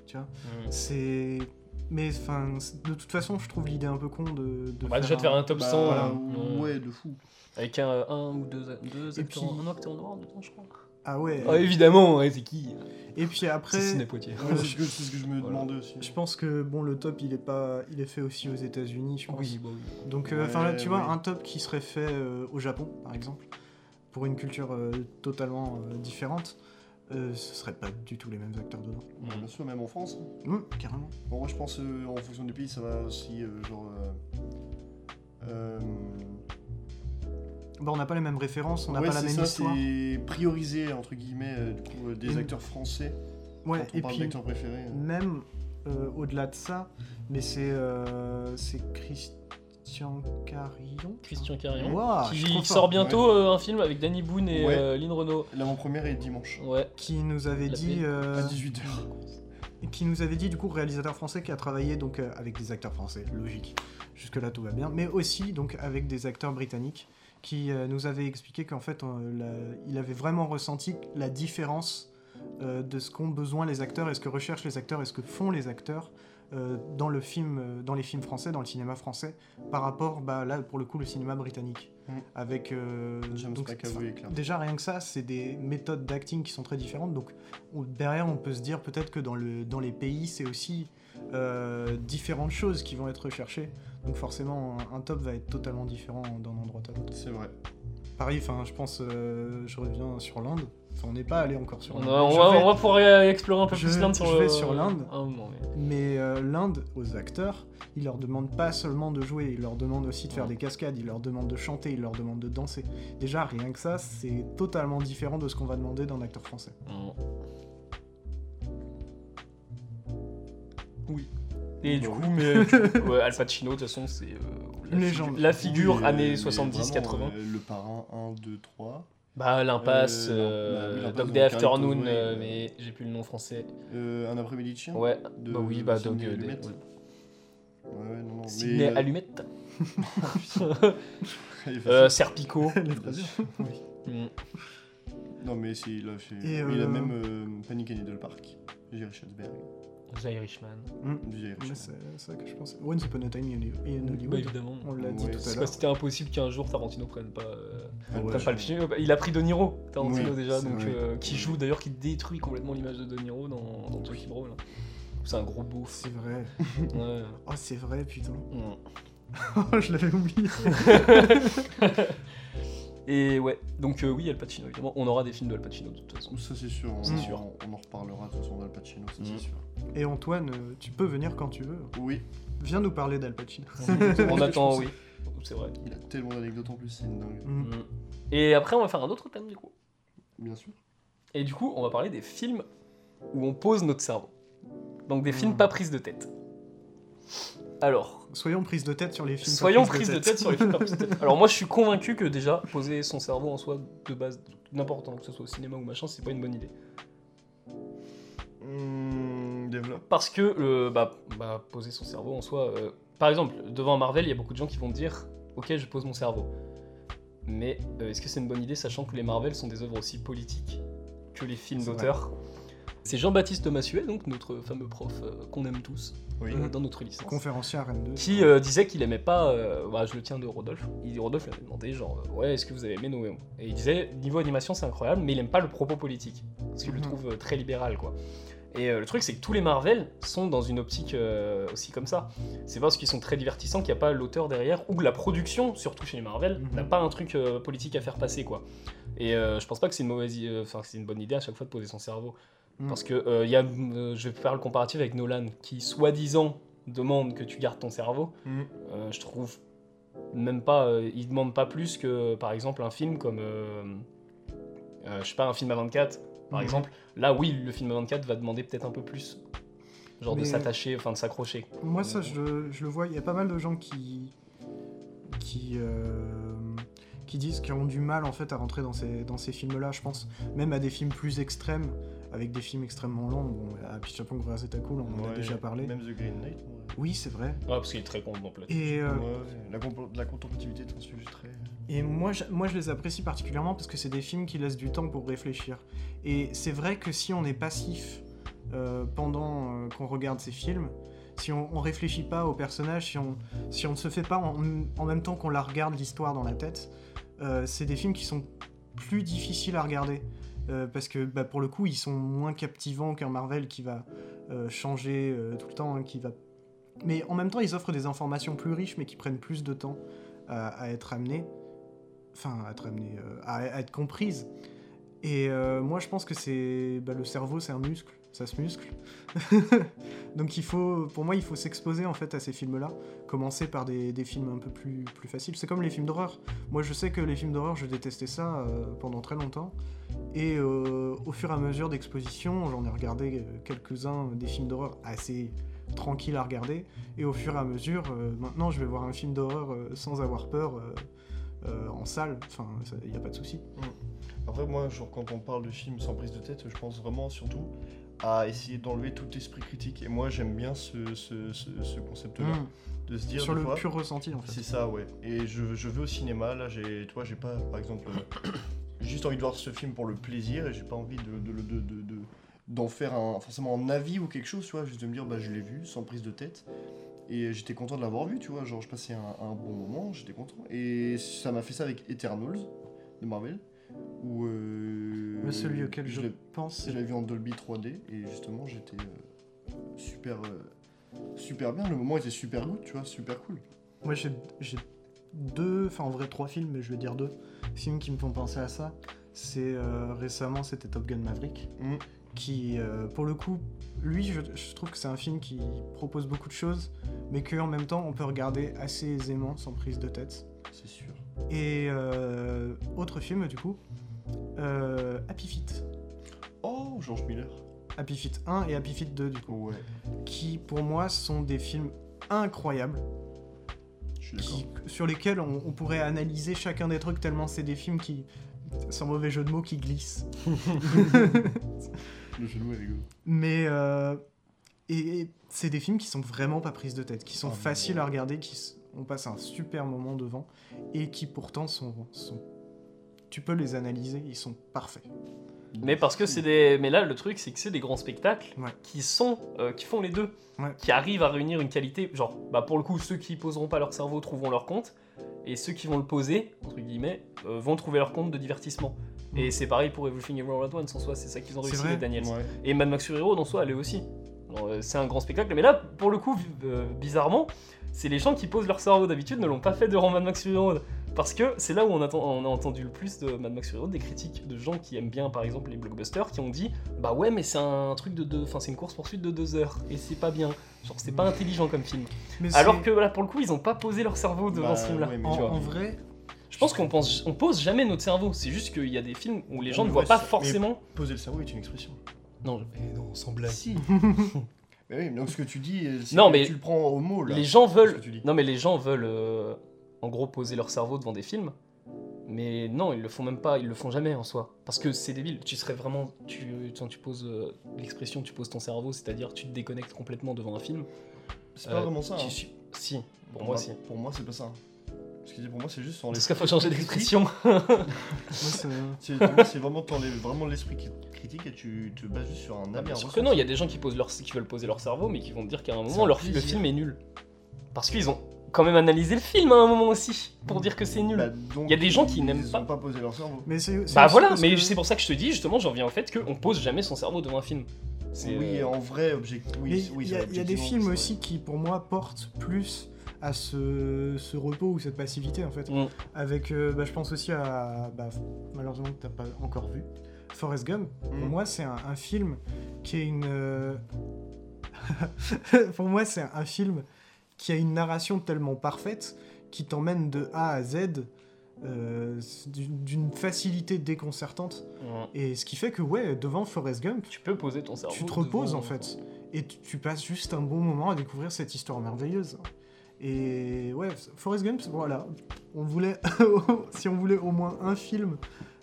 [SPEAKER 1] Tu vois
[SPEAKER 2] Mhm.
[SPEAKER 1] c'est. Mais enfin, c'est- de toute façon, je trouve l'idée un peu con de. de
[SPEAKER 2] On va déjà te faire un top
[SPEAKER 3] Bah,
[SPEAKER 2] 100
[SPEAKER 1] voilà.
[SPEAKER 2] euh,
[SPEAKER 3] Ouais, de fou.
[SPEAKER 2] avec un, euh, un ou deux, deux
[SPEAKER 1] Et
[SPEAKER 2] acteurs,
[SPEAKER 1] puis-
[SPEAKER 2] un acteur noir dedans, je crois.
[SPEAKER 1] Ah ouais.
[SPEAKER 2] Ah, évidemment, ouais, c'est qui
[SPEAKER 1] Et puis après,
[SPEAKER 2] C'est Ciné Poitiers.
[SPEAKER 3] Ouais, c'est ce que- c'est ce que je me
[SPEAKER 2] Voilà.
[SPEAKER 3] demandais aussi.
[SPEAKER 1] je pense que bon, le top, il est pas, il est fait aussi aux États-Unis, je pense.
[SPEAKER 2] Oui, bah oui.
[SPEAKER 1] Donc, euh, enfin, là,
[SPEAKER 3] Ouais,
[SPEAKER 1] tu vois,
[SPEAKER 3] oui.
[SPEAKER 1] un top qui serait fait euh, au Japon, par exemple, pour une culture euh, totalement euh, différente, euh, ce serait pas du tout les mêmes acteurs dedans.
[SPEAKER 3] Ouais,
[SPEAKER 2] Mhm.
[SPEAKER 3] Bien sûr, même en France. hein.
[SPEAKER 1] Hum, carrément.
[SPEAKER 3] Bon, moi, je pense euh, en fonction des pays, ça va aussi, euh, genre. euh, euh,
[SPEAKER 1] Bon, Bah, on n'a pas les mêmes références, on n'a
[SPEAKER 3] ouais,
[SPEAKER 1] pas la
[SPEAKER 3] c'est
[SPEAKER 1] même
[SPEAKER 3] ça,
[SPEAKER 1] histoire.
[SPEAKER 3] c'est prioriser, entre guillemets, euh, du coup, euh, des
[SPEAKER 1] Et-
[SPEAKER 3] acteurs français
[SPEAKER 1] Ouais.
[SPEAKER 3] quand on
[SPEAKER 1] Et
[SPEAKER 3] parle
[SPEAKER 1] puis,
[SPEAKER 3] d'acteurs préférés. euh.
[SPEAKER 1] même euh, au-delà de ça, mais c'est euh, c'est Christian Carillon.
[SPEAKER 2] Christian Carillon.
[SPEAKER 1] Ouah, Ah, je
[SPEAKER 2] qui
[SPEAKER 1] suis trop fort.
[SPEAKER 2] sort bientôt euh, un film avec Danny Boone et
[SPEAKER 3] Ouais.
[SPEAKER 2] euh, Lynn Renault.
[SPEAKER 3] L'avant-première est dimanche,
[SPEAKER 2] Ouais.
[SPEAKER 1] qui nous avait
[SPEAKER 2] La
[SPEAKER 1] dit
[SPEAKER 2] paix.
[SPEAKER 1] euh,
[SPEAKER 3] à 18h.
[SPEAKER 1] qui nous avait dit du coup réalisateur français qui a travaillé donc euh, avec des acteurs français, logique. Jusque là tout va bien, mais aussi donc avec des acteurs britanniques qui euh, nous avait expliqué qu'en fait euh, la- il avait vraiment ressenti la différence euh, de ce qu'ont besoin les acteurs et ce que recherchent les acteurs et ce que font les acteurs euh, dans le film euh, dans les films français dans le cinéma français par rapport bah, là pour le coup le cinéma britannique
[SPEAKER 3] Mm.
[SPEAKER 1] avec euh,
[SPEAKER 3] James
[SPEAKER 1] donc,
[SPEAKER 3] McAvoy et Claire.
[SPEAKER 1] Déjà, rien que ça, c'est des méthodes d'acting qui sont très différentes. Donc, on- derrière, on peut se dire peut-être que dans, le, dans les pays, c'est aussi euh, différentes choses qui vont être recherchées. Donc, forcément, un, un top va être totalement différent d'un endroit à l'autre.
[SPEAKER 3] C'est vrai.
[SPEAKER 1] Pareil, enfin, je pense, euh, je reviens sur l'Inde. Enfin, on n'est pas allé encore sur
[SPEAKER 2] On
[SPEAKER 1] l'Inde.
[SPEAKER 2] va, on
[SPEAKER 1] Je
[SPEAKER 2] va-
[SPEAKER 1] vais-
[SPEAKER 2] on va pouvoir euh, explorer un peu
[SPEAKER 1] je-
[SPEAKER 2] plus l'Inde sur
[SPEAKER 1] je
[SPEAKER 2] le-
[SPEAKER 1] vais sur l'Inde.
[SPEAKER 2] Ah, non, mais-
[SPEAKER 1] Mais euh, l'Inde, aux acteurs, ils leur demandent pas seulement de jouer, ils leur demandent aussi de faire
[SPEAKER 2] Ouais.
[SPEAKER 1] des cascades, ils leur demandent de chanter, ils leur demandent de danser. Déjà, rien que ça, c'est totalement différent de ce qu'on va demander d'un acteur français.
[SPEAKER 2] Non. Oui. Et du
[SPEAKER 3] Bah
[SPEAKER 2] coup, mais du coup, ouais, Al Pacino, de toute façon, c'est euh, la,
[SPEAKER 1] Une
[SPEAKER 2] figu-
[SPEAKER 1] légende.
[SPEAKER 2] la figure
[SPEAKER 3] Oui, euh,
[SPEAKER 2] années
[SPEAKER 3] mais
[SPEAKER 2] 70,
[SPEAKER 3] vraiment,
[SPEAKER 2] 80.
[SPEAKER 3] euh, le parrain 1, 2, 3.
[SPEAKER 2] Bah, l'impasse,
[SPEAKER 3] Euh,
[SPEAKER 2] euh,
[SPEAKER 3] bah oui, l'impasse
[SPEAKER 2] Dog
[SPEAKER 3] dans
[SPEAKER 2] Day
[SPEAKER 3] le carré
[SPEAKER 2] Afternoon,
[SPEAKER 3] Togo,
[SPEAKER 2] euh,
[SPEAKER 3] et-
[SPEAKER 2] mais j'ai plus le nom français.
[SPEAKER 3] Euh, un après-midi de chien
[SPEAKER 2] Ouais,
[SPEAKER 3] de-
[SPEAKER 2] bah oui, bah
[SPEAKER 3] de
[SPEAKER 2] Dog
[SPEAKER 3] Sidney
[SPEAKER 2] Day.
[SPEAKER 3] Lumet.
[SPEAKER 2] ouais.
[SPEAKER 3] Ouais, ouais, non, non.
[SPEAKER 2] Sidney
[SPEAKER 3] mais, euh,
[SPEAKER 2] Allumette,
[SPEAKER 3] il est facile.
[SPEAKER 2] euh, Serpico.
[SPEAKER 3] Bien sûr, oui.
[SPEAKER 2] Mm.
[SPEAKER 3] Non, mais c'est- il a fait.
[SPEAKER 1] Et,
[SPEAKER 3] Il
[SPEAKER 1] euh,
[SPEAKER 3] a même euh, Panic at Needle Park. Jerry Schatzberg.
[SPEAKER 2] The Irishman.
[SPEAKER 3] Jerry
[SPEAKER 1] Ouais,
[SPEAKER 3] Schatzberg.
[SPEAKER 1] C'est c'est ça que je pensais. Once Upon a Time in- in
[SPEAKER 2] Bah,
[SPEAKER 1] Hollywood.
[SPEAKER 2] évidemment.
[SPEAKER 1] On l'a dit
[SPEAKER 3] Ouais,
[SPEAKER 1] tout à
[SPEAKER 3] c'est
[SPEAKER 2] Parce
[SPEAKER 1] l'heure.
[SPEAKER 2] que c'était impossible qu'un jour Tarantino prenne pas, euh,
[SPEAKER 1] Ouais,
[SPEAKER 2] prenne pas le film. Il a pris De Niro, Tarantino
[SPEAKER 3] Oui,
[SPEAKER 2] déjà,
[SPEAKER 3] c'est
[SPEAKER 2] donc,
[SPEAKER 3] vrai.
[SPEAKER 2] euh, qui joue d'ailleurs, qui détruit complètement l'image de De Niro dans, dans Jackie Brown. hein. C'est un gros beau.
[SPEAKER 1] C'est vrai.
[SPEAKER 2] Ouais.
[SPEAKER 1] Oh, c'est vrai, putain.
[SPEAKER 2] Mm.
[SPEAKER 1] Oh, je l'avais oublié.
[SPEAKER 2] Et ouais, donc euh, oui, Al Pacino, évidemment. On aura des films de Al Pacino de toute façon.
[SPEAKER 3] Ça, c'est sûr. On,
[SPEAKER 2] C'est sûr.
[SPEAKER 3] on- on en reparlera de toute façon d'Al Pacino, ça,
[SPEAKER 2] Mm.
[SPEAKER 3] c'est sûr.
[SPEAKER 1] Et Antoine, euh, tu peux venir quand tu veux.
[SPEAKER 3] Oui,
[SPEAKER 1] Viens nous parler d'Al Pacino.
[SPEAKER 2] On attend,
[SPEAKER 3] Je
[SPEAKER 2] oui. C'est vrai.
[SPEAKER 3] il a tellement d'anecdotes en plus, c'est dingue.
[SPEAKER 1] Mm.
[SPEAKER 2] Mm. Et après, on va faire un autre thème du coup.
[SPEAKER 3] Bien sûr.
[SPEAKER 2] Et du coup, on va parler des films où on pose notre cerveau. Donc des films
[SPEAKER 1] Mm.
[SPEAKER 2] pas prises de tête. Alors,
[SPEAKER 1] Soyons prises de tête sur les films. pas
[SPEAKER 2] Soyons prises de, tête sur les films pas prises de tête. Alors moi je suis convaincu que déjà poser son cerveau en soi de base, n'importe où, que ce soit au cinéma ou machin, c'est pas une bonne idée.
[SPEAKER 1] Mmh,
[SPEAKER 3] Mm, développe.
[SPEAKER 2] Parce que euh, bah, bah, poser son cerveau en soi, euh, par exemple devant Marvel, il y a beaucoup de gens qui vont dire ok je pose mon cerveau. Mais euh, est-ce que c'est une bonne idée sachant que les Marvel sont des œuvres aussi politiques que les films
[SPEAKER 1] C'est vrai.
[SPEAKER 2] d'auteur C'est Jean-Baptiste Massuet, donc notre fameux prof euh, qu'on aime tous
[SPEAKER 3] Oui.
[SPEAKER 2] euh, dans notre licence.
[SPEAKER 1] Conférencier à Rennes 2.
[SPEAKER 2] qui euh, disait qu'il aimait pas. euh, bah, je le tiens de Rodolphe. Il, Rodolphe lui avait demandé genre, euh, ouais, est-ce que vous avez aimé Noéon Et il disait, niveau animation, c'est incroyable, mais il aime pas le propos politique. Parce qu'il le
[SPEAKER 1] Mhm.
[SPEAKER 2] trouve euh, très libéral, quoi. Et euh, le truc, c'est que tous les Marvel sont dans une optique euh, aussi comme ça. C'est parce qu'ils sont très divertissants qu'il n'y a pas l'auteur derrière, ou que la production, surtout chez les Marvel,
[SPEAKER 1] Mhm.
[SPEAKER 2] n'a pas un truc euh, politique à faire passer, quoi. Et euh, je pense pas que c'est une mauvaise, i- euh, enfin que c'est une bonne idée à chaque fois de poser son cerveau.
[SPEAKER 1] Mm.
[SPEAKER 2] Parce que euh, il y a, euh, je vais faire le comparatif avec Nolan, qui soi-disant demande que tu gardes ton cerveau.
[SPEAKER 3] Mm.
[SPEAKER 2] Euh, je trouve même pas, euh, il demande pas plus que par exemple un film comme, euh, euh, je sais pas, un film à 24, par
[SPEAKER 1] Mhm.
[SPEAKER 2] exemple. Là, oui, le film à 24 va demander peut-être un peu plus, genre de
[SPEAKER 1] Mais-
[SPEAKER 2] s'attacher, enfin de s'accrocher.
[SPEAKER 1] Moi, ça, je, le- je le vois. Il y a pas mal de gens qui qui euh, qui disent qu'ils ont du mal en fait à rentrer dans ces dans ces films-là. Je pense même à des films plus extrêmes, avec des films extrêmement longs. Bon, à Pichapon Vs et cool, on en a
[SPEAKER 3] Ouais,
[SPEAKER 1] déjà parlé.
[SPEAKER 3] Même The Green Knight. ouais.
[SPEAKER 1] Oui, c'est vrai.
[SPEAKER 2] Ouais, parce qu'il est très contemplatif.
[SPEAKER 1] Et euh,
[SPEAKER 3] Ouais, la, compo- la contemplativité est un sujet très.
[SPEAKER 1] Et moi je, moi, je les apprécie particulièrement parce que c'est des films qui laissent du temps pour réfléchir. Et c'est vrai que si on est passif euh, pendant euh, qu'on regarde ces films, si on, on réfléchit pas au personnage, si on, si on ne se fait pas en, en même temps qu'on la regarde l'histoire dans la tête, euh, c'est des films qui sont plus difficiles à regarder. Euh, parce que bah, pour le coup, ils sont moins captivants qu'un Marvel qui va euh, changer euh, tout le temps, hein, qui va. Mais en même temps, ils offrent des informations plus riches, mais qui prennent plus de temps à- à être amenées enfin à être amenée, euh, à, à être comprise. Et euh, moi, je pense que c'est bah, le cerveau, c'est un muscle, ça se muscle. Donc il faut, pour moi, il faut s'exposer en fait à ces films-là. Commencer par des, des films un peu plus plus faciles. C'est comme les films d'horreur. Moi, je sais que les films d'horreur, je détestais ça euh, pendant très longtemps. Et euh, au fur et à mesure d'exposition, j'en ai regardé euh, quelques-uns euh, des films d'horreur assez tranquilles à regarder. Et au fur et à mesure, euh, maintenant, je vais voir un film d'horreur euh, sans avoir peur. euh, euh, en salle, enfin, il n'y a pas de souci.
[SPEAKER 3] Après, moi, genre, quand on parle de films sans prise de tête, je pense vraiment surtout à essayer d'enlever tout esprit critique. Et moi, j'aime bien ce, ce- ce- ce concept-là.
[SPEAKER 1] Mm.
[SPEAKER 3] De se dire.
[SPEAKER 1] Sur
[SPEAKER 3] des
[SPEAKER 1] le
[SPEAKER 3] fois,
[SPEAKER 1] pur ressenti, en fait.
[SPEAKER 3] C'est ça, ouais. Et je, je vais au cinéma, là, j'ai, tu vois, j'ai pas, par exemple, euh, juste envie de voir ce film pour le plaisir et j'ai pas envie de, de, de- de- de- d'en faire un, forcément un avis ou quelque chose, tu vois, juste de me dire, bah, je l'ai vu, sans prise de tête. Et j'étais content de l'avoir vu, tu vois, genre, je passais un, un bon moment, j'étais content. Et ça m'a fait ça avec Eternals de Marvel, où. euh,
[SPEAKER 1] Mais celui auquel je,
[SPEAKER 3] l'ai-
[SPEAKER 1] pense,
[SPEAKER 3] je l'ai vu en Dolby 3D et justement j'étais euh, super euh, super bien. Le moment était super good, tu vois, super cool.
[SPEAKER 1] moi j'ai j'ai deux, enfin en vrai trois films, mais je vais dire deux films qui me font penser à ça. C'est euh, récemment, c'était Top Gun Maverick,
[SPEAKER 3] Mm.
[SPEAKER 1] qui euh, pour le coup, lui, je, je trouve que c'est un film qui propose beaucoup de choses, mais que en même temps, on peut regarder assez aisément sans prise de tête.
[SPEAKER 3] C'est sûr.
[SPEAKER 1] Et euh, autre film du coup, euh, Happy Feet.
[SPEAKER 3] Oh, George Miller.
[SPEAKER 1] Happy Feet 1 et Happy Feet 2 du coup.
[SPEAKER 3] Ouais,
[SPEAKER 1] qui pour moi sont des films incroyables,
[SPEAKER 3] je suis d'accord.
[SPEAKER 1] qui- sur lesquels on, on pourrait analyser chacun des trucs tellement c'est des films qui, sans mauvais jeu de mots, qui glissent.
[SPEAKER 3] Le jeu de mots est rigolo.
[SPEAKER 1] Mais euh, et, et c'est des films qui sont vraiment pas prises de tête, qui sont
[SPEAKER 3] Ah, mais-
[SPEAKER 1] faciles à regarder, qui s- on passe un super moment devant et qui pourtant sont, sont tu peux les analyser, ils sont parfaits.
[SPEAKER 2] Mais parce que c'est des. Mais là, le truc, c'est que c'est des grands spectacles
[SPEAKER 1] Ouais.
[SPEAKER 2] qui sont, euh, qui font les deux,
[SPEAKER 1] Ouais.
[SPEAKER 2] qui arrivent à réunir une qualité. Genre, bah pour le coup, ceux qui poseront pas leur cerveau trouveront leur compte, et ceux qui vont le poser entre guillemets euh, vont trouver leur compte de divertissement.
[SPEAKER 1] Mm.
[SPEAKER 2] Et c'est pareil pour Everything Everywhere At Once en soi, c'est ça qu'ils ont
[SPEAKER 1] C'est
[SPEAKER 2] réussi
[SPEAKER 1] vrai.
[SPEAKER 2] les Daniels.
[SPEAKER 3] Ouais.
[SPEAKER 2] Et Mad Max Fury Road en soi, elle est aussi. Genre, euh, C'est un grand spectacle, mais là, pour le coup, euh, bizarrement, c'est les gens qui posent leur cerveau d'habitude ne l'ont pas fait devant Mad Max Fury Road. Parce que c'est là où on, attend- on a entendu le plus de Mad Max Fury Road des critiques de gens qui aiment bien, par exemple, les blockbusters, qui ont dit Bah ouais, mais c'est un truc de deux. Enfin, c'est une course-poursuite de deux heures, et c'est pas bien. Genre, c'est pas intelligent comme film.
[SPEAKER 1] Mais
[SPEAKER 2] Alors
[SPEAKER 1] c'est-
[SPEAKER 2] que là, pour le coup, ils ont pas posé leur cerveau devant
[SPEAKER 3] Bah,
[SPEAKER 2] ce film-là.
[SPEAKER 3] ouais, mais
[SPEAKER 1] en,
[SPEAKER 2] tu vois.
[SPEAKER 1] en vrai,
[SPEAKER 2] Je pense qu'on pense, on pose jamais notre cerveau. C'est juste qu'il y a des films où les gens
[SPEAKER 3] Ouais,
[SPEAKER 2] ne voient
[SPEAKER 3] ouais,
[SPEAKER 2] pas
[SPEAKER 3] c'est- mais-
[SPEAKER 2] forcément.
[SPEAKER 3] Poser le cerveau est une expression.
[SPEAKER 2] Non, je- mais non, sans blague.
[SPEAKER 3] Si. mais oui, mais donc ce que tu dis, euh, c'est
[SPEAKER 2] Non,
[SPEAKER 3] que
[SPEAKER 2] mais
[SPEAKER 3] tu le prends au mot là.
[SPEAKER 2] Les gens
[SPEAKER 3] ce que
[SPEAKER 2] veulent.
[SPEAKER 3] tu dis.
[SPEAKER 2] Non, mais les gens veulent euh, en gros poser leur cerveau devant des films. Mais non, ils le font même pas, ils le font jamais en soi. Parce que c'est débile. Tu serais vraiment. Tu, quand tu poses euh, l'expression, tu poses ton cerveau, c'est-à-dire tu te déconnectes complètement devant un film.
[SPEAKER 3] C'est pas
[SPEAKER 2] Euh,
[SPEAKER 3] vraiment ça.
[SPEAKER 2] tu
[SPEAKER 3] hein.
[SPEAKER 2] suis- Si, pour moi, si.
[SPEAKER 3] Pour moi, c'est pas ça. Ce que je dis, pour moi, c'est juste sur les.
[SPEAKER 2] Parce qu'il faut changer d'expression.
[SPEAKER 1] moi, c'est-
[SPEAKER 3] C'est pour moi, c'est vraiment t'enlèves vraiment l'esprit qui- critique et tu te bases juste sur un avis. un
[SPEAKER 2] Bien sûr Ah, que
[SPEAKER 3] ressenti.
[SPEAKER 2] non, il y a des gens qui, posent leur, qui veulent poser leur cerveau, mais qui vont dire qu'à
[SPEAKER 3] C'est
[SPEAKER 2] un moment,
[SPEAKER 3] un
[SPEAKER 2] leur, le
[SPEAKER 3] plaisir.
[SPEAKER 2] film est nul. Parce qu'ils ont quand même analysé le film à un moment aussi, pour
[SPEAKER 1] Mm.
[SPEAKER 2] dire que c'est nul.
[SPEAKER 3] Bah, donc,
[SPEAKER 2] Il y a des gens qui
[SPEAKER 3] ils
[SPEAKER 2] n'aiment
[SPEAKER 3] ont
[SPEAKER 2] pas.
[SPEAKER 3] pas posé leur cerveau.
[SPEAKER 1] mais c'est- c'est
[SPEAKER 2] Bah
[SPEAKER 1] aussi
[SPEAKER 2] voilà,
[SPEAKER 1] parce
[SPEAKER 2] mais
[SPEAKER 1] que-
[SPEAKER 2] c'est pour ça que je te dis, justement, j'en viens au fait qu'on pose jamais son cerveau devant un film. C'est,
[SPEAKER 3] Oui,
[SPEAKER 2] euh,
[SPEAKER 3] en vrai, objectif.
[SPEAKER 1] Mais
[SPEAKER 3] Oui,
[SPEAKER 1] il
[SPEAKER 3] oui,
[SPEAKER 1] y, a-
[SPEAKER 3] c'est
[SPEAKER 1] il y a des
[SPEAKER 3] objectivement,
[SPEAKER 1] films
[SPEAKER 3] c'est
[SPEAKER 1] aussi qui, pour moi, portent plus à ce, ce repos ou cette passivité, en fait.
[SPEAKER 2] Mm.
[SPEAKER 1] Avec, euh, bah, je pense aussi à, bah, malheureusement, que t'as pas encore vu, Forrest Gump, pour
[SPEAKER 3] Mhm.
[SPEAKER 1] moi, c'est un, un film qui est une. euh, pour moi, c'est un film qui a une narration tellement parfaite qui t'emmène de A à Z euh, c'est d'une d'une facilité déconcertante.
[SPEAKER 2] Ouais.
[SPEAKER 1] Et ce qui fait que, ouais, devant Forrest Gump,
[SPEAKER 2] Tu peux poser ton cerveau.
[SPEAKER 1] tu te reposes
[SPEAKER 2] devant-
[SPEAKER 1] en fait.
[SPEAKER 2] euh,
[SPEAKER 1] Et tu, tu passes juste un bon moment à découvrir cette histoire merveilleuse. Et ouais, Forrest Gump, voilà. On voulait, si on voulait au moins un film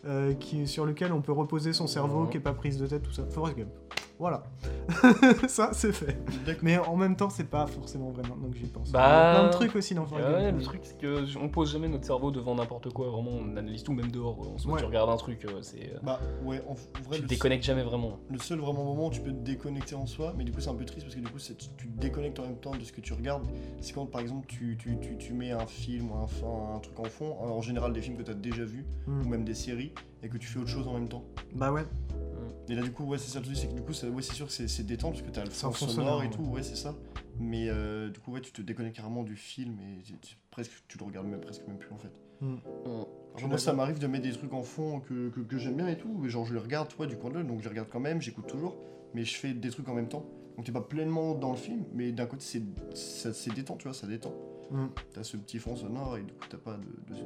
[SPEAKER 1] euh, qui, sur lequel on peut reposer son cerveau,
[SPEAKER 2] Mhm.
[SPEAKER 1] qui n'est pas prise de tête, tout ça. Forrest Gump. Voilà. ça, c'est fait.
[SPEAKER 3] D'accord.
[SPEAKER 1] Mais en même temps, c'est pas forcément vraiment, donc j'y pense.
[SPEAKER 2] Bah-
[SPEAKER 1] Il y a plein de trucs aussi dans Forrest
[SPEAKER 2] Ouais,
[SPEAKER 1] Gump.
[SPEAKER 2] le truc, c'est que j- on pose jamais notre cerveau devant n'importe quoi, vraiment, on analyse tout, même dehors. On se
[SPEAKER 1] Ouais.
[SPEAKER 2] tu regardes un truc, euh, c'est. euh,
[SPEAKER 3] Bah ouais, en f- vrai,
[SPEAKER 2] Tu te
[SPEAKER 3] le,
[SPEAKER 2] déconnectes jamais vraiment.
[SPEAKER 3] le seul vraiment moment où tu peux te déconnecter en soi, mais du coup c'est un peu triste parce que du coup c'est- tu tu te déconnectes en même temps de ce que tu regardes. C'est quand par exemple tu, tu, tu, tu mets un film ou un, f- un truc en fond, en en général des films que tu as déjà vus,
[SPEAKER 1] Mm.
[SPEAKER 3] ou même des séries, et que tu fais autre chose en même temps.
[SPEAKER 1] Bah ouais.
[SPEAKER 3] Et là, du coup, ouais, c'est ça le truc, c'est que du coup, ça- ouais, c'est sûr que c'est c'est détente parce que t'as le
[SPEAKER 1] C'est un
[SPEAKER 3] fond
[SPEAKER 1] fond
[SPEAKER 3] sonore,
[SPEAKER 1] sonore,
[SPEAKER 3] et
[SPEAKER 1] ouais.
[SPEAKER 3] tout, ouais, c'est ça. Mais euh, du coup, ouais, tu te déconnectes carrément du film et tu, tu- presque, tu le regardes même, presque même plus en fait.
[SPEAKER 2] On-
[SPEAKER 3] Genre, moi, ça m'arrive de mettre des trucs en fond que, que, que j'aime bien et tout, mais genre, je les regarde, toi, du coin de l'œil, donc je les regarde quand même, j'écoute toujours, mais je fais des trucs en même temps. Donc t'es pas pleinement dans le film, mais d'un côté, c'est ça- c'est détente, tu vois, ça détend.
[SPEAKER 1] Mm.
[SPEAKER 3] T'as ce petit fond sonore et du coup, t'as pas de. de-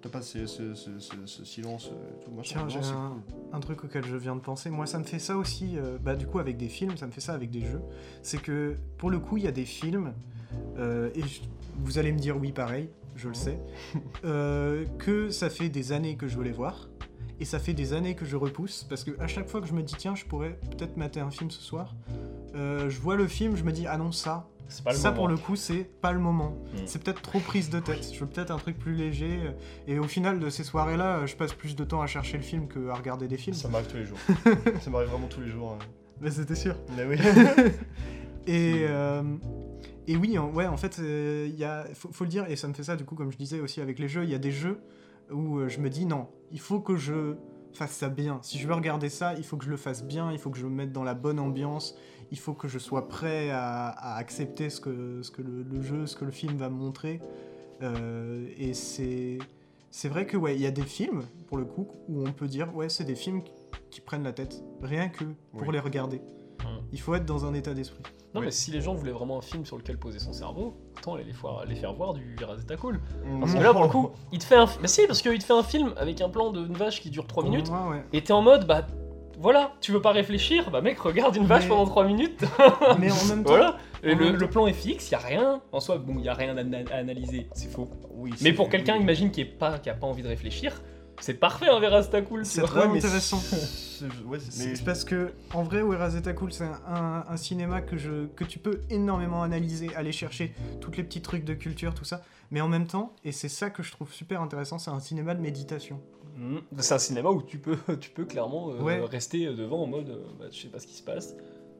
[SPEAKER 3] T'as pas ce, ce- ce- ce- ce silence, euh, tout machin.
[SPEAKER 1] Tiens,
[SPEAKER 3] Non,
[SPEAKER 1] j'ai
[SPEAKER 3] c'est
[SPEAKER 1] un, un truc auquel je viens de penser. Moi, ça me fait ça aussi, euh, bah, du coup, avec des films, ça me fait ça avec des jeux. C'est que, pour le coup, il y a des films, euh, et je- vous allez me dire oui, pareil, je le
[SPEAKER 3] Ouais.
[SPEAKER 1] sais, euh, que ça fait des années que je veux les voir, et ça fait des années que je repousse, parce que à chaque fois que je me dis, tiens, je pourrais peut-être mater un film ce soir, euh, je vois le film, je me dis, ah non, ça,
[SPEAKER 2] C'est pas le
[SPEAKER 1] ça
[SPEAKER 2] moment.
[SPEAKER 1] pour le coup c'est pas le moment.
[SPEAKER 2] Mm.
[SPEAKER 1] C'est peut-être trop prise de tête. Je veux peut-être un truc plus léger. euh, Et au final de ces soirées là, euh, je passe plus de temps à chercher le film que à regarder des films.
[SPEAKER 3] Ça m'arrive tous les jours. ça m'arrive vraiment tous les jours. hein.
[SPEAKER 1] Mais c'était sûr.
[SPEAKER 3] Mais oui.
[SPEAKER 1] Et, euh, et oui, en, ouais, en fait, euh, il y a, faut, faut le dire, et ça me fait ça, du coup, comme je disais aussi avec les jeux, il y a des jeux où euh, je me dis, non, il faut que je fasse ça bien. Si je veux regarder ça, il faut que je le fasse bien, il faut que je me mette dans la bonne ambiance, il faut que je sois prêt à, à accepter ce que, ce que le, le jeu, ce que le film va me montrer. Euh, et c'est... C'est vrai que ouais, il y a des films pour le coup où on peut dire ouais, c'est des films qui- qui prennent la tête rien que pour
[SPEAKER 3] Oui.
[SPEAKER 1] les regarder. Il faut être dans un état d'esprit.
[SPEAKER 2] Non,
[SPEAKER 3] Oui.
[SPEAKER 2] mais si les gens voulaient vraiment un film sur lequel poser son cerveau, autant aller les, foire- les faire voir du Razetta Cool.
[SPEAKER 1] Mmh.
[SPEAKER 2] Parce que là, pour le coup, il te fait un. Bah si, parce qu'il te fait un film avec un plan d'une vache qui dure 3
[SPEAKER 1] Pour
[SPEAKER 2] minutes,
[SPEAKER 1] moi, ouais.
[SPEAKER 2] et t'es en mode, bah. Voilà, tu veux pas réfléchir, bah mec, regarde une vache
[SPEAKER 1] Mais-
[SPEAKER 2] pendant 3 minutes,
[SPEAKER 1] Mais en même temps,
[SPEAKER 2] voilà. Et
[SPEAKER 1] En
[SPEAKER 2] le,
[SPEAKER 1] même
[SPEAKER 2] le plan est fixe, y a rien. En soi, bon, y a rien à, ana- à analyser, c'est faux.
[SPEAKER 3] Oui,
[SPEAKER 2] Mais
[SPEAKER 3] c'est-
[SPEAKER 2] pour quelqu'un,
[SPEAKER 3] oui.
[SPEAKER 2] imagine, qui, est pas, qui a pas envie de réfléchir, c'est parfait, un Razetta Cool. tu
[SPEAKER 1] C'est
[SPEAKER 2] vois.
[SPEAKER 1] très
[SPEAKER 3] mais
[SPEAKER 1] intéressant.
[SPEAKER 3] c'est- Ouais, c'est
[SPEAKER 1] c'est
[SPEAKER 3] mais-
[SPEAKER 1] parce que en vrai, Werazeta Cool, c'est un, un- un cinéma que, je, que tu peux énormément analyser, aller chercher toutes les petits trucs de culture, tout ça. Mais en même temps, et c'est ça que je trouve super intéressant, c'est un cinéma de méditation.
[SPEAKER 2] Mhm. C'est un cinéma où tu peux, tu peux clairement euh,
[SPEAKER 1] Ouais.
[SPEAKER 2] rester devant en mode euh, bah, je sais pas ce qui se passe,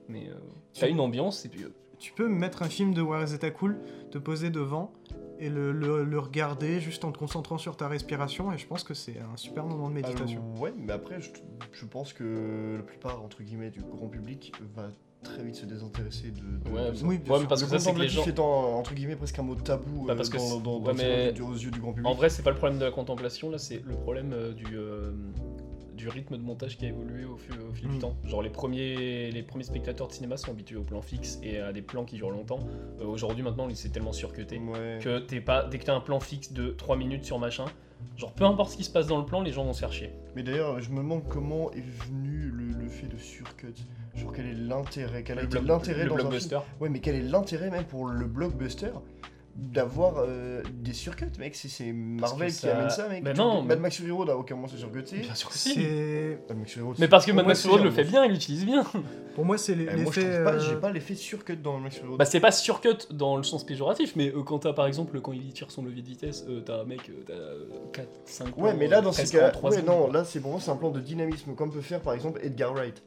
[SPEAKER 2] mais euh,
[SPEAKER 1] Tu-
[SPEAKER 2] t'as une ambiance et puis. euh,
[SPEAKER 1] Tu peux mettre un film de Werazeta Cool, te poser devant et le, le- le regarder juste en te concentrant sur ta respiration, et je pense que c'est un super moment de méditation.
[SPEAKER 3] Alors, Euh, ouais, mais après, je, je pense que la plupart, entre guillemets, du grand public va très vite se désintéresser de. de-
[SPEAKER 2] Ouais,
[SPEAKER 3] de ça.
[SPEAKER 1] oui,
[SPEAKER 2] ouais,
[SPEAKER 1] bien
[SPEAKER 2] mais
[SPEAKER 1] sûr.
[SPEAKER 2] parce
[SPEAKER 3] le
[SPEAKER 2] que ça, c'est que les
[SPEAKER 3] contemplatif
[SPEAKER 2] gens.
[SPEAKER 3] étant, entre guillemets, presque un mot tabou
[SPEAKER 2] Bah,
[SPEAKER 3] euh,
[SPEAKER 2] parce que
[SPEAKER 3] dans,
[SPEAKER 2] c'est-
[SPEAKER 3] dans-
[SPEAKER 2] ouais,
[SPEAKER 3] dans-
[SPEAKER 2] mais-
[SPEAKER 3] aux yeux du grand public.
[SPEAKER 2] En vrai, c'est pas le problème de la contemplation, là, c'est le problème euh, du, euh, du rythme de montage qui a évolué au, fu- au fil du
[SPEAKER 1] Mm.
[SPEAKER 2] temps. Genre, les premiers, les premiers spectateurs de cinéma sont habitués aux plans fixes et à des plans qui durent longtemps. Euh, Aujourd'hui, maintenant, c'est tellement surcuté
[SPEAKER 3] Ouais.
[SPEAKER 2] que t'es pas, dès que t'as un plan fixe de 3 minutes sur machin, genre, peu importe ce qui se passe dans le plan, les gens vont se faire chier.
[SPEAKER 3] Mais d'ailleurs, je me demande comment est venu le, le fait de surcut. Genre, quel est l'intérêt Quel a
[SPEAKER 2] Le
[SPEAKER 3] été
[SPEAKER 2] block-
[SPEAKER 3] l'intérêt
[SPEAKER 2] le
[SPEAKER 3] dans un film
[SPEAKER 2] blockbuster.
[SPEAKER 3] Ouais, mais quel est l'intérêt même pour le blockbuster d'avoir euh, des surcuts, mec C'est- C'est Marvel
[SPEAKER 2] que
[SPEAKER 3] qui
[SPEAKER 2] ça-
[SPEAKER 3] amène ça, mec.
[SPEAKER 2] Mais
[SPEAKER 3] Tu-
[SPEAKER 2] non,
[SPEAKER 3] Mad
[SPEAKER 2] mais-
[SPEAKER 3] Max Fury Road ah, a aucun moment s'est surcuté.
[SPEAKER 2] Bien sûr que si.
[SPEAKER 1] C'est
[SPEAKER 3] Mad Max Fury Road,
[SPEAKER 2] Mais
[SPEAKER 3] c'est-
[SPEAKER 2] parce que
[SPEAKER 3] pour
[SPEAKER 2] Mad
[SPEAKER 3] moi,
[SPEAKER 2] Max
[SPEAKER 3] c'est
[SPEAKER 2] Road
[SPEAKER 3] un
[SPEAKER 2] le
[SPEAKER 3] bon
[SPEAKER 2] fait
[SPEAKER 3] film.
[SPEAKER 2] bien, il l'utilise bien.
[SPEAKER 1] Pour moi, c'est l'effet.
[SPEAKER 3] Eh, moi, je trouve pas, j'ai
[SPEAKER 1] euh,
[SPEAKER 3] pas l'effet surcut dans Mad Max Fury Road.
[SPEAKER 2] Bah c'est pas surcut dans le sens péjoratif, mais euh, quand t'as par exemple quand il tire son levier de vitesse, euh, t'as un mec, euh, t'as 4, 5
[SPEAKER 3] ouais, mais là, dans ces cas, ouais, non, là, c'est pour moi, c'est un plan de dynamisme, comme peut faire par exemple Edgar Wright.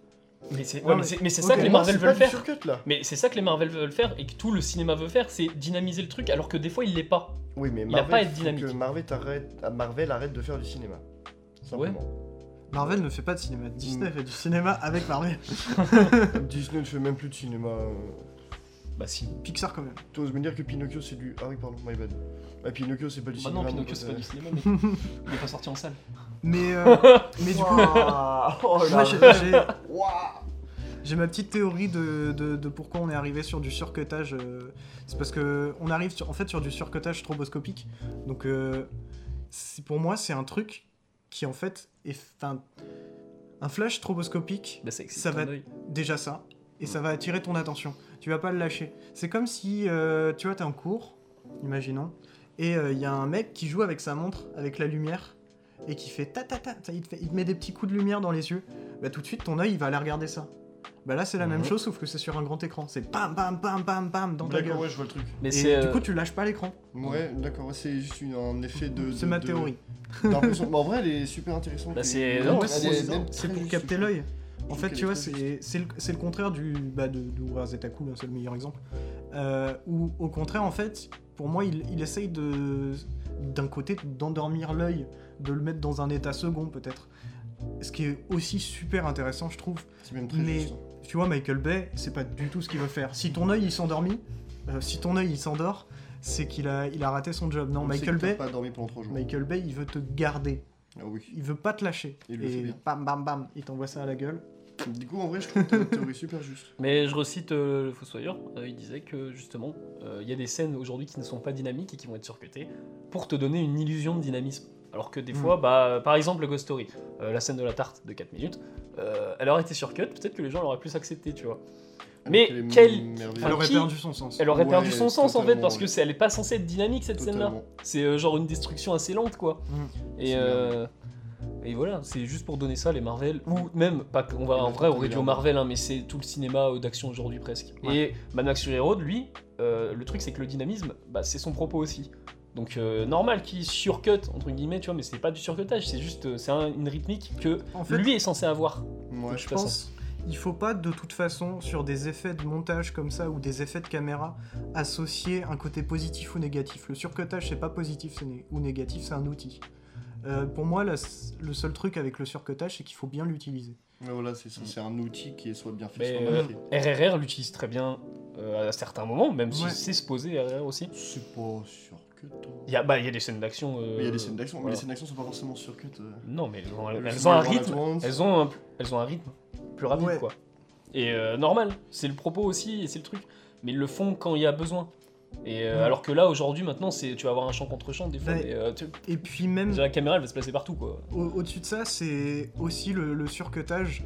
[SPEAKER 2] Mais c'est
[SPEAKER 1] Ouais,
[SPEAKER 2] ouais, mais
[SPEAKER 1] mais-
[SPEAKER 2] c'est- mais c'est
[SPEAKER 1] ok,
[SPEAKER 2] ça que
[SPEAKER 1] moi,
[SPEAKER 2] les
[SPEAKER 3] Pour moi,
[SPEAKER 2] Marvel
[SPEAKER 3] c'est
[SPEAKER 2] veulent
[SPEAKER 3] pas du
[SPEAKER 2] faire.
[SPEAKER 3] surcut là.
[SPEAKER 2] Mais c'est ça que les Marvel veulent faire et que tout le cinéma veut faire, c'est dynamiser le truc alors que des fois il l'est pas.
[SPEAKER 3] Oui, mais
[SPEAKER 2] a
[SPEAKER 3] Marvel,
[SPEAKER 2] pas à être
[SPEAKER 3] faut
[SPEAKER 2] dynamique.
[SPEAKER 3] Que Marvel arrête, ah, Marvel arrête de faire du cinéma. Simplement.
[SPEAKER 1] Marvel ne fait pas de cinéma.
[SPEAKER 3] Hmm.
[SPEAKER 1] Disney fait du cinéma avec Marvel.
[SPEAKER 3] Disney ne fait même plus de cinéma. euh,
[SPEAKER 2] Bah si.
[SPEAKER 1] Pixar quand même.
[SPEAKER 3] T'oses me dire que Pinocchio c'est du. Ah oui, pardon, my bad. Bah, Pinocchio c'est pas du
[SPEAKER 2] Bah
[SPEAKER 3] cinéma.
[SPEAKER 2] non,
[SPEAKER 3] mon
[SPEAKER 2] Pinocchio
[SPEAKER 3] pote,
[SPEAKER 2] c'est pas
[SPEAKER 3] euh.
[SPEAKER 2] du cinéma, mais il est pas sorti en salle.
[SPEAKER 1] Mais, euh, mais du coup,
[SPEAKER 3] Ouah, oh là là.
[SPEAKER 1] moi, j'ai- j'ai-
[SPEAKER 3] Ouah.
[SPEAKER 1] j'ai ma petite théorie de, de- de pourquoi on est arrivé sur du surcutage. euh, C'est parce que on arrive sur- en fait sur du surcutage stroboscopique. Donc euh, c'est- pour moi, c'est un truc qui en fait est. Enfin, un flash stroboscopique
[SPEAKER 2] Bah ça excite
[SPEAKER 1] Ça
[SPEAKER 2] ton
[SPEAKER 1] va-
[SPEAKER 2] œil.
[SPEAKER 1] déjà ça, et ça va attirer ton attention. Tu vas pas le lâcher. C'est comme si, euh, tu vois, t'es en cours, imaginons, et euh, il y a un mec qui joue avec sa montre, avec la lumière, et qui fait ta ta ta, ta, il, te fait- il te met des petits coups de lumière dans les yeux. Bah tout de suite, ton œil, il va aller regarder ça. Bah là, c'est la
[SPEAKER 2] Mhm.
[SPEAKER 1] même chose, sauf que c'est sur un grand écran. C'est bam, bam, bam, bam, bam, dans ta gueule.
[SPEAKER 3] D'accord, ouais, je vois le truc.
[SPEAKER 2] Mais
[SPEAKER 1] Et
[SPEAKER 2] c'est.
[SPEAKER 1] du
[SPEAKER 2] euh,
[SPEAKER 1] coup, tu lâches pas l'écran.
[SPEAKER 3] Ouais, d'accord, ouais, c'est juste une- un effet de.
[SPEAKER 1] C'est
[SPEAKER 3] de-
[SPEAKER 1] ma
[SPEAKER 3] de-
[SPEAKER 1] théorie.
[SPEAKER 3] d'impression. Mais en vrai, elle est super intéressante.
[SPEAKER 2] Bah,
[SPEAKER 3] et-
[SPEAKER 2] c'est-
[SPEAKER 3] Ouais,
[SPEAKER 2] non,
[SPEAKER 3] elle
[SPEAKER 1] c'est-
[SPEAKER 3] est même
[SPEAKER 1] C'est
[SPEAKER 3] très
[SPEAKER 1] pour
[SPEAKER 3] juste.
[SPEAKER 1] capter l'œil. En
[SPEAKER 3] Je
[SPEAKER 1] fait,
[SPEAKER 3] trouve
[SPEAKER 1] tu vois,
[SPEAKER 3] qu'elle est très
[SPEAKER 1] c'est c'est le, c'est le contraire du bah, de, d'ouvrir Zetacool, hein, c'est le meilleur exemple. Euh, Ou au contraire, en fait, pour moi, il, il essaye de d'un côté d'endormir l'œil, de le mettre dans un état second peut-être. Ce qui est aussi super intéressant, je trouve.
[SPEAKER 3] C'est même très
[SPEAKER 1] mais-
[SPEAKER 3] juste. hein.
[SPEAKER 1] Tu vois, Michael Bay, c'est pas du tout ce qu'il veut faire. Si ton œil il s'endormit, euh, si ton œil il s'endort, c'est qu'il a il a raté son job. Non,
[SPEAKER 3] On sait
[SPEAKER 1] Michael
[SPEAKER 3] que t'as
[SPEAKER 1] Bay,
[SPEAKER 3] pas dormi pendant 3 jours.
[SPEAKER 1] Michael Bay, il veut te garder.
[SPEAKER 3] Ah oui.
[SPEAKER 1] Il veut pas te lâcher.
[SPEAKER 3] Il le fait
[SPEAKER 1] et
[SPEAKER 3] bien.
[SPEAKER 1] bam bam bam, il t'envoie ça à la gueule.
[SPEAKER 3] Du coup, en vrai, je trouve ta théorie super juste.
[SPEAKER 2] Mais je recite euh, le Fossoyeur, euh, il disait que justement, euh, il y a des scènes aujourd'hui qui ne sont pas dynamiques et qui vont être surcutées pour te donner une illusion de dynamisme. Alors que des
[SPEAKER 3] Hmm.
[SPEAKER 1] Mm.
[SPEAKER 2] fois, bah, euh, par exemple, Ghost Story, euh, la scène de la tarte de 4 minutes, euh, elle aurait été surcut, peut-être que les gens l'auraient plus accepté, tu vois.
[SPEAKER 3] Alors
[SPEAKER 2] Mais
[SPEAKER 3] qu'elle est
[SPEAKER 2] quel-
[SPEAKER 3] merveilleuse.
[SPEAKER 1] Elle aurait
[SPEAKER 2] qui-
[SPEAKER 1] perdu son sens.
[SPEAKER 2] Elle aurait
[SPEAKER 3] Ouais,
[SPEAKER 2] perdu son sens en fait,
[SPEAKER 3] totalement,
[SPEAKER 2] parce
[SPEAKER 3] ouais.
[SPEAKER 2] que c'est- elle n'est pas censée être dynamique cette scène-là.
[SPEAKER 3] Totalement.
[SPEAKER 2] C'est euh, genre une destruction assez lente, quoi.
[SPEAKER 3] Mm.
[SPEAKER 2] Et,
[SPEAKER 3] C'est
[SPEAKER 2] euh, et voilà, c'est juste pour donner ça, les Marvel, ou même, pas qu'on va,
[SPEAKER 3] Et
[SPEAKER 2] en
[SPEAKER 3] le
[SPEAKER 2] vrai, on
[SPEAKER 3] temps
[SPEAKER 2] réduit au
[SPEAKER 3] de
[SPEAKER 2] Marvel, hein, mais c'est tout le cinéma euh, d'action aujourd'hui presque.
[SPEAKER 1] Ouais.
[SPEAKER 2] Et Mad Max Fury Road, lui, euh, le truc c'est que le dynamisme, bah, c'est son propos aussi. Donc euh, normal qu'il surcut, entre guillemets, tu vois, mais c'est pas du surcutage, c'est juste, euh, c'est un- une rythmique que
[SPEAKER 1] En fait,
[SPEAKER 2] lui est censé avoir.
[SPEAKER 3] Ouais,
[SPEAKER 1] je pense, il faut pas de toute façon sur des effets de montage comme ça ou des effets de caméra associer un côté positif ou négatif. Le surcutage c'est pas positif c'est né- ou négatif, c'est un outil. Euh, pour moi, la s- le seul truc avec le surcutage, c'est qu'il faut bien l'utiliser.
[SPEAKER 3] Mais voilà, c'est ça, c'est un outil qui est soit bien fait,
[SPEAKER 2] Mais,
[SPEAKER 3] soit
[SPEAKER 2] euh,
[SPEAKER 3] mal fait.
[SPEAKER 2] RRR l'utilise très bien euh, à certains moments, même si
[SPEAKER 1] Ouais.
[SPEAKER 2] c'est se poser RRR aussi.
[SPEAKER 3] C'est pas sûr que toi.
[SPEAKER 2] Il y a, bah, il y a des scènes d'action. euh,
[SPEAKER 3] Mais il y a des scènes d'action, mais
[SPEAKER 2] voilà.
[SPEAKER 3] les scènes d'action sont pas forcément sur cut. euh.
[SPEAKER 2] Non, mais elles ont,
[SPEAKER 3] Le
[SPEAKER 2] elles
[SPEAKER 3] film
[SPEAKER 2] ont un
[SPEAKER 3] All at
[SPEAKER 2] rythme.
[SPEAKER 3] Once,
[SPEAKER 2] Elles ont un, elles ont un rythme plus rapide,
[SPEAKER 1] Ouais.
[SPEAKER 2] quoi. Et euh, normal, c'est le propos aussi, et c'est le truc. Mais ils le font quand il y a besoin. Et euh,
[SPEAKER 1] Mm.
[SPEAKER 2] alors que là, aujourd'hui, maintenant, c'est tu vas avoir un champ contre champ des fois.
[SPEAKER 1] Ouais.
[SPEAKER 2] mais, euh, tu-
[SPEAKER 1] Et puis même
[SPEAKER 2] déjà, la caméra, elle va se placer partout, quoi.
[SPEAKER 1] au- au-dessus de ça, c'est aussi le, le surcutage.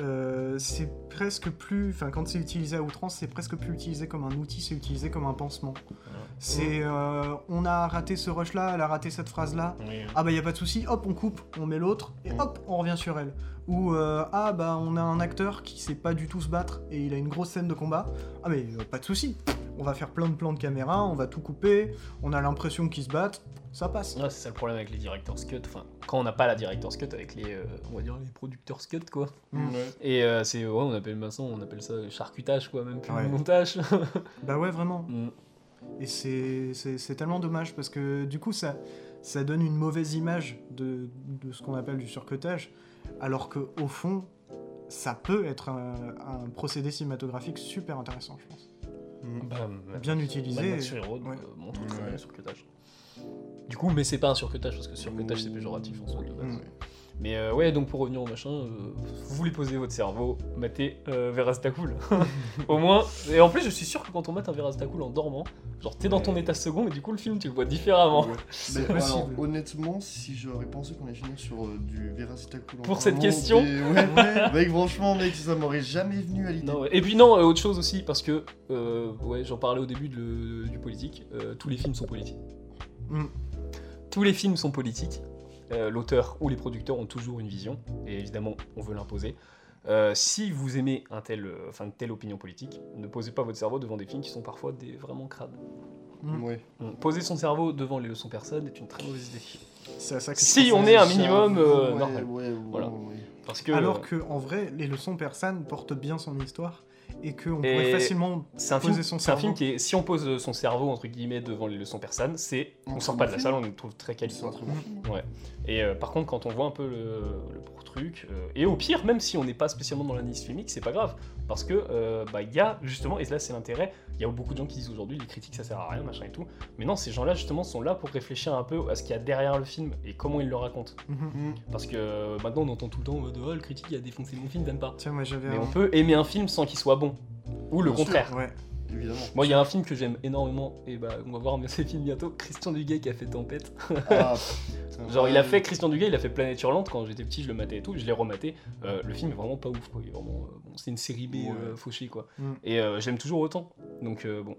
[SPEAKER 1] euh, c'est presque plus, enfin quand c'est utilisé à outrance, c'est presque plus utilisé comme un outil, c'est utilisé comme un pansement. C'est euh, on a raté ce rush là, elle a raté cette phrase là, Ah bah y a pas de souci, hop on coupe, on met l'autre et
[SPEAKER 3] Mm.
[SPEAKER 1] hop on revient sur elle. Ou euh, ah bah on a un acteur qui sait pas du tout se battre et il a une grosse scène de combat. Ah mais euh, pas de souci, on va faire plein de plans de caméra, on va tout couper, on a l'impression qu'ils se battent, ça passe.
[SPEAKER 2] Ouais, c'est ça le problème avec les director's cut. Enfin, quand on n'a pas la director's cut avec les, euh, on va dire les producteurs cut, quoi.
[SPEAKER 1] Mm.
[SPEAKER 3] ouais.
[SPEAKER 2] Et euh, c'est, ouais, on appelle maintenant, on appelle ça charcutage, quoi, même plus
[SPEAKER 1] Ouais.
[SPEAKER 2] montage.
[SPEAKER 1] Bah ouais vraiment.
[SPEAKER 2] Mm.
[SPEAKER 1] Et c'est- c'est c'est tellement dommage parce que du coup ça, ça donne une mauvaise image de, de ce qu'on appelle du surcutage, alors que au fond ça peut être un, un procédé cinématographique super intéressant je pense.
[SPEAKER 3] Mm.
[SPEAKER 2] Bah,
[SPEAKER 1] Bien
[SPEAKER 2] Mad
[SPEAKER 1] utilisé.
[SPEAKER 2] Max Fury Road
[SPEAKER 1] ouais.
[SPEAKER 2] euh, montre très
[SPEAKER 3] Ouais.
[SPEAKER 2] bien le surcutage. Du coup, mais c'est pas un surcutage parce que surcutage c'est
[SPEAKER 3] Mm.
[SPEAKER 2] péjoratif en soi de base.
[SPEAKER 1] Mm.
[SPEAKER 2] Mais euh, ouais, donc pour revenir au machin, euh, vous voulez poser votre cerveau, matez euh, Veracetacool. au moins, et en plus, je suis sûr que quand on mate un Veracetacool en dormant, genre t'es dans ton
[SPEAKER 3] Ouais.
[SPEAKER 2] état second et du coup le film tu le vois différemment.
[SPEAKER 3] Ouais.
[SPEAKER 1] C'est
[SPEAKER 3] Mais alors,
[SPEAKER 1] possible.
[SPEAKER 3] honnêtement, si j'aurais pensé qu'on allait finir sur euh, du Veracitacool en
[SPEAKER 2] Pour
[SPEAKER 3] un
[SPEAKER 2] cette
[SPEAKER 3] mot,
[SPEAKER 2] question
[SPEAKER 3] mais ouais, mec, franchement, mec, ça m'aurait jamais venu à l'idée.
[SPEAKER 2] Non, ouais. Et puis non, euh, autre chose aussi parce que euh, ouais, j'en parlais au début de le- du politique. euh, tous les films sont politiques.
[SPEAKER 1] Mm.
[SPEAKER 2] Tous les films sont politiques. Euh, L'auteur ou les producteurs ont toujours une vision et évidemment on veut l'imposer. Euh, si vous aimez un tel, euh, enfin une telle opinion politique, ne posez pas votre cerveau devant des films qui sont parfois des, vraiment crades.
[SPEAKER 1] Mm.
[SPEAKER 3] Ouais.
[SPEAKER 2] Mm. Poser son cerveau devant les leçons personnes est une très mauvaise idée.
[SPEAKER 1] C'est à ça que je
[SPEAKER 2] Si
[SPEAKER 1] pensais.
[SPEAKER 2] on est un minimum euh,
[SPEAKER 3] Ouais,
[SPEAKER 2] normal.
[SPEAKER 3] ouais, ouais,
[SPEAKER 2] Voilà.
[SPEAKER 3] ouais.
[SPEAKER 2] Parce que
[SPEAKER 1] Alors
[SPEAKER 2] euh,
[SPEAKER 1] que en vrai, les leçons persanes portent bien son histoire et qu'on
[SPEAKER 2] Et-
[SPEAKER 1] pourrait facilement.
[SPEAKER 2] c'est un,
[SPEAKER 1] poser
[SPEAKER 2] film,
[SPEAKER 1] son
[SPEAKER 2] c'est un
[SPEAKER 1] cerveau.
[SPEAKER 2] film qui est, si on pose son cerveau entre guillemets devant les leçons persanes, c'est on
[SPEAKER 3] On
[SPEAKER 2] sort
[SPEAKER 3] sort
[SPEAKER 2] pas
[SPEAKER 3] du
[SPEAKER 2] de la
[SPEAKER 3] film.
[SPEAKER 2] salle, on le trouve très
[SPEAKER 3] C'est
[SPEAKER 2] qualifié.
[SPEAKER 3] un très bon film.
[SPEAKER 2] Et euh, par contre, quand on voit un peu le, le pour truc, euh, et au pire, même si on n'est pas spécialement dans l'indice filmique, c'est pas grave, parce que euh, bah, il y a justement, et là c'est l'intérêt, il y a beaucoup de gens qui disent aujourd'hui les critiques ça sert à rien, machin et tout, mais non, ces gens-là justement sont là pour réfléchir un peu à ce qu'il y a derrière le film et comment ils le racontent,
[SPEAKER 1] Mhm.
[SPEAKER 3] mm,
[SPEAKER 2] parce que euh, maintenant on entend tout le temps euh, de, oh, le critique il a défoncé mon film, t'aimes pas.
[SPEAKER 1] Tiens, moi j'avais
[SPEAKER 2] Mais
[SPEAKER 1] un-
[SPEAKER 2] on peut aimer un film sans qu'il soit bon, ou le
[SPEAKER 3] Bien sûr.
[SPEAKER 2] contraire.
[SPEAKER 1] Ouais.
[SPEAKER 3] évidemment.
[SPEAKER 2] Moi, il y a un film que j'aime énormément, et bah, on va voir un de ces films bientôt, Christian Duguay qui a fait Tempête.
[SPEAKER 3] Ah, putain,
[SPEAKER 2] Genre,
[SPEAKER 3] ouais,
[SPEAKER 2] il a fait Christian Duguay, il a fait Planète Hurlante quand j'étais petit, je le matais et tout, je l'ai rematé. Euh, le film est vraiment pas ouf, quoi. Il est vraiment, euh, bon, c'est une série B
[SPEAKER 3] Ouais.
[SPEAKER 2] euh, fauchée, quoi.
[SPEAKER 1] Mm.
[SPEAKER 2] Et euh, j'aime toujours autant. Donc, euh, bon.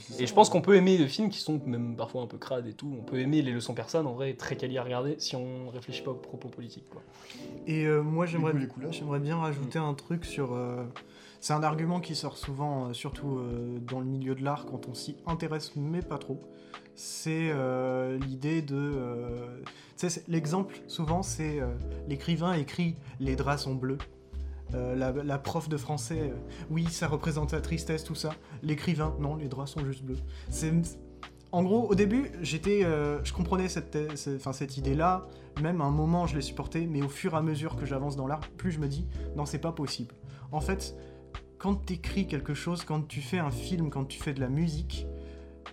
[SPEAKER 3] c'est ça.
[SPEAKER 2] Et je pense qu'on peut aimer des films qui sont même parfois un peu crades et tout. On peut aimer les leçons persanes, en vrai, très quali à regarder si on réfléchit pas aux propos politiques, quoi.
[SPEAKER 1] Et euh, moi
[SPEAKER 3] Du
[SPEAKER 1] j'aimerais
[SPEAKER 3] coup, les couleurs. Mm.
[SPEAKER 1] J'aimerais bien rajouter un truc sur. euh, c'est un argument qui sort souvent, euh, surtout euh, dans le milieu de l'art, quand on s'y intéresse, mais pas trop. C'est euh, l'idée de. euh, tu sais, c'est- l'exemple, souvent, c'est euh, l'écrivain écrit Les draps sont bleus. Euh, la, la prof de français, euh, oui, ça représente la tristesse, tout ça. L'écrivain, non, les draps sont juste bleus. C'est. En gros, au début, j'étais, euh, je comprenais cette, thèse- cette- enfin, cette idée-là, même à un moment je l'ai supporté, mais au fur et à mesure que j'avance dans l'art, plus je me dis, non, c'est pas possible. En fait, quand t'écris quelque chose, quand tu fais un film, quand tu fais de la musique,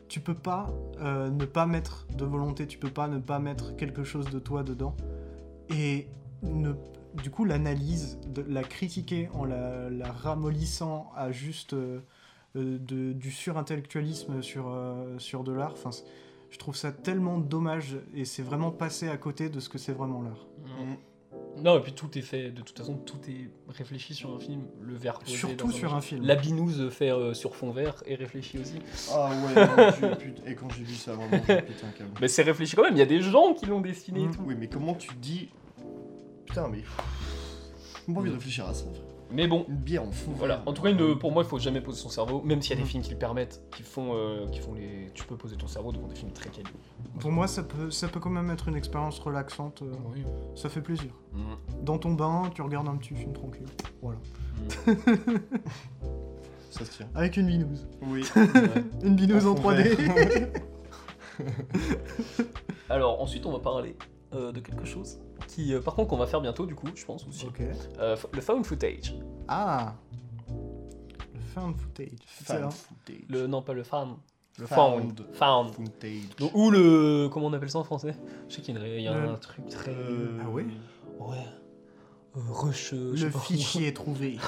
[SPEAKER 1] tu peux pas euh, ne pas mettre de volonté, tu peux pas ne pas mettre quelque chose de toi dedans. Et ne- du coup, l'analyse, de la critiquer en la, la ramollissant à juste euh, euh, de- du surintellectualisme sur, euh, sur de l'art, enfin, je trouve ça tellement dommage et c'est vraiment passé à côté de ce que c'est vraiment l'art.
[SPEAKER 2] Mm.
[SPEAKER 3] Mhm.
[SPEAKER 2] Non, et puis tout est fait, de toute façon, tout est réfléchi sur un film, le verre posé dans
[SPEAKER 1] Surtout sur un film.
[SPEAKER 2] La binouse fait euh, sur fond vert et réfléchi aussi.
[SPEAKER 3] Ah ouais, non, je- putain, et quand j'ai vu ça, vraiment, j'ai pété un câble.
[SPEAKER 2] Mais c'est réfléchi quand même, il y a des gens qui l'ont dessiné et
[SPEAKER 1] Mm.
[SPEAKER 2] tout.
[SPEAKER 3] Oui, mais comment tu te dis. Putain, mais. J'ai pas envie de réfléchir à ça. frère.
[SPEAKER 2] Mais bon,
[SPEAKER 3] Une bière en fond.
[SPEAKER 2] voilà. En tout cas, une- pour moi, il faut jamais poser son cerveau, même s'il y a des
[SPEAKER 1] Mm.
[SPEAKER 2] films qui le permettent, qui font, euh, qui font les. Tu peux poser ton cerveau devant des films très quali.
[SPEAKER 1] Pour moi, ça peut, ça peut quand même être une expérience relaxante. euh, Ça fait plaisir.
[SPEAKER 2] Mm.
[SPEAKER 1] Dans ton bain, tu regardes un petit film tranquille. Voilà.
[SPEAKER 2] Mm.
[SPEAKER 3] Ça se tient.
[SPEAKER 1] Avec une binouse.
[SPEAKER 3] Oui.
[SPEAKER 1] Une
[SPEAKER 2] Ah,
[SPEAKER 1] binouse en,
[SPEAKER 3] En fond
[SPEAKER 1] 3D.
[SPEAKER 2] Alors ensuite, on va parler euh, de quelque chose qui, euh, par contre, qu'on va faire bientôt, du coup, je pense aussi.
[SPEAKER 1] ok.
[SPEAKER 2] Euh, f- le found footage.
[SPEAKER 1] Ah Le found footage.
[SPEAKER 3] Fan
[SPEAKER 1] Excellent.
[SPEAKER 3] footage.
[SPEAKER 2] Le non pas le fan.
[SPEAKER 3] Le
[SPEAKER 2] found. Found.
[SPEAKER 3] footage.
[SPEAKER 2] Donc, ou le comment on appelle ça en français Je sais qu'il y a, une ré- il y a
[SPEAKER 1] Le-
[SPEAKER 2] un truc très.
[SPEAKER 3] Euh,
[SPEAKER 1] Ah ouais
[SPEAKER 2] Ouais. Euh, rush. euh, je
[SPEAKER 1] Le
[SPEAKER 2] sais pas.
[SPEAKER 1] fichier trouvé.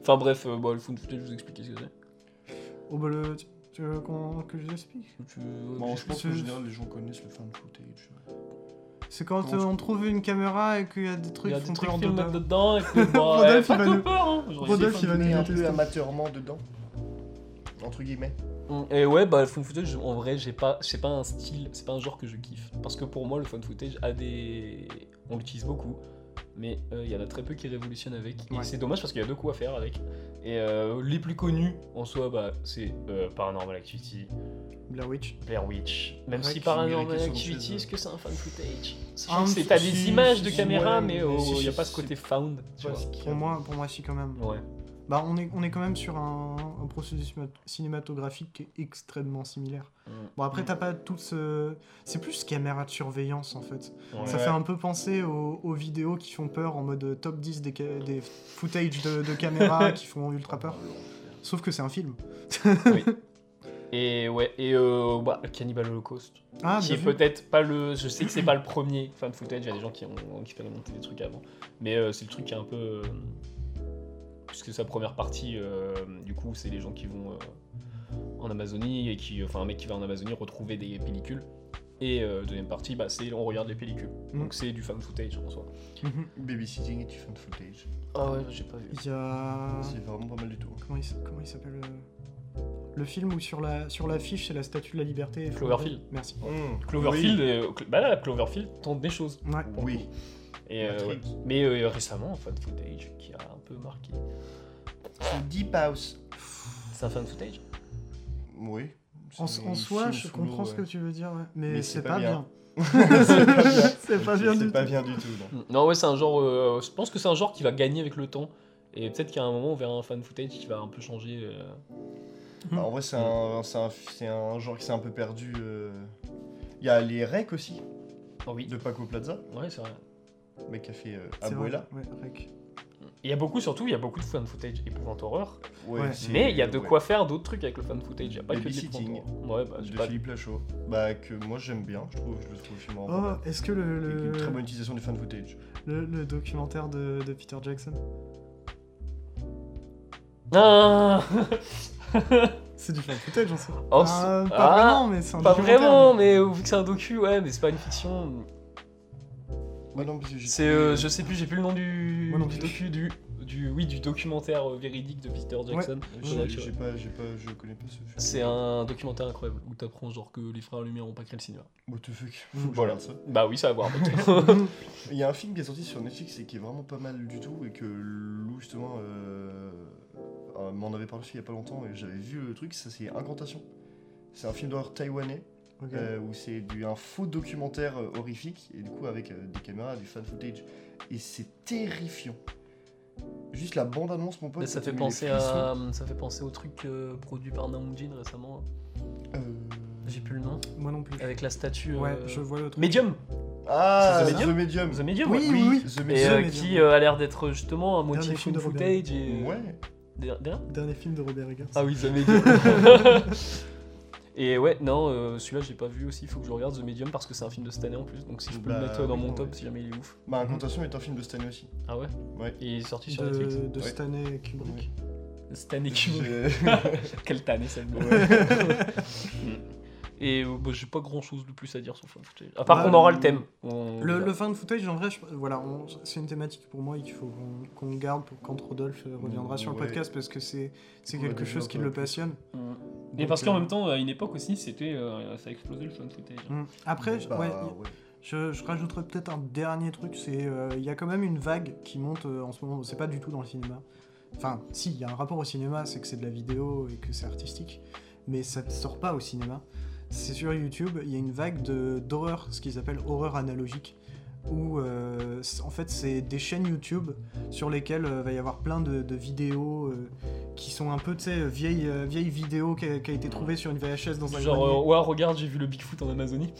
[SPEAKER 2] enfin bref, euh, bon, le found footage, je vous expliquer ce que c'est.
[SPEAKER 1] Oh bah le... Tu tu veux qu'on- que je l'explique
[SPEAKER 2] Tu-
[SPEAKER 3] Bon, je pense
[SPEAKER 1] Ce-
[SPEAKER 3] qu'en général, les gens connaissent le fan footage.
[SPEAKER 1] C'est quand
[SPEAKER 3] Comment
[SPEAKER 1] euh,
[SPEAKER 3] je-
[SPEAKER 1] on trouve une caméra et qu'il y a des
[SPEAKER 2] Il
[SPEAKER 1] trucs
[SPEAKER 2] y a
[SPEAKER 1] qui
[SPEAKER 2] des
[SPEAKER 1] font
[SPEAKER 2] trucs
[SPEAKER 1] peur
[SPEAKER 2] filmés
[SPEAKER 1] dedans.
[SPEAKER 2] dedans et puis bon,
[SPEAKER 1] Rodolphe,
[SPEAKER 2] eh,
[SPEAKER 1] il va
[SPEAKER 2] faites le
[SPEAKER 1] nous-
[SPEAKER 2] peur, hein. Genre,
[SPEAKER 1] Rodolphe,
[SPEAKER 3] Fan
[SPEAKER 1] il va nous
[SPEAKER 3] footage un
[SPEAKER 1] détester.
[SPEAKER 3] peu amateurement dedans. Entre guillemets.
[SPEAKER 2] il- Et ouais, bah le fun footage, en vrai, j'ai pas, c'est pas un style, c'est pas un genre que je kiffe. Parce que pour moi, le fun footage a des, on l'utilise beaucoup, mais euh, il y en a très peu qui révolutionnent avec. Et
[SPEAKER 1] Ouais.
[SPEAKER 2] c'est dommage parce qu'il y a deux coups à faire avec. Et euh, les plus connus en soi, bah c'est euh, Paranormal Activity,
[SPEAKER 1] Blair Witch.
[SPEAKER 2] Blair Witch. Même
[SPEAKER 1] Ouais,
[SPEAKER 2] si
[SPEAKER 1] qui
[SPEAKER 3] méritait
[SPEAKER 2] Paranormal
[SPEAKER 3] son
[SPEAKER 2] Activity,
[SPEAKER 3] chaise.
[SPEAKER 2] est-ce que c'est un fan footage
[SPEAKER 1] Ah,
[SPEAKER 2] C'est t'as
[SPEAKER 1] euh, si,
[SPEAKER 2] des images de
[SPEAKER 1] si,
[SPEAKER 2] caméra,
[SPEAKER 3] ouais,
[SPEAKER 2] mais
[SPEAKER 3] mais
[SPEAKER 2] oh,
[SPEAKER 3] si,
[SPEAKER 2] il y a
[SPEAKER 3] si,
[SPEAKER 2] pas ce
[SPEAKER 3] si.
[SPEAKER 2] côté found. Tu
[SPEAKER 3] Ouais,
[SPEAKER 2] vois.
[SPEAKER 3] c'est-
[SPEAKER 1] Pour moi, pour moi, si quand même.
[SPEAKER 2] Ouais.
[SPEAKER 1] Bah, on est, on est quand même sur un, un processus cinéma- cinématographique qui est extrêmement similaire.
[SPEAKER 2] Mm,
[SPEAKER 1] Bon, après, t'as pas tout ce. C'est plus caméra de surveillance en fait.
[SPEAKER 2] Ouais.
[SPEAKER 1] Ça fait un peu penser aux, aux vidéos qui font peur en mode euh, top 10 des, ca- des footage de, de caméra qui font ultra peur. Sauf que c'est un film.
[SPEAKER 2] Et ouais, et euh, bah, Cannibal Holocaust.
[SPEAKER 1] Ah,
[SPEAKER 2] qui
[SPEAKER 1] bien
[SPEAKER 2] est
[SPEAKER 1] vu.
[SPEAKER 2] peut-être pas le. Je sais que c'est pas le premier fan footage, il y a des gens qui ont expérimenté des trucs avant. Mais euh, c'est le truc qui est un peu. euh, puisque sa première partie, euh, du coup, c'est les gens qui vont euh, en Amazonie et qui. euh, Enfin, un mec qui va en Amazonie retrouver des pellicules. Et euh, deuxième partie, bah, c'est on regarde les pellicules.
[SPEAKER 1] Mhm.
[SPEAKER 2] Donc c'est du fan footage en soi.
[SPEAKER 1] Mhm.
[SPEAKER 3] Babysitting et du fan footage.
[SPEAKER 2] Ah ouais, j'ai pas vu.
[SPEAKER 1] Il y a.
[SPEAKER 3] C'est vraiment pas mal du tout. hein.
[SPEAKER 1] Comment il, s- comment il s'appelle euh, Le film où sur la sur l'affiche c'est la statue de la liberté. effondrée.
[SPEAKER 2] Cloverfield.
[SPEAKER 1] Merci.
[SPEAKER 2] Cloverfield, euh, Cl- bah là, Cloverfield tente des choses.
[SPEAKER 1] Ouais.
[SPEAKER 3] Oui.
[SPEAKER 2] Et, euh,
[SPEAKER 3] Matrix.
[SPEAKER 2] ouais. Mais euh, récemment, un fan footage qui a un peu marqué.
[SPEAKER 3] C'est Deep House.
[SPEAKER 2] C'est un fan footage
[SPEAKER 3] Oui.
[SPEAKER 1] En,
[SPEAKER 3] C'est
[SPEAKER 1] en
[SPEAKER 3] un
[SPEAKER 1] soi,
[SPEAKER 3] film
[SPEAKER 1] je
[SPEAKER 3] sous
[SPEAKER 1] comprends
[SPEAKER 3] l'eau,
[SPEAKER 1] ce que
[SPEAKER 3] ouais.
[SPEAKER 1] tu veux dire, ouais. mais,
[SPEAKER 3] Mais
[SPEAKER 1] c'est pas bien. c'est pas bien
[SPEAKER 3] C'est
[SPEAKER 1] du
[SPEAKER 3] pas
[SPEAKER 1] tout.
[SPEAKER 3] bien du tout, non.
[SPEAKER 2] Mm. Non, ouais, c'est un genre. euh, je pense que c'est un genre qui va gagner avec le temps. Et peut-être qu'à un moment, on verra un fan footage qui va un peu changer. euh.
[SPEAKER 1] Hmm.
[SPEAKER 3] Bah, en vrai, c'est un, c'est un- c'est un genre qui s'est un peu perdu. euh. Il y a les recs aussi.
[SPEAKER 2] Oh oui.
[SPEAKER 3] de Paco Plaza,
[SPEAKER 2] Ouais, c'est vrai.
[SPEAKER 3] le mec qui a fait euh,
[SPEAKER 1] C'est vrai,
[SPEAKER 3] Abuela.
[SPEAKER 1] Ouais, rec.
[SPEAKER 2] Il y a beaucoup, surtout, il y a beaucoup de fan footage épouvante horreur.
[SPEAKER 1] Ouais.
[SPEAKER 3] c'est-
[SPEAKER 2] Mais il y a de
[SPEAKER 3] ouais.
[SPEAKER 2] quoi faire d'autres trucs avec le fan footage. Il n'y a pas que de
[SPEAKER 3] Babysitting.
[SPEAKER 2] l'épouvante horreur. Ouais, bah, j'ai
[SPEAKER 3] de
[SPEAKER 2] pas.
[SPEAKER 3] Philippe Lachaud, bah que moi j'aime bien, je trouve, je le trouve film vraiment pas
[SPEAKER 1] Oh,
[SPEAKER 3] mal.
[SPEAKER 1] est-ce que le,
[SPEAKER 3] Avec
[SPEAKER 1] le,
[SPEAKER 3] une très bonne utilisation du fan footage.
[SPEAKER 1] le- le documentaire de, de Peter Jackson
[SPEAKER 2] Ah
[SPEAKER 1] C'est du fan footage, j'en sais.
[SPEAKER 2] Oh,
[SPEAKER 1] Ah,
[SPEAKER 2] c'est-
[SPEAKER 1] pas
[SPEAKER 2] ah,
[SPEAKER 1] vraiment, mais c'est un
[SPEAKER 2] Pas
[SPEAKER 1] documentaire.
[SPEAKER 2] vraiment, mais euh, vu que c'est un docu, ouais, mais c'est pas une fiction.
[SPEAKER 3] Ouais, Bah non, parce que j'ai
[SPEAKER 2] C'est,
[SPEAKER 3] trouvé-
[SPEAKER 2] euh, je sais plus, j'ai plus le nom du,
[SPEAKER 1] Moi non
[SPEAKER 2] du
[SPEAKER 1] plus.
[SPEAKER 2] docu, du, du, oui, du documentaire euh, véridique de Peter Jackson.
[SPEAKER 3] j'ai-
[SPEAKER 2] Ouais, tu
[SPEAKER 3] j'ai
[SPEAKER 2] vois.
[SPEAKER 3] pas, j'ai pas, je connais pas ce film.
[SPEAKER 2] C'est un documentaire incroyable où t'apprends genre que les frères Lumière ont pas créé le cinéma.
[SPEAKER 3] What the fuck Faut
[SPEAKER 1] Mm.
[SPEAKER 3] que je
[SPEAKER 2] Mmh. Voilà.
[SPEAKER 3] regarde ça.
[SPEAKER 2] Bah oui, ça va voir. mec.
[SPEAKER 1] Mhm.
[SPEAKER 3] Il y a un film qui est sorti sur Netflix et qui est vraiment pas mal du tout et que Lou justement euh, euh, m'en avait parlé il y a pas longtemps et j'avais vu le truc, ça c'est Incantation. C'est un film d'horreur taïwanais
[SPEAKER 1] Ok.
[SPEAKER 3] euh, où c'est du- un faux documentaire euh, horrifique et du coup avec euh, des caméras, du fan footage et c'est terrifiant. Juste la bande annonce mon pote.
[SPEAKER 2] Mais ça
[SPEAKER 3] te
[SPEAKER 2] fait
[SPEAKER 3] met les
[SPEAKER 2] penser
[SPEAKER 3] frissons.
[SPEAKER 2] à, ça fait penser au truc euh, produit par Naounjin récemment.
[SPEAKER 3] Euh,
[SPEAKER 2] J'ai plus le nom.
[SPEAKER 1] Moi non plus.
[SPEAKER 2] Avec la statue.
[SPEAKER 1] Mm. Ouais,
[SPEAKER 2] euh,
[SPEAKER 1] je vois le truc.
[SPEAKER 2] Medium.
[SPEAKER 3] Ah,
[SPEAKER 2] C'est
[SPEAKER 3] The Medium,
[SPEAKER 2] The Medium.
[SPEAKER 1] Oui,
[SPEAKER 2] ouais.
[SPEAKER 1] oui, oui.
[SPEAKER 3] The
[SPEAKER 2] Et
[SPEAKER 3] Medium.
[SPEAKER 2] euh,
[SPEAKER 1] Medium.
[SPEAKER 2] qui euh, a l'air d'être justement un
[SPEAKER 1] Dernier
[SPEAKER 2] moitié
[SPEAKER 1] film
[SPEAKER 2] found
[SPEAKER 1] de Robert.
[SPEAKER 2] footage et. euh,
[SPEAKER 3] Ouais.
[SPEAKER 2] Der- der-
[SPEAKER 1] Dernier film de Robert Eggers.
[SPEAKER 2] Ah oui, The Medium. Et ouais, non, euh, celui-là j'ai pas vu aussi, il faut que je regarde The Medium parce que c'est un film de cette année en plus, donc si je peux
[SPEAKER 3] Bah
[SPEAKER 2] le mettre euh, dans
[SPEAKER 3] oui,
[SPEAKER 2] mon
[SPEAKER 3] ouais.
[SPEAKER 2] top si jamais il est ouf.
[SPEAKER 3] Bah, Incantation est un film de Stanley aussi.
[SPEAKER 2] Ah ouais
[SPEAKER 3] Ouais.
[SPEAKER 2] Et il est sorti sur Netflix
[SPEAKER 1] De, de
[SPEAKER 3] Ouais.
[SPEAKER 1] Stanley Kubrick.
[SPEAKER 2] Cette année qui me- Quelle tannée celle Et euh, bah, j'ai pas grand chose de plus à dire sur Fun Footage. À part
[SPEAKER 1] Bah,
[SPEAKER 2] qu'on aura le
[SPEAKER 3] le-
[SPEAKER 2] thème. On-
[SPEAKER 1] Le, le fan footage, en vrai, je- voilà, on- c'est une thématique pour moi qu'il faut qu'on- qu'on garde pour quand Rodolphe euh, reviendra sur le
[SPEAKER 3] Mmh, Ouais.
[SPEAKER 1] podcast parce que c'est c'est
[SPEAKER 3] Ouais,
[SPEAKER 1] quelque
[SPEAKER 3] déjà,
[SPEAKER 1] chose qui
[SPEAKER 3] ouais,
[SPEAKER 1] le
[SPEAKER 3] plus.
[SPEAKER 1] passionne.
[SPEAKER 2] Mm. Et
[SPEAKER 1] Donc,
[SPEAKER 2] parce qu'en
[SPEAKER 1] euh,
[SPEAKER 2] même temps, à une époque aussi, c'était, euh, ça a explosé le fan footage.
[SPEAKER 1] Mm. Après, je-
[SPEAKER 3] Bah,
[SPEAKER 1] ouais,
[SPEAKER 3] ouais.
[SPEAKER 1] je, je rajouterais peut-être un dernier truc, c'est euh, il y a quand même une vague qui monte euh, en ce moment, c'est pas du tout dans le cinéma. Enfin, si, il y a un rapport au cinéma, c'est que c'est de la vidéo et que c'est artistique, mais ça ne sort pas au cinéma. C'est sur YouTube, il y a une vague de- d'horreur, ce qu'ils appellent horreur analogique, où euh, c'est- en fait c'est des chaînes YouTube sur lesquelles euh, va y avoir plein de, de vidéos euh, qui sont un peu, tu sais, vieilles, euh, vieilles vidéos qui a, qui a été trouvée sur une VHS dans un
[SPEAKER 2] Genre,
[SPEAKER 1] grenier.
[SPEAKER 2] euh, ouais, regarde, j'ai vu le Bigfoot en Amazonie.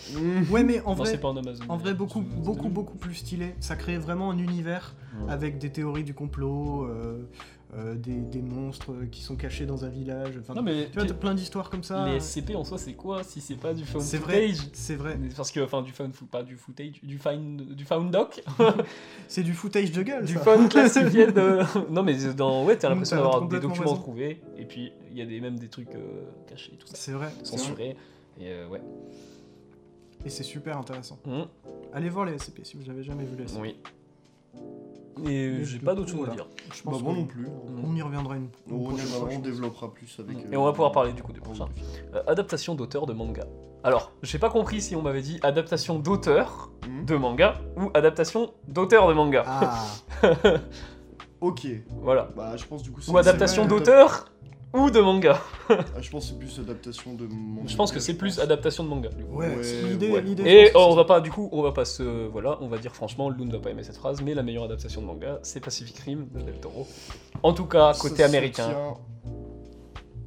[SPEAKER 1] Ouais, mais en
[SPEAKER 2] non,
[SPEAKER 1] vrai,
[SPEAKER 2] c'est pas en Amazonie.
[SPEAKER 1] en vrai, beaucoup,
[SPEAKER 2] C'est- c'est
[SPEAKER 1] beaucoup,
[SPEAKER 2] Amazonie.
[SPEAKER 1] beaucoup plus stylé. Ça crée vraiment un univers
[SPEAKER 2] Ouais.
[SPEAKER 1] avec des théories du complot, euh, euh, des, des monstres euh, qui sont cachés dans un village. Enfin,
[SPEAKER 2] Non, mais
[SPEAKER 1] tu vois, t'as plein d'histoires comme ça.
[SPEAKER 2] les SCP en soi, c'est quoi si c'est pas du fan
[SPEAKER 1] C'est
[SPEAKER 2] footage
[SPEAKER 1] vrai, c'est vrai.
[SPEAKER 2] Mais Parce que, enfin, du fan, fo- pas du footage, du fan, du found doc,
[SPEAKER 1] C'est du footage de gueule.
[SPEAKER 2] du
[SPEAKER 1] ça. Mmh,
[SPEAKER 2] fan classifié de. Non, mais dans. Ouais, t'as l'impression
[SPEAKER 1] T'as
[SPEAKER 2] d'avoir des
[SPEAKER 1] complètement
[SPEAKER 2] documents
[SPEAKER 1] raison.
[SPEAKER 2] trouvés, et puis il y a des, même des trucs euh, cachés, tout ça,
[SPEAKER 1] C'est vrai.
[SPEAKER 2] censurés, et euh, ouais.
[SPEAKER 1] Et c'est super intéressant.
[SPEAKER 2] Hum.
[SPEAKER 1] Allez voir les SCP si vous n'avez jamais vu les SCP.
[SPEAKER 2] Mmh, Oui. Et euh,
[SPEAKER 1] Mais
[SPEAKER 2] j'ai
[SPEAKER 1] du
[SPEAKER 2] pas
[SPEAKER 1] coup,
[SPEAKER 2] d'autre chose à
[SPEAKER 1] voilà. Mmh.
[SPEAKER 2] dire. Mmh.
[SPEAKER 1] Je
[SPEAKER 3] Bah,
[SPEAKER 1] pense
[SPEAKER 3] moi
[SPEAKER 1] qu'on-
[SPEAKER 3] non plus.
[SPEAKER 1] On y reviendra une, une
[SPEAKER 3] On,
[SPEAKER 1] prochaine fois.
[SPEAKER 3] on développera plus avec. euh,
[SPEAKER 2] Et on va pouvoir parler du coup des prochains. Euh, adaptation d'auteur de manga. Alors, j'ai pas compris si on m'avait dit adaptation d'auteur
[SPEAKER 1] Hmm
[SPEAKER 3] Mhm.
[SPEAKER 2] de manga ou adaptation d'auteur de manga.
[SPEAKER 1] Ah,
[SPEAKER 3] Ok.
[SPEAKER 2] Voilà.
[SPEAKER 3] Bah, je pense du coup. c'est-
[SPEAKER 2] Ou adaptation
[SPEAKER 3] c'est-
[SPEAKER 2] d'auteur ou de manga.
[SPEAKER 3] Ah, Je pense que c'est plus adaptation de. mon-
[SPEAKER 2] Je pense que c'est plus adaptation de manga. du coup.
[SPEAKER 1] ouais,
[SPEAKER 3] Ouais,
[SPEAKER 1] c'est l'idée.
[SPEAKER 3] ouais.
[SPEAKER 1] l'idée,
[SPEAKER 2] Et oh,
[SPEAKER 1] je pense
[SPEAKER 2] on
[SPEAKER 1] que
[SPEAKER 2] va pas, du coup, on va pas se. Voilà, on va dire franchement, Lou ne va pas aimer cette phrase, mais la meilleure adaptation de manga, c'est Pacific Rim de Del Toro. En tout cas,
[SPEAKER 3] Ça
[SPEAKER 2] côté
[SPEAKER 3] se
[SPEAKER 2] américain.
[SPEAKER 3] tient-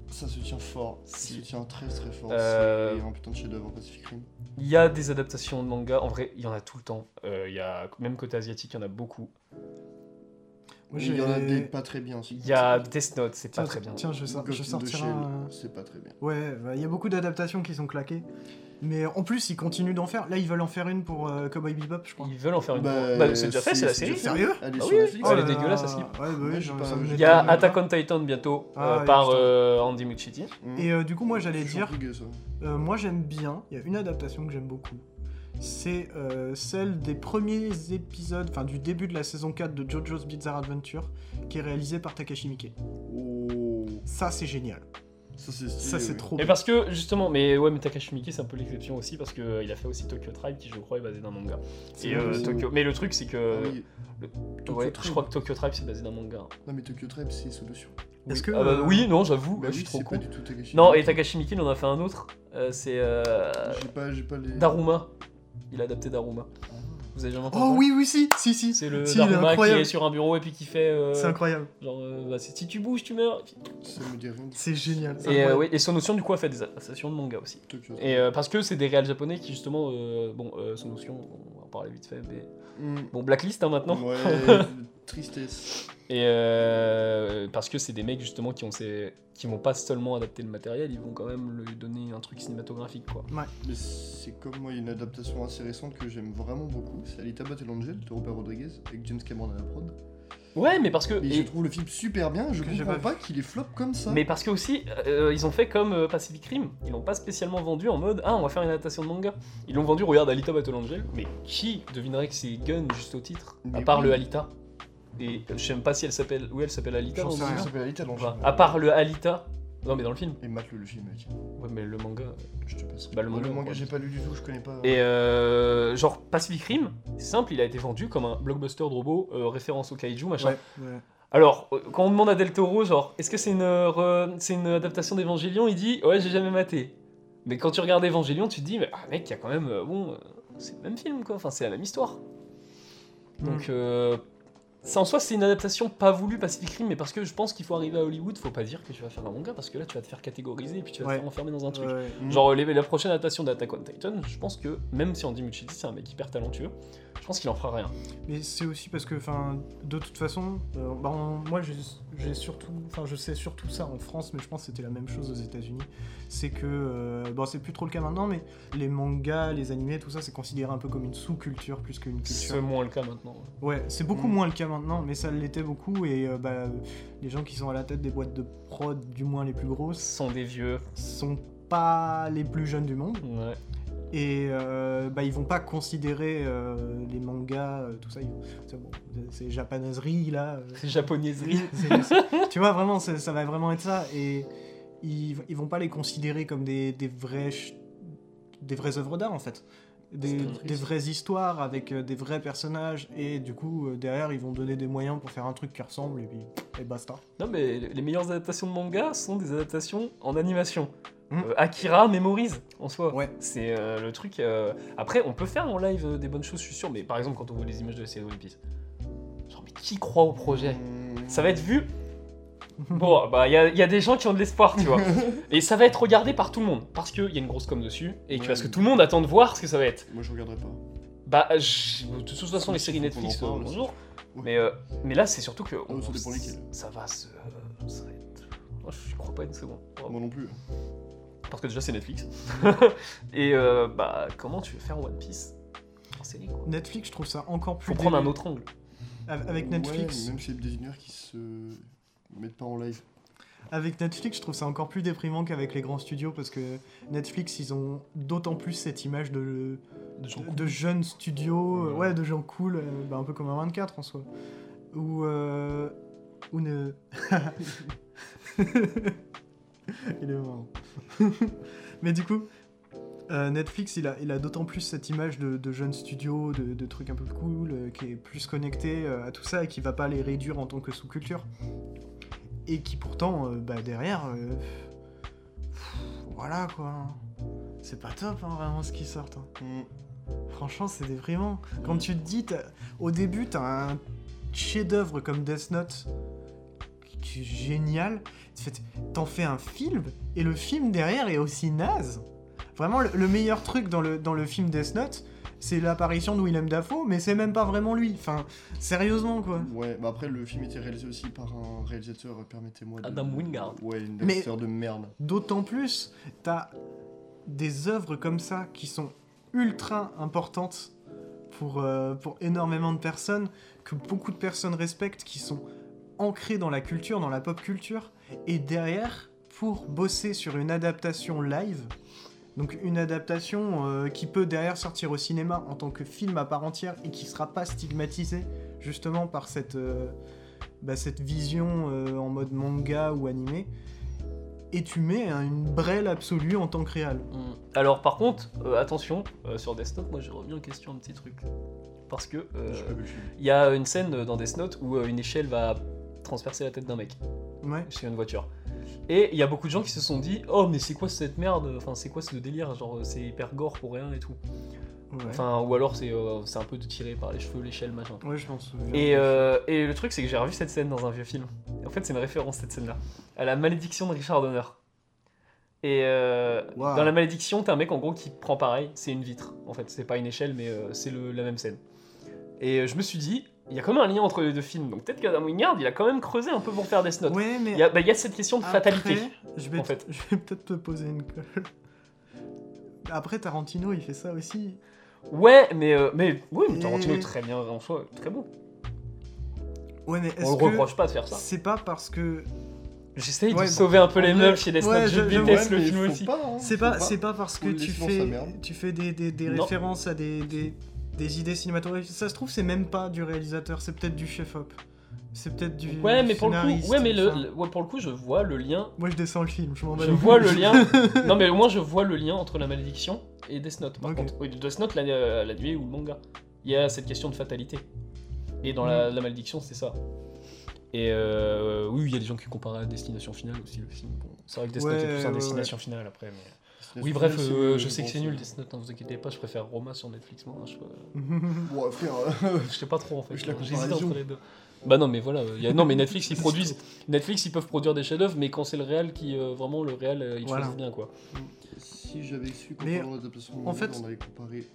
[SPEAKER 3] Ça se tient fort.
[SPEAKER 2] Si.
[SPEAKER 3] Ça se tient très très fort.
[SPEAKER 2] Euh,
[SPEAKER 3] C'est un putain de chef-d'œuvre Pacific Rim.
[SPEAKER 2] Il y a des adaptations de manga, en vrai, il y en a tout le temps. Euh, il y a, même côté asiatique, il y en a beaucoup.
[SPEAKER 1] Moi,
[SPEAKER 3] Mais Il y en a
[SPEAKER 1] j'ai-
[SPEAKER 3] des pas très bien aussi.
[SPEAKER 2] Il y a Death Note, c'est pas
[SPEAKER 1] Tiens,
[SPEAKER 2] très bien.
[SPEAKER 1] Tiens, je, sors-
[SPEAKER 3] Ghost
[SPEAKER 1] je
[SPEAKER 3] in the
[SPEAKER 1] sortirai
[SPEAKER 3] Shell,
[SPEAKER 1] un-
[SPEAKER 3] C'est pas très bien.
[SPEAKER 1] Ouais, bah, il y a beaucoup d'adaptations qui sont claquées. Mais en plus, ils continuent d'en faire. Là, ils veulent en faire une pour euh, Cowboy Bebop, je crois.
[SPEAKER 2] Ils veulent en faire une.
[SPEAKER 3] Bah,
[SPEAKER 2] Bah, c'est déjà fait, c'est la
[SPEAKER 3] déjà
[SPEAKER 2] série.
[SPEAKER 3] fait.
[SPEAKER 1] Sérieux Oh
[SPEAKER 3] Elle est
[SPEAKER 2] Bah
[SPEAKER 3] sur
[SPEAKER 2] oui,
[SPEAKER 3] Netflix.
[SPEAKER 2] elle
[SPEAKER 1] là
[SPEAKER 2] est
[SPEAKER 1] là.
[SPEAKER 2] dégueulasse, la slip.
[SPEAKER 1] Ouais, bah oui,
[SPEAKER 3] Moi, j'ai
[SPEAKER 1] j'en-
[SPEAKER 3] pas-
[SPEAKER 1] ça me
[SPEAKER 3] j'ai
[SPEAKER 2] Il y a
[SPEAKER 1] m'étonne pas.
[SPEAKER 2] Attack on Titan bientôt,
[SPEAKER 1] Ah,
[SPEAKER 2] euh,
[SPEAKER 1] oui,
[SPEAKER 2] par
[SPEAKER 1] putain.
[SPEAKER 2] euh, Andy Muschietti.
[SPEAKER 1] Et euh, du coup, moi, j'allais
[SPEAKER 3] Je suis
[SPEAKER 1] dire,
[SPEAKER 3] intrigué, ça.
[SPEAKER 1] euh, moi, j'aime bien. Il y a une adaptation que j'aime beaucoup. C'est euh, celle des premiers épisodes, enfin du début de la saison 4 de JoJo's Bizarre Adventure, qui est réalisée par Takashi Miike.
[SPEAKER 3] Oh.
[SPEAKER 1] Ça, c'est génial.
[SPEAKER 3] Ça c'est
[SPEAKER 1] Ça, c'est trop
[SPEAKER 2] Et
[SPEAKER 1] bien.
[SPEAKER 2] parce que, justement, mais ouais, mais Takashi Miike, c'est un peu l'exception aussi, parce que euh, il a fait aussi Tokyo Tribe, qui je crois est basé d'un manga.
[SPEAKER 1] C'est
[SPEAKER 2] Et
[SPEAKER 1] vrai,
[SPEAKER 2] euh,
[SPEAKER 1] c'est- Ah
[SPEAKER 2] Tokyo... Mais le truc, c'est
[SPEAKER 3] Euh,
[SPEAKER 2] que.
[SPEAKER 3] Tokyo
[SPEAKER 2] ouais, je
[SPEAKER 3] Tribe.
[SPEAKER 2] crois que Ah Tokyo Tribe, c'est basé d'un manga.
[SPEAKER 3] Non mais Tokyo Tribe c'est solution.
[SPEAKER 1] Est-ce
[SPEAKER 2] Oui.
[SPEAKER 1] que,
[SPEAKER 2] Ah bah
[SPEAKER 1] euh,
[SPEAKER 2] oui, non, j'avoue,
[SPEAKER 3] Bah
[SPEAKER 2] je suis
[SPEAKER 3] oui,
[SPEAKER 2] trop
[SPEAKER 3] c'est pas
[SPEAKER 2] con.
[SPEAKER 3] du tout Takashi.
[SPEAKER 2] Non, et Takashi Miike, il en a fait un autre. euh, c'est. euh,
[SPEAKER 3] J'ai pas, j'ai pas les.
[SPEAKER 2] Daruma. Il a adapté Daruma.
[SPEAKER 3] Ah.
[SPEAKER 2] Vous avez jamais entendu
[SPEAKER 1] Oh
[SPEAKER 2] ça
[SPEAKER 1] oui, oui, si, si, si.
[SPEAKER 2] C'est le
[SPEAKER 1] Si, il est
[SPEAKER 2] Daruma qui
[SPEAKER 1] incroyable.
[SPEAKER 2] est sur un bureau et puis qui fait. euh,
[SPEAKER 1] C'est incroyable.
[SPEAKER 2] Genre, euh, bah, c'est si tu bouges, tu meurs.
[SPEAKER 3] Ça me dit rien du
[SPEAKER 1] C'est génial.
[SPEAKER 2] Et,
[SPEAKER 1] c'est
[SPEAKER 2] euh,
[SPEAKER 1] incroyable.
[SPEAKER 2] oui, et Son Notion, du coup, a fait des adaptations de manga aussi.
[SPEAKER 3] tout. que-
[SPEAKER 2] Et euh, parce que c'est des réels japonais qui, justement, euh, bon, euh, Son Notion, on va en parler vite fait, mais.
[SPEAKER 3] Hmm.
[SPEAKER 2] Bon, Blacklist hein, maintenant.
[SPEAKER 3] Ouais, tristesse.
[SPEAKER 2] Et euh, parce que c'est des mecs justement qui ont ces... qui vont pas seulement adapter le matériel, ils vont quand même lui donner un truc cinématographique quoi.
[SPEAKER 3] Mais c'est comme moi, il y a une adaptation assez récente que j'aime vraiment beaucoup. C'est Alita Battle Angel de Robert Rodriguez avec James Cameron à la prod.
[SPEAKER 2] Ouais, mais parce que
[SPEAKER 3] Et,
[SPEAKER 2] et-
[SPEAKER 3] je trouve le film super bien. Je
[SPEAKER 1] Que j'ai
[SPEAKER 3] comprends
[SPEAKER 1] pas
[SPEAKER 3] pas, qu'il est flop comme ça.
[SPEAKER 2] mais parce que aussi euh, ils ont fait comme euh, Pacific Rim, ils l'ont pas spécialement vendu en mode ah on va faire une adaptation de manga. Ils l'ont vendu regarde Alita Battle Angel, mais qui devinerait que c'est Gun juste au titre à
[SPEAKER 3] Mais
[SPEAKER 2] part
[SPEAKER 3] oui.
[SPEAKER 2] le Alita. Et euh, je sais même pas si elle s'appelle oui elle s'appelle Alita.
[SPEAKER 1] J'en
[SPEAKER 2] dans
[SPEAKER 1] sais
[SPEAKER 2] le
[SPEAKER 1] rien.
[SPEAKER 3] Ça
[SPEAKER 2] film.
[SPEAKER 3] s'appelle Alita dans le
[SPEAKER 2] Enfin,
[SPEAKER 3] film.
[SPEAKER 2] à part le Alita. Non mais dans le film.
[SPEAKER 3] Bah, ah, Et mate le, le film, mec.
[SPEAKER 2] Ouais mais le manga.
[SPEAKER 3] Je te passe.
[SPEAKER 2] Bah, le
[SPEAKER 3] le
[SPEAKER 2] manga, quoi.
[SPEAKER 3] manga j'ai pas lu du tout, je connais pas.
[SPEAKER 2] Et euh, genre Pacific Rim, c'est simple, il a été vendu comme un blockbuster de robots, euh, référence au kaiju, machin.
[SPEAKER 1] Ouais, ouais.
[SPEAKER 2] Alors, euh, quand on demande à Del Toro, genre, est-ce que c'est une, euh, re- c'est une adaptation d'Evangelion Il dit, ouais, j'ai jamais maté. Mais quand tu regardes Evangelion, tu te dis, mais, ah, mec, il y a quand même, euh, bon, euh, c'est le même film, quoi, enfin, c'est la même histoire.
[SPEAKER 1] Hmm.
[SPEAKER 2] Donc, euh, ça en soi, c'est une adaptation pas voulue Pacific Rim, mais parce que je pense qu'il faut arriver à Hollywood, faut pas dire que tu vas faire un manga, parce que là, tu vas te faire catégoriser et puis tu vas
[SPEAKER 1] Ouais.
[SPEAKER 2] te faire enfermer dans un truc.
[SPEAKER 1] Ouais.
[SPEAKER 3] Mm.
[SPEAKER 2] Genre les- la prochaine adaptation d'Attack on Titan, je pense que même si Andy Muschietti c'est un mec hyper talentueux, je pense qu'il en fera rien.
[SPEAKER 1] Mais c'est aussi parce que, enfin, de toute façon, euh, bah, on- moi, j'ai- j'ai surtout, enfin, je sais surtout ça en France, mais je pense que c'était la même chose aux États-Unis. C'est que, euh, bon, c'est plus trop le cas maintenant, mais les mangas, les animés, tout ça, c'est considéré un peu comme une sous-culture plus qu'une
[SPEAKER 2] C'est
[SPEAKER 1] culture.
[SPEAKER 2] moins le cas maintenant.
[SPEAKER 1] Ouais, c'est beaucoup
[SPEAKER 3] Mm.
[SPEAKER 1] moins le cas maintenant, mais ça l'était beaucoup, et euh, bah, les gens qui sont à la tête des boîtes de prod, du moins les plus
[SPEAKER 2] Ce
[SPEAKER 1] grosses,
[SPEAKER 2] sont des vieux.
[SPEAKER 1] sont pas les plus jeunes du monde.
[SPEAKER 2] Ouais.
[SPEAKER 1] et euh, bah, ils vont pas considérer euh, les mangas, euh, tout ça. ils- C'est bon, c'est japonaiserie là. euh,
[SPEAKER 2] C'est japonaiserie.
[SPEAKER 1] c'est- c'est- tu vois vraiment, c'est- ça va vraiment être ça. Et ils, ils vont pas les considérer comme des, des vrais ch- des vraies œuvres d'art en fait. Des,
[SPEAKER 3] C'est triste.
[SPEAKER 1] des vraies histoires avec euh, des vrais personnages et du coup euh, derrière ils vont donner des moyens pour faire un truc qui ressemble et puis et basta.
[SPEAKER 2] Non mais les meilleures adaptations de manga sont des adaptations en animation.
[SPEAKER 1] Mm.
[SPEAKER 2] Euh, Akira mémorise en soi.
[SPEAKER 1] Ouais.
[SPEAKER 2] C'est euh, le truc. euh, Après, on peut faire en live euh, des bonnes choses, je suis sûr. Mais par exemple, quand on voit les images de la série One Piece, genre mais qui croit au projet
[SPEAKER 3] Mm.
[SPEAKER 2] Ça va être vu Bon, bah, il y, a- y a des gens qui ont de l'espoir, tu vois. et ça va être regardé par tout le monde. Parce qu'il y a une grosse com dessus. Et que,
[SPEAKER 3] Ouais,
[SPEAKER 2] parce que
[SPEAKER 3] mais-
[SPEAKER 2] tout le monde attend de voir ce que ça va être.
[SPEAKER 3] Moi je regarderai pas.
[SPEAKER 2] Bah, je- de toute façon, les
[SPEAKER 3] Faut
[SPEAKER 2] séries
[SPEAKER 3] qu'on
[SPEAKER 2] Netflix,
[SPEAKER 3] en
[SPEAKER 2] euh,
[SPEAKER 3] parle.
[SPEAKER 2] bonjour.
[SPEAKER 3] Ouais.
[SPEAKER 2] Mais, euh, mais là, c'est surtout que.
[SPEAKER 3] ça dépend lesquels.
[SPEAKER 2] ça va se. euh, ça va être- Moi, je crois pas une seconde. Oh.
[SPEAKER 3] Moi non plus.
[SPEAKER 2] Parce que déjà, c'est Netflix. et euh, bah, comment tu veux faire One Piece en série, quoi
[SPEAKER 1] Netflix je trouve ça encore plus.
[SPEAKER 2] Faut prendre un
[SPEAKER 1] débile.
[SPEAKER 2] autre angle.
[SPEAKER 1] Av- Avec Netflix,
[SPEAKER 3] Ouais, mais même c'est des univers qui se mettent pas en live.
[SPEAKER 1] Avec Netflix, je trouve ça encore plus déprimant qu'avec les grands studios parce que Netflix, ils ont d'autant plus cette image de,
[SPEAKER 2] De
[SPEAKER 3] Euh,
[SPEAKER 2] gens
[SPEAKER 1] de jeunes studios, euh,
[SPEAKER 2] Ouais.
[SPEAKER 1] ouais, de gens cool, euh, bah, un peu comme un 24 en soi. Ou. euh, ou ne. il est marrant. Mais du coup. euh, Netflix, il a, il a d'autant plus cette image de, de jeunes studios, de, de trucs un peu cool, euh, qui est plus connecté euh, à tout ça et qui va pas les réduire en tant que sous-culture. Et qui pourtant, euh, bah, derrière, euh, pff, voilà quoi. C'est pas top hein, vraiment ce qu'ils sortent. hein.
[SPEAKER 3] Mm.
[SPEAKER 1] Franchement, c'est déprimant. Quand tu te dis, t'as- au début, t'as un chef-d'œuvre comme Death Note, qui est génial. Tu fais- T'en fais un film, et le film derrière est aussi naze. Vraiment, le, le meilleur truc dans le, dans le film Death Note, c'est l'apparition de Willem Dafoe, mais c'est même pas vraiment lui. Enfin, sérieusement, quoi.
[SPEAKER 3] Ouais, bah après le film était réalisé aussi par un réalisateur, euh, permettez-moi. de-
[SPEAKER 2] Adam Wingard.
[SPEAKER 3] Ouais, une
[SPEAKER 1] Mais-
[SPEAKER 3] réalisateur de merde.
[SPEAKER 1] D'autant plus, t'as des œuvres comme ça qui sont ultra importantes pour, euh, pour énormément de personnes, que beaucoup de personnes respectent, qui sont ancrées dans la culture, dans la pop culture, et derrière, pour bosser sur une adaptation live, donc une adaptation euh, qui peut derrière sortir au cinéma en tant que film à part entière et qui sera pas stigmatisée justement par cette, euh, bah, cette vision euh, en mode manga ou animé, et tu mets hein, une brèle absolue en tant que réal.
[SPEAKER 2] Mm. Alors par contre, euh, attention, euh, sur Death Note, moi j'ai remis en question un petit truc. Parce que euh,
[SPEAKER 3] J'ai pas vu le film.
[SPEAKER 2] il y a une scène euh, dans Death Note où euh, une échelle va transpercer la tête d'un mec
[SPEAKER 1] Ouais.
[SPEAKER 2] chez une voiture. Et il y a beaucoup de gens qui se sont dit Oh, mais c'est quoi cette merde Enfin, c'est quoi ce délire Genre, euh, c'est hyper gore pour rien et tout.
[SPEAKER 1] Ouais.
[SPEAKER 2] Enfin, ou alors c'est euh, c'est un peu tiré par les cheveux, l'échelle, machin.
[SPEAKER 1] Ouais, je pense.
[SPEAKER 2] Et, euh, et le truc, c'est que j'ai revu cette scène dans un vieux film. En fait, c'est une référence, cette scène-là, à La Malédiction de Richard Donner. Et euh,
[SPEAKER 1] Waouh.
[SPEAKER 2] dans La Malédiction, t'as un mec, en gros, qui prend pareil, c'est une vitre. En fait, c'est pas une échelle, mais euh, c'est le- la même scène. Et euh, je me suis dit, il y a quand même un lien entre les deux films. Donc peut-être qu'Adam Wingard, il a quand même creusé un peu pour faire des notes.
[SPEAKER 1] Ouais, mais
[SPEAKER 2] Il y, a, bah, il y a cette question de
[SPEAKER 1] Après,
[SPEAKER 2] fatalité.
[SPEAKER 1] Je vais,
[SPEAKER 2] en fait.
[SPEAKER 1] je vais peut-être te poser une colle. Après, Tarantino, il fait ça aussi.
[SPEAKER 2] Ouais, mais, euh, mais oui, mais
[SPEAKER 1] Et-
[SPEAKER 2] Tarantino, très bien en soi, très beau.
[SPEAKER 1] Ouais, mais
[SPEAKER 2] On
[SPEAKER 1] est-ce
[SPEAKER 2] le
[SPEAKER 1] que
[SPEAKER 2] reproche pas de faire ça.
[SPEAKER 1] c'est pas parce que
[SPEAKER 2] J'essaye
[SPEAKER 1] Ouais,
[SPEAKER 2] de
[SPEAKER 1] bon,
[SPEAKER 2] sauver un peu
[SPEAKER 1] en
[SPEAKER 2] les
[SPEAKER 1] vrai-
[SPEAKER 2] meubles chez les
[SPEAKER 1] ouais,
[SPEAKER 2] Snatch, je
[SPEAKER 1] je- je
[SPEAKER 2] déteste
[SPEAKER 3] Ouais,
[SPEAKER 2] le
[SPEAKER 3] mais
[SPEAKER 2] film
[SPEAKER 3] faut
[SPEAKER 2] aussi.
[SPEAKER 3] pas, hein,
[SPEAKER 1] c'est
[SPEAKER 3] faut
[SPEAKER 1] pas c'est pas parce que
[SPEAKER 3] Ou
[SPEAKER 1] tu
[SPEAKER 3] laisse-moi sa
[SPEAKER 1] fais
[SPEAKER 3] merde.
[SPEAKER 1] tu fais des, des, des
[SPEAKER 2] Non.
[SPEAKER 1] références à des, des, des idées cinématographiques. Ça se trouve, c'est même pas du réalisateur, c'est peut-être du chef op. C'est peut-être du
[SPEAKER 2] Ouais,
[SPEAKER 1] du
[SPEAKER 2] mais pour le coup,
[SPEAKER 1] scénariste,
[SPEAKER 2] ouais, mais le,
[SPEAKER 1] enfin.
[SPEAKER 2] le- ouais, pour le coup, je vois le lien.
[SPEAKER 1] Moi, je descends le film. Je m'en bats
[SPEAKER 2] Je
[SPEAKER 1] les
[SPEAKER 2] vois le
[SPEAKER 1] couilles.
[SPEAKER 2] lien. Non, mais au moins, je vois le lien entre la malédiction et Death Note. Par
[SPEAKER 1] Ok.
[SPEAKER 2] contre, Oui, Death Note, la, euh, la nuée ou le manga, il y a cette question de fatalité. Et dans
[SPEAKER 1] Mm.
[SPEAKER 2] la, la malédiction, c'est ça. Et euh, oui, il y a des gens qui comparent à Destination Finale aussi le film. Bon, c'est vrai que Death Note
[SPEAKER 1] Ouais,
[SPEAKER 2] est plus un
[SPEAKER 1] ouais,
[SPEAKER 2] Destination Finale après. Mais...
[SPEAKER 3] Destination
[SPEAKER 2] Oui, bref,
[SPEAKER 3] Finale, c'est
[SPEAKER 2] euh,
[SPEAKER 3] le-
[SPEAKER 2] je
[SPEAKER 3] le
[SPEAKER 2] sais que
[SPEAKER 3] grand
[SPEAKER 2] c'est nul
[SPEAKER 3] film.
[SPEAKER 2] Death Note, ne vous inquiétez pas, je préfère Roma sur Netflix. Moi, hein, je,
[SPEAKER 3] Ouais, frère, euh,
[SPEAKER 2] je sais pas trop en fait.
[SPEAKER 3] Je la
[SPEAKER 2] J'hésite
[SPEAKER 3] comparaison.
[SPEAKER 2] entre les deux. Bah non, mais voilà. il y a- Non, mais Netflix, ils produisent. Netflix, ils peuvent produire des chefs-d'œuvre, mais quand c'est le réel qui euh, vraiment le réel, euh, ils
[SPEAKER 1] Voilà.
[SPEAKER 2] choisissent bien quoi.
[SPEAKER 3] si j'avais su
[SPEAKER 1] Mais,
[SPEAKER 3] comparer l'adaptation,
[SPEAKER 1] en fait-
[SPEAKER 3] on allait comparer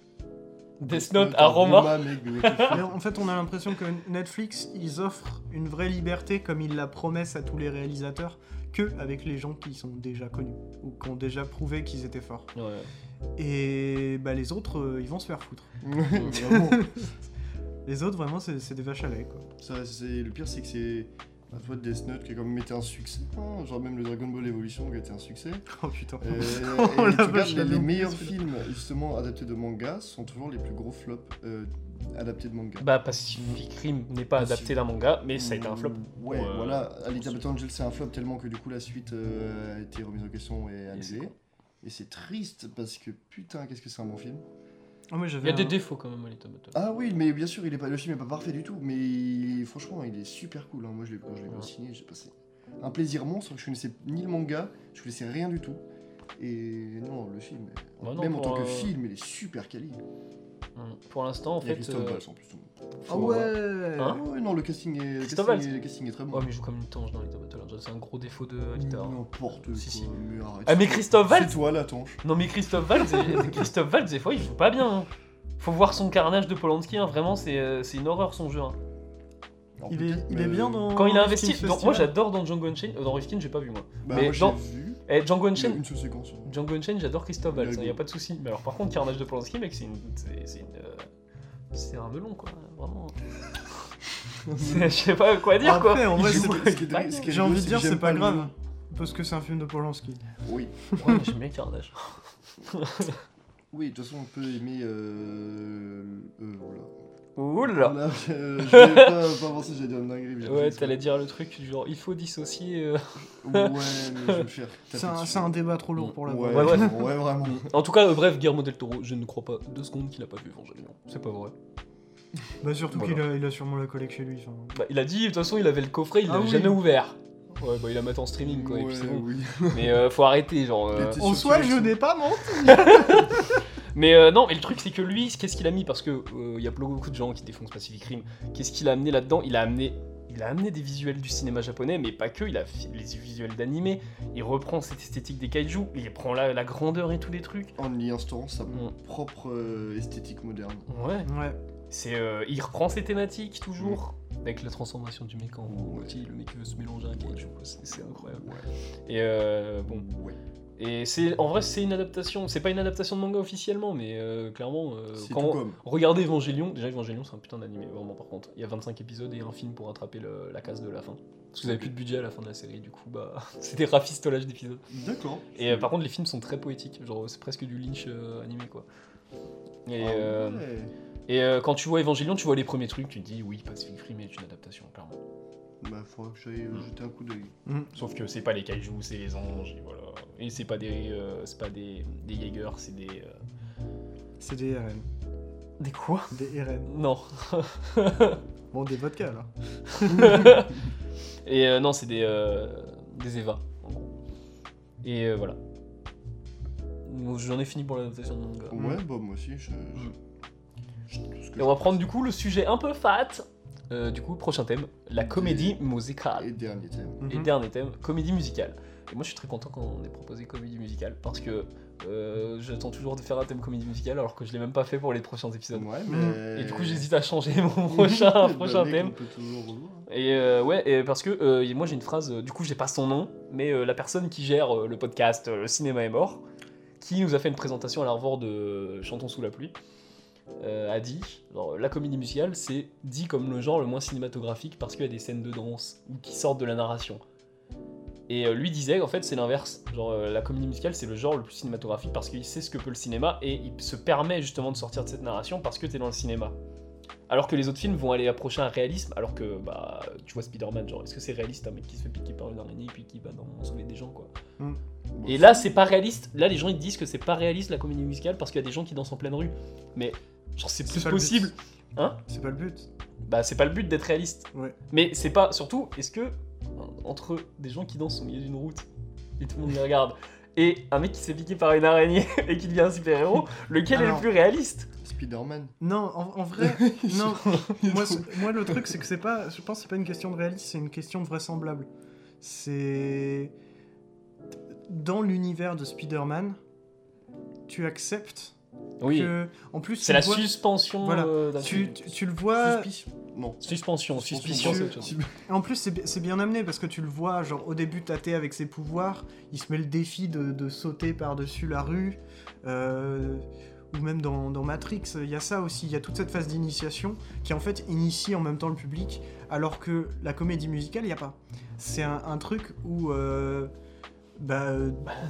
[SPEAKER 2] Death Note à Roma.
[SPEAKER 3] mec, mais what the fuck.
[SPEAKER 1] Mais en fait, on a l'impression que Netflix, ils offrent une vraie liberté comme ils la promettent à tous les réalisateurs que avec les gens qui sont déjà connus ou qui ont déjà prouvé qu'ils étaient forts.
[SPEAKER 2] Ouais.
[SPEAKER 1] Et bah les autres, euh, ils vont se faire foutre.
[SPEAKER 3] Vraiment.
[SPEAKER 1] Les autres, vraiment, c'est c'est des vaches à lait, quoi.
[SPEAKER 3] Ça, c'est- le pire, c'est que c'est. Bah, toi, Death Note qui a quand même été un succès. hein, Genre, même le Dragon Ball Evolution qui a été un succès.
[SPEAKER 1] Oh putain.
[SPEAKER 3] Euh, et
[SPEAKER 1] Oh, la
[SPEAKER 3] tu regardes,
[SPEAKER 1] vache,
[SPEAKER 3] les-
[SPEAKER 1] je l'avais
[SPEAKER 3] les
[SPEAKER 1] oublié,
[SPEAKER 3] meilleurs
[SPEAKER 1] celui-là.
[SPEAKER 3] films, justement, adaptés de manga sont toujours les plus gros flops euh, adaptés de manga.
[SPEAKER 2] Bah Pacific Rim n'est pas
[SPEAKER 3] Pacific-
[SPEAKER 2] adapté d'un manga, mais ça a été un flop.
[SPEAKER 3] Ouais,
[SPEAKER 2] Pour, euh,
[SPEAKER 3] voilà. Alita
[SPEAKER 2] pour-
[SPEAKER 3] Battle Angel, c'est un flop tellement que du coup, la suite euh, a été remise en question et
[SPEAKER 2] c'est
[SPEAKER 3] annulée.
[SPEAKER 2] con.
[SPEAKER 3] Et c'est triste parce que putain, qu'est-ce que c'est un bon film.
[SPEAKER 1] Oh, mais
[SPEAKER 2] Il y
[SPEAKER 1] j'avais
[SPEAKER 2] a des
[SPEAKER 1] un-
[SPEAKER 2] défauts quand même à Little Battle.
[SPEAKER 3] Ah oui, mais bien sûr, il est pas, le film est pas parfait du tout, mais franchement, il est super cool. hein. Moi, je l'ai, quand je l'ai vu au
[SPEAKER 2] Ouais.
[SPEAKER 3] ciné, j'ai passé un plaisir monstre. Je connaissais ni le manga, je connaissais rien du tout. Et non, le film, est-
[SPEAKER 2] Bah non,
[SPEAKER 3] même en
[SPEAKER 2] pour
[SPEAKER 3] tant
[SPEAKER 2] un-
[SPEAKER 3] que film, il est super quali.
[SPEAKER 2] Hum. Pour l'instant, en
[SPEAKER 3] il y a
[SPEAKER 2] fait.
[SPEAKER 3] Christophe
[SPEAKER 2] euh,
[SPEAKER 3] Waltz en plus.
[SPEAKER 2] faut-
[SPEAKER 3] Ah ouais,
[SPEAKER 2] Hein
[SPEAKER 3] Ah ouais, Non, le casting est, le
[SPEAKER 2] Christophe Oh,
[SPEAKER 3] casting
[SPEAKER 2] Waltz
[SPEAKER 3] est, le casting est très bon.
[SPEAKER 2] Ouais, mais il joue comme une tange dans Little Battle Angel, c'est un gros défaut de Alita. hein.
[SPEAKER 3] N'importe
[SPEAKER 2] Si, si.
[SPEAKER 3] quoi, mais arrête.
[SPEAKER 2] Ah, mais Christophe Waltz
[SPEAKER 3] C'est toi la tanche.
[SPEAKER 2] Non, mais Christophe Waltz, Christophe Waltz, des fois, il joue pas bien. hein. Faut voir son carnage de Polanski, hein, vraiment, c'est euh, c'est une horreur son jeu. hein.
[SPEAKER 3] Alors,
[SPEAKER 1] Il est,
[SPEAKER 3] peut-être,
[SPEAKER 1] il est
[SPEAKER 3] mais- euh,
[SPEAKER 1] bien dans.
[SPEAKER 2] Quand il a
[SPEAKER 1] Rifkin
[SPEAKER 2] investi. dans- moi,
[SPEAKER 1] Oh, Festival.
[SPEAKER 2] j'adore dans Django Unchained. euh, dans Rifkin, j'ai pas vu moi.
[SPEAKER 3] Bah,
[SPEAKER 2] mais
[SPEAKER 3] moi, j'ai
[SPEAKER 2] dans-
[SPEAKER 3] vu
[SPEAKER 2] Eh, Django Unchained,
[SPEAKER 3] une seule séquence. hein.
[SPEAKER 2] Django Unchained, j'adore Christophe Valls, il
[SPEAKER 3] Django.
[SPEAKER 2] n'y a pas de souci. Mais alors, par contre, Carnage de Polanski, mec, c'est une. C'est c'est une, euh, c'est un melon, quoi, vraiment. C'est- Je sais pas quoi dire, quoi.
[SPEAKER 1] Après, en
[SPEAKER 2] Il
[SPEAKER 1] vrai,
[SPEAKER 2] joue
[SPEAKER 1] c'est-
[SPEAKER 2] avec
[SPEAKER 3] ce qui est-
[SPEAKER 2] pas
[SPEAKER 3] ce qui
[SPEAKER 2] bien.
[SPEAKER 1] J'ai envie de
[SPEAKER 3] c'est
[SPEAKER 1] dire,
[SPEAKER 3] que j'aime
[SPEAKER 1] c'est pas
[SPEAKER 3] pas le
[SPEAKER 1] grave.
[SPEAKER 3] nom.
[SPEAKER 1] Parce que c'est un film de Polanski.
[SPEAKER 3] Oui.
[SPEAKER 2] Ouais, mais j'aime bien Carnage.
[SPEAKER 3] Oui, de toute façon, on peut aimer. Euh... euh, voilà.
[SPEAKER 2] Oula
[SPEAKER 3] Voilà, euh, je vais pas, pas penser, j'allais dire une dinguerie. mais j'ai
[SPEAKER 2] Ouais,
[SPEAKER 3] fait exprès.
[SPEAKER 2] t'allais dire le truc du genre, il faut dissocier. euh.
[SPEAKER 3] Ouais, mais je vais me faire. taper
[SPEAKER 1] C'est un,
[SPEAKER 3] dessus.
[SPEAKER 1] c'est un débat trop lourd pour la
[SPEAKER 3] Ouais,
[SPEAKER 1] voir.
[SPEAKER 2] Ouais, ouais.
[SPEAKER 3] vraiment, ouais, vraiment.
[SPEAKER 2] En tout cas, euh, bref, Guillermo del Toro, je ne crois pas deux secondes qu'il a pas vu Evangelion. C'est pas vrai.
[SPEAKER 1] Bah, surtout
[SPEAKER 2] Voilà.
[SPEAKER 1] qu'il a, il a sûrement la collecte chez lui. enfin.
[SPEAKER 2] Bah, il a dit, de toute façon, il avait le coffret, il
[SPEAKER 1] Ah
[SPEAKER 2] l'avait
[SPEAKER 1] oui.
[SPEAKER 2] jamais ouvert. Ouais, bah, il a maté en streaming, quoi, et puis
[SPEAKER 3] Ouais,
[SPEAKER 2] c'est bon.
[SPEAKER 3] oui.
[SPEAKER 2] Mais euh, faut arrêter, genre. euh,
[SPEAKER 3] Il était
[SPEAKER 1] En
[SPEAKER 3] sûr
[SPEAKER 1] soi,
[SPEAKER 3] qu'il
[SPEAKER 1] je
[SPEAKER 3] avait
[SPEAKER 1] n'ai pas menti.
[SPEAKER 2] Mais euh, non, mais le truc c'est que lui, qu'est-ce qu'il a mis Parce que euh, il y a beaucoup de gens qui défoncent Pacific Rim. Qu'est-ce qu'il a amené là-dedans Il a amené, il a amené des visuels du cinéma japonais, mais pas que. Il a fait les visuels d'animé. Il reprend cette esthétique des kaiju. Il prend la, la grandeur et tous les trucs.
[SPEAKER 3] son- En y instaurant sa
[SPEAKER 2] Mm.
[SPEAKER 3] propre euh, esthétique moderne.
[SPEAKER 2] Ouais.
[SPEAKER 1] Ouais.
[SPEAKER 2] C'est, euh, il reprend ses thématiques toujours. Mm. Avec la transformation du mec en outil, le mec qui veut se mélanger à un kaiju. C'est c'est incroyable. Et euh, bon.
[SPEAKER 3] Ouais.
[SPEAKER 2] Et c'est, en vrai, c'est une adaptation. C'est pas une adaptation de manga officiellement, mais euh, clairement, euh,
[SPEAKER 3] C'est
[SPEAKER 2] quand
[SPEAKER 3] tout
[SPEAKER 2] on-
[SPEAKER 3] comme.
[SPEAKER 2] Regardez Evangelion, déjà Evangelion c'est un putain d'animé, vraiment par contre. Il y a 25 épisodes et un film pour attraper le- la case de la fin. Parce que vous avez plus de budget à la fin de la série, du coup bah c'est des rafistolages d'épisodes.
[SPEAKER 3] D'accord.
[SPEAKER 2] Et euh, par contre les films sont très poétiques, genre c'est presque du Lynch euh, animé quoi. Et,
[SPEAKER 3] Ah
[SPEAKER 2] euh,
[SPEAKER 3] ouais.
[SPEAKER 2] et euh, quand tu vois Evangelion, tu vois les premiers trucs, tu te dis oui Pacific Rim est une adaptation clairement.
[SPEAKER 3] Bah, faudra que j'aille euh, jeter un coup d'œil.
[SPEAKER 2] Sauf que c'est pas les kaijus, c'est les anges et voilà. Et c'est pas des euh, c'est pas des des Jaeger, c'est des euh,
[SPEAKER 1] C'est des RN.
[SPEAKER 2] des quoi
[SPEAKER 1] Des RN.
[SPEAKER 2] Non.
[SPEAKER 1] Bon, des vodkas, là.
[SPEAKER 2] Et euh, non, c'est des, euh, des Eva, en gros. Et euh, voilà. Donc, J'en ai fini pour l'adaptation de manga.
[SPEAKER 3] Ouais, bah, moi aussi, je. je- que
[SPEAKER 2] Et on va prendre du coup le sujet un peu fat. Euh, du coup, prochain thème, la comédie musicale.
[SPEAKER 3] Et dernier thème.
[SPEAKER 2] Et
[SPEAKER 1] Mhm.
[SPEAKER 2] dernier thème, comédie musicale. Et moi, je suis très content quand on ait proposé comédie musicale parce que euh, j'attends toujours de faire un thème comédie musicale alors que je l'ai même pas fait pour les prochains épisodes.
[SPEAKER 3] Ouais, mais...
[SPEAKER 2] Et du coup, j'hésite à changer mon prochain,
[SPEAKER 3] Bah,
[SPEAKER 2] prochain
[SPEAKER 3] mec,
[SPEAKER 2] thème.
[SPEAKER 3] on peut toujours revoir.
[SPEAKER 2] Et euh, ouais, et parce que euh, et moi j'ai une phrase, euh, du coup j'ai pas son nom, mais euh, la personne qui gère euh, le podcast euh, Le cinéma est mort, qui nous a fait une présentation à l'Arvor de euh, Chantons sous la pluie, euh, a dit genre, euh, La comédie musicale, c'est dit comme le genre le moins cinématographique parce qu'il y a des scènes de danse ou qui sortent de la narration. Et euh, lui disait en fait c'est l'inverse, genre euh, la comédie musicale c'est le genre le plus cinématographique parce qu'il sait ce que peut le cinéma et il se permet justement de sortir de cette narration parce que t'es dans le cinéma. Alors que les autres films vont aller approcher un réalisme, alors que bah tu vois Spider-Man, genre est-ce que c'est réaliste un mec qui se fait piquer par une araignée puis qui va dans sauver des gens quoi.
[SPEAKER 1] Hmm.
[SPEAKER 3] Bon,
[SPEAKER 2] Et là c'est pas réaliste, là les gens ils disent que c'est pas réaliste la comédie musicale parce qu'il y a des gens qui dansent en pleine rue. Mais genre c'est
[SPEAKER 1] C'est
[SPEAKER 2] plus
[SPEAKER 1] pas le but.
[SPEAKER 2] possible. Hein
[SPEAKER 1] C'est pas le but.
[SPEAKER 2] Bah c'est pas le but d'être réaliste.
[SPEAKER 1] Ouais.
[SPEAKER 2] Mais c'est pas surtout est-ce que entre des gens qui dansent au milieu d'une route et tout le monde les regarde et un mec qui s'est piqué par une araignée et qui devient un super-héros, lequel est
[SPEAKER 1] Alors-
[SPEAKER 2] le plus réaliste
[SPEAKER 3] hein. Spider-Man.
[SPEAKER 1] Non, en, en vrai, non. moi, ce- moi, le truc, c'est que c'est pas. Je pense que c'est pas une question de réaliste, c'est une question de vraisemblable. C'est. Dans l'univers de Spider-Man, tu acceptes
[SPEAKER 2] Oui.
[SPEAKER 1] que. En plus, tu
[SPEAKER 2] C'est la
[SPEAKER 1] le vois-
[SPEAKER 2] suspension
[SPEAKER 1] Voilà.
[SPEAKER 2] euh, d'un film.
[SPEAKER 1] tu, tu- tu le vois.
[SPEAKER 3] Suspicion. Non.
[SPEAKER 2] Suspension,
[SPEAKER 1] Suspension,
[SPEAKER 2] suspicion, c'est autre chose.
[SPEAKER 3] Suspicion.
[SPEAKER 1] En plus, c'est bi- c'est bien amené parce que tu le vois, genre au début tâté avec ses pouvoirs, il se met le défi de, de sauter par-dessus la rue, euh, ou même dans, dans Matrix, il y a ça aussi, il y a toute cette phase d'initiation qui en fait initie en même temps le public, alors que la comédie musicale, il n'y a pas. C'est un, un truc où euh, bah,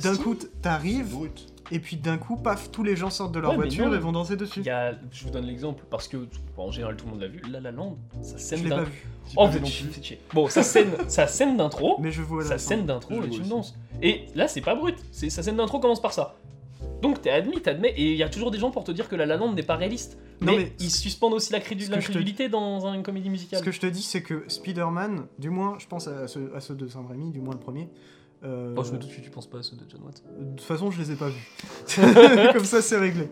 [SPEAKER 1] d'un
[SPEAKER 2] si.
[SPEAKER 1] coup t- t'arrives,
[SPEAKER 3] Brut.
[SPEAKER 2] Oh,
[SPEAKER 1] et puis d'un coup, paf, tous les gens sortent de leur
[SPEAKER 2] Ouais, mais
[SPEAKER 1] voiture
[SPEAKER 2] non.
[SPEAKER 1] et vont danser dessus.
[SPEAKER 2] Il y a- je vous donne l'exemple parce que bon, en général tout le monde l'a vu. La La Land, sa
[SPEAKER 1] Je
[SPEAKER 2] scène
[SPEAKER 1] l'ai pas
[SPEAKER 2] d'intro.
[SPEAKER 1] vu,
[SPEAKER 2] Oh,
[SPEAKER 3] J'ai
[SPEAKER 2] vous
[SPEAKER 3] pas
[SPEAKER 2] êtes
[SPEAKER 3] non
[SPEAKER 2] chier,
[SPEAKER 3] plus.
[SPEAKER 2] vous êtes chier. Bon, sa scène, sa scène d'intro,
[SPEAKER 1] mais je vois la
[SPEAKER 2] sa
[SPEAKER 1] fin.
[SPEAKER 2] scène
[SPEAKER 3] Je
[SPEAKER 2] d'intro est
[SPEAKER 3] vois
[SPEAKER 2] une
[SPEAKER 3] aussi.
[SPEAKER 2] danse. Et là, c'est pas brut. C'est sa scène d'intro commence par ça. Donc t'es admis, t'admets, et il y a toujours des gens pour te dire que La La Land n'est pas réaliste.
[SPEAKER 1] Non,
[SPEAKER 2] mais,
[SPEAKER 1] mais
[SPEAKER 2] ils suspendent aussi la crédu-
[SPEAKER 1] ce que je te-
[SPEAKER 2] l'incrédulité dans une comédie musicale.
[SPEAKER 1] Ce que je te dis, c'est que Spider-Man, du moins, je pense à ceux, à ceux de Sam Raimi, du moins le premier. euh,
[SPEAKER 2] Bon, Oh, je me doute que tu penses pas à ceux de John Watt.
[SPEAKER 1] de toute façon, je les ai pas vus. Comme ça, c'est réglé.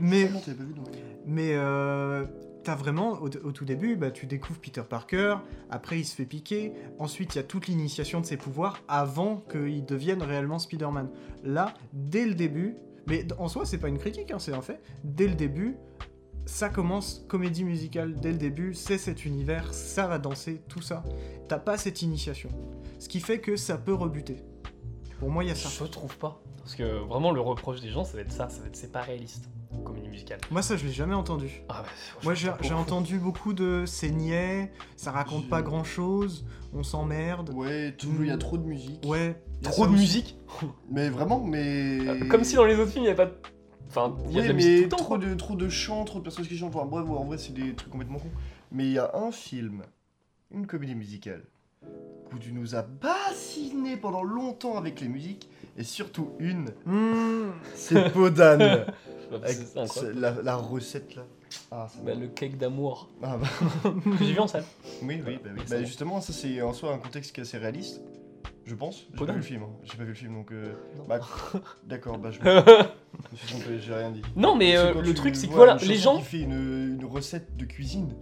[SPEAKER 1] Mais,
[SPEAKER 3] Non, t'avais pas vu non.
[SPEAKER 1] mais euh, t'as vraiment, au, au tout début, bah, tu découvres Peter Parker, après il se fait piquer, ensuite il y a toute l'initiation de ses pouvoirs avant qu'il devienne réellement Spider-Man. Là, dès le début, mais d- en soi, c'est pas une critique, hein, c'est un fait, dès le début, ça commence comédie musicale dès le début, c'est cet univers, ça va danser, tout ça. T'as pas cette initiation. Ce qui fait que ça peut rebuter. Pour moi, il y a ça.
[SPEAKER 2] Je trouve pas. Parce que vraiment, le reproche des gens, ça va être ça. ça va être C'est pas réaliste, comédie musicale.
[SPEAKER 1] Moi, ça, je l'ai jamais entendu.
[SPEAKER 2] Ah, bah,
[SPEAKER 1] Moi j'ai
[SPEAKER 2] beaucoup.
[SPEAKER 1] j'ai entendu beaucoup de c'est niais, ça raconte
[SPEAKER 3] J'ai-
[SPEAKER 1] pas grand chose, on s'emmerde.
[SPEAKER 3] Ouais, tout- il y a
[SPEAKER 2] Mm.
[SPEAKER 3] trop de musique.
[SPEAKER 1] Ouais, y a
[SPEAKER 2] Trop
[SPEAKER 1] ça
[SPEAKER 2] de
[SPEAKER 1] aussi.
[SPEAKER 2] musique
[SPEAKER 3] Mais vraiment, mais.
[SPEAKER 2] Euh, Comme si dans les autres films, il n'y avait pas de... Enfin, Hein, il y a
[SPEAKER 3] Ouais,
[SPEAKER 2] de la
[SPEAKER 3] mais
[SPEAKER 2] musique tout le temps.
[SPEAKER 3] trop,
[SPEAKER 2] quoi.
[SPEAKER 3] de, trop de chants, trop de personnes qui chantent. Enfin, bref, en vrai, c'est des trucs complètement cons. Mais il y a un film, une comédie musicale, où tu nous as bassiné pendant longtemps avec les musiques, et surtout une,
[SPEAKER 1] Mmh.
[SPEAKER 3] c'est Podane.
[SPEAKER 2] Bah,
[SPEAKER 3] Avec
[SPEAKER 2] c'est- c'est incroyable.
[SPEAKER 3] ce- la, la recette là. Ah, ça
[SPEAKER 2] Bah,
[SPEAKER 3] m'a-
[SPEAKER 2] le cake d'amour
[SPEAKER 3] Ah, bah,
[SPEAKER 2] que j'ai vu en salle.
[SPEAKER 3] oui, oui, bah, oui.
[SPEAKER 2] C'est
[SPEAKER 3] Bah,
[SPEAKER 2] bon.
[SPEAKER 3] justement, ça c'est en soi un contexte qui est assez réaliste, je pense. J'ai pas
[SPEAKER 2] Podane.
[SPEAKER 3] vu le film, hein. j'ai pas vu le film donc. euh,
[SPEAKER 2] Non.
[SPEAKER 3] bah, D'accord, bah je je me suis trompé, j'ai rien dit.
[SPEAKER 2] non, mais
[SPEAKER 3] C'est
[SPEAKER 2] euh,
[SPEAKER 3] quand
[SPEAKER 2] le
[SPEAKER 3] tu
[SPEAKER 2] truc, c'est que
[SPEAKER 3] vois
[SPEAKER 2] voilà,
[SPEAKER 3] une
[SPEAKER 2] les
[SPEAKER 3] chanson
[SPEAKER 2] gens.
[SPEAKER 3] qui fait une, une recette de cuisine.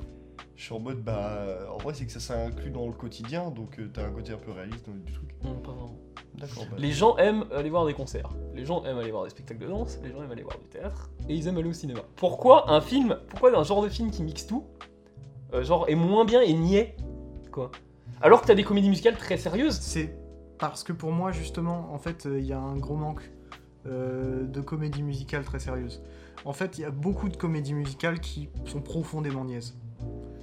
[SPEAKER 3] Je suis en mode, bah. En vrai, c'est que ça s'inclut dans le quotidien, donc euh, t'as un côté un peu réaliste euh, du truc.
[SPEAKER 2] Non, pas vraiment.
[SPEAKER 3] D'accord, bah.
[SPEAKER 2] Les gens aiment aller voir des concerts. Les gens aiment aller voir des spectacles de danse. Les gens aiment aller voir du théâtre. Et ils aiment aller au cinéma. Pourquoi un film Pourquoi un genre de film qui mixe tout euh, Genre, est moins bien et niais Quoi Alors que t'as des comédies musicales très sérieuses.
[SPEAKER 1] C'est parce que pour moi justement, en fait, il y a un gros manque euh, de comédie musicale très sérieuse. En fait, il y a beaucoup de comédies musicales qui sont profondément niaises.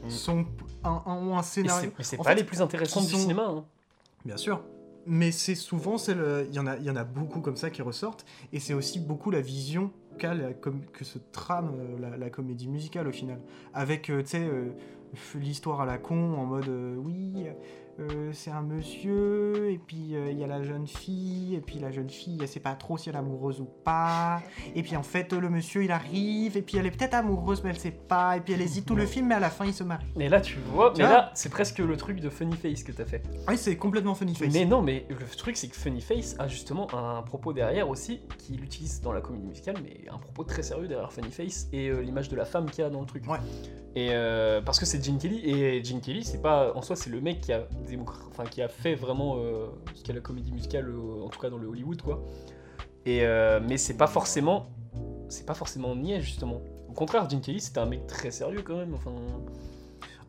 [SPEAKER 3] Mm.
[SPEAKER 1] Sont un, un- ont un
[SPEAKER 2] Et
[SPEAKER 1] scénario.
[SPEAKER 2] c'est- mais c'est
[SPEAKER 1] En
[SPEAKER 2] pas
[SPEAKER 1] fait,
[SPEAKER 2] les plus intéressantes
[SPEAKER 1] qui
[SPEAKER 2] du
[SPEAKER 1] sont-
[SPEAKER 2] cinéma. hein.
[SPEAKER 1] Bien sûr. Mais c'est souvent, c'est le- il y, en a- il y en a beaucoup comme ça qui ressortent, et c'est aussi beaucoup la vision qu'a la com- que se trame euh, la, la comédie musicale au final. Avec, euh, tu sais, euh, l'histoire à la con, en mode, euh, oui, euh, c'est un monsieur, et puis euh, il y a la jeune fille, et puis la jeune fille, elle sait pas trop si elle est amoureuse ou pas, et puis en fait, euh, le monsieur, il arrive, et puis elle est peut-être amoureuse, mais elle sait pas, et puis elle hésite tout le film, mais à la fin, ils se marient.
[SPEAKER 2] Mais là, tu vois,
[SPEAKER 1] Tu
[SPEAKER 2] mais
[SPEAKER 1] vois
[SPEAKER 2] là, c'est presque le truc de Funny Face que t'as fait.
[SPEAKER 1] Oui, c'est complètement funny face.
[SPEAKER 2] Mais non, mais le truc, c'est que Funny Face a justement un propos derrière aussi, qu'il utilise dans la comédie musicale, mais un propos très sérieux derrière Funny Face et euh, l'image de la femme qu'il y a dans le truc.
[SPEAKER 1] Ouais.
[SPEAKER 2] Et euh, parce que c'est Gene Kelly, et Gene Kelly, c'est pas. En soi, c'est le mec qui a, démocr- enfin, qui a fait vraiment euh, ce qu'est la comédie musicale, euh, en tout cas dans le Hollywood, quoi. Et, euh, mais c'est pas forcément. C'est pas forcément niais, justement. Au contraire, Gene Kelly, c'était un mec très sérieux quand même, enfin.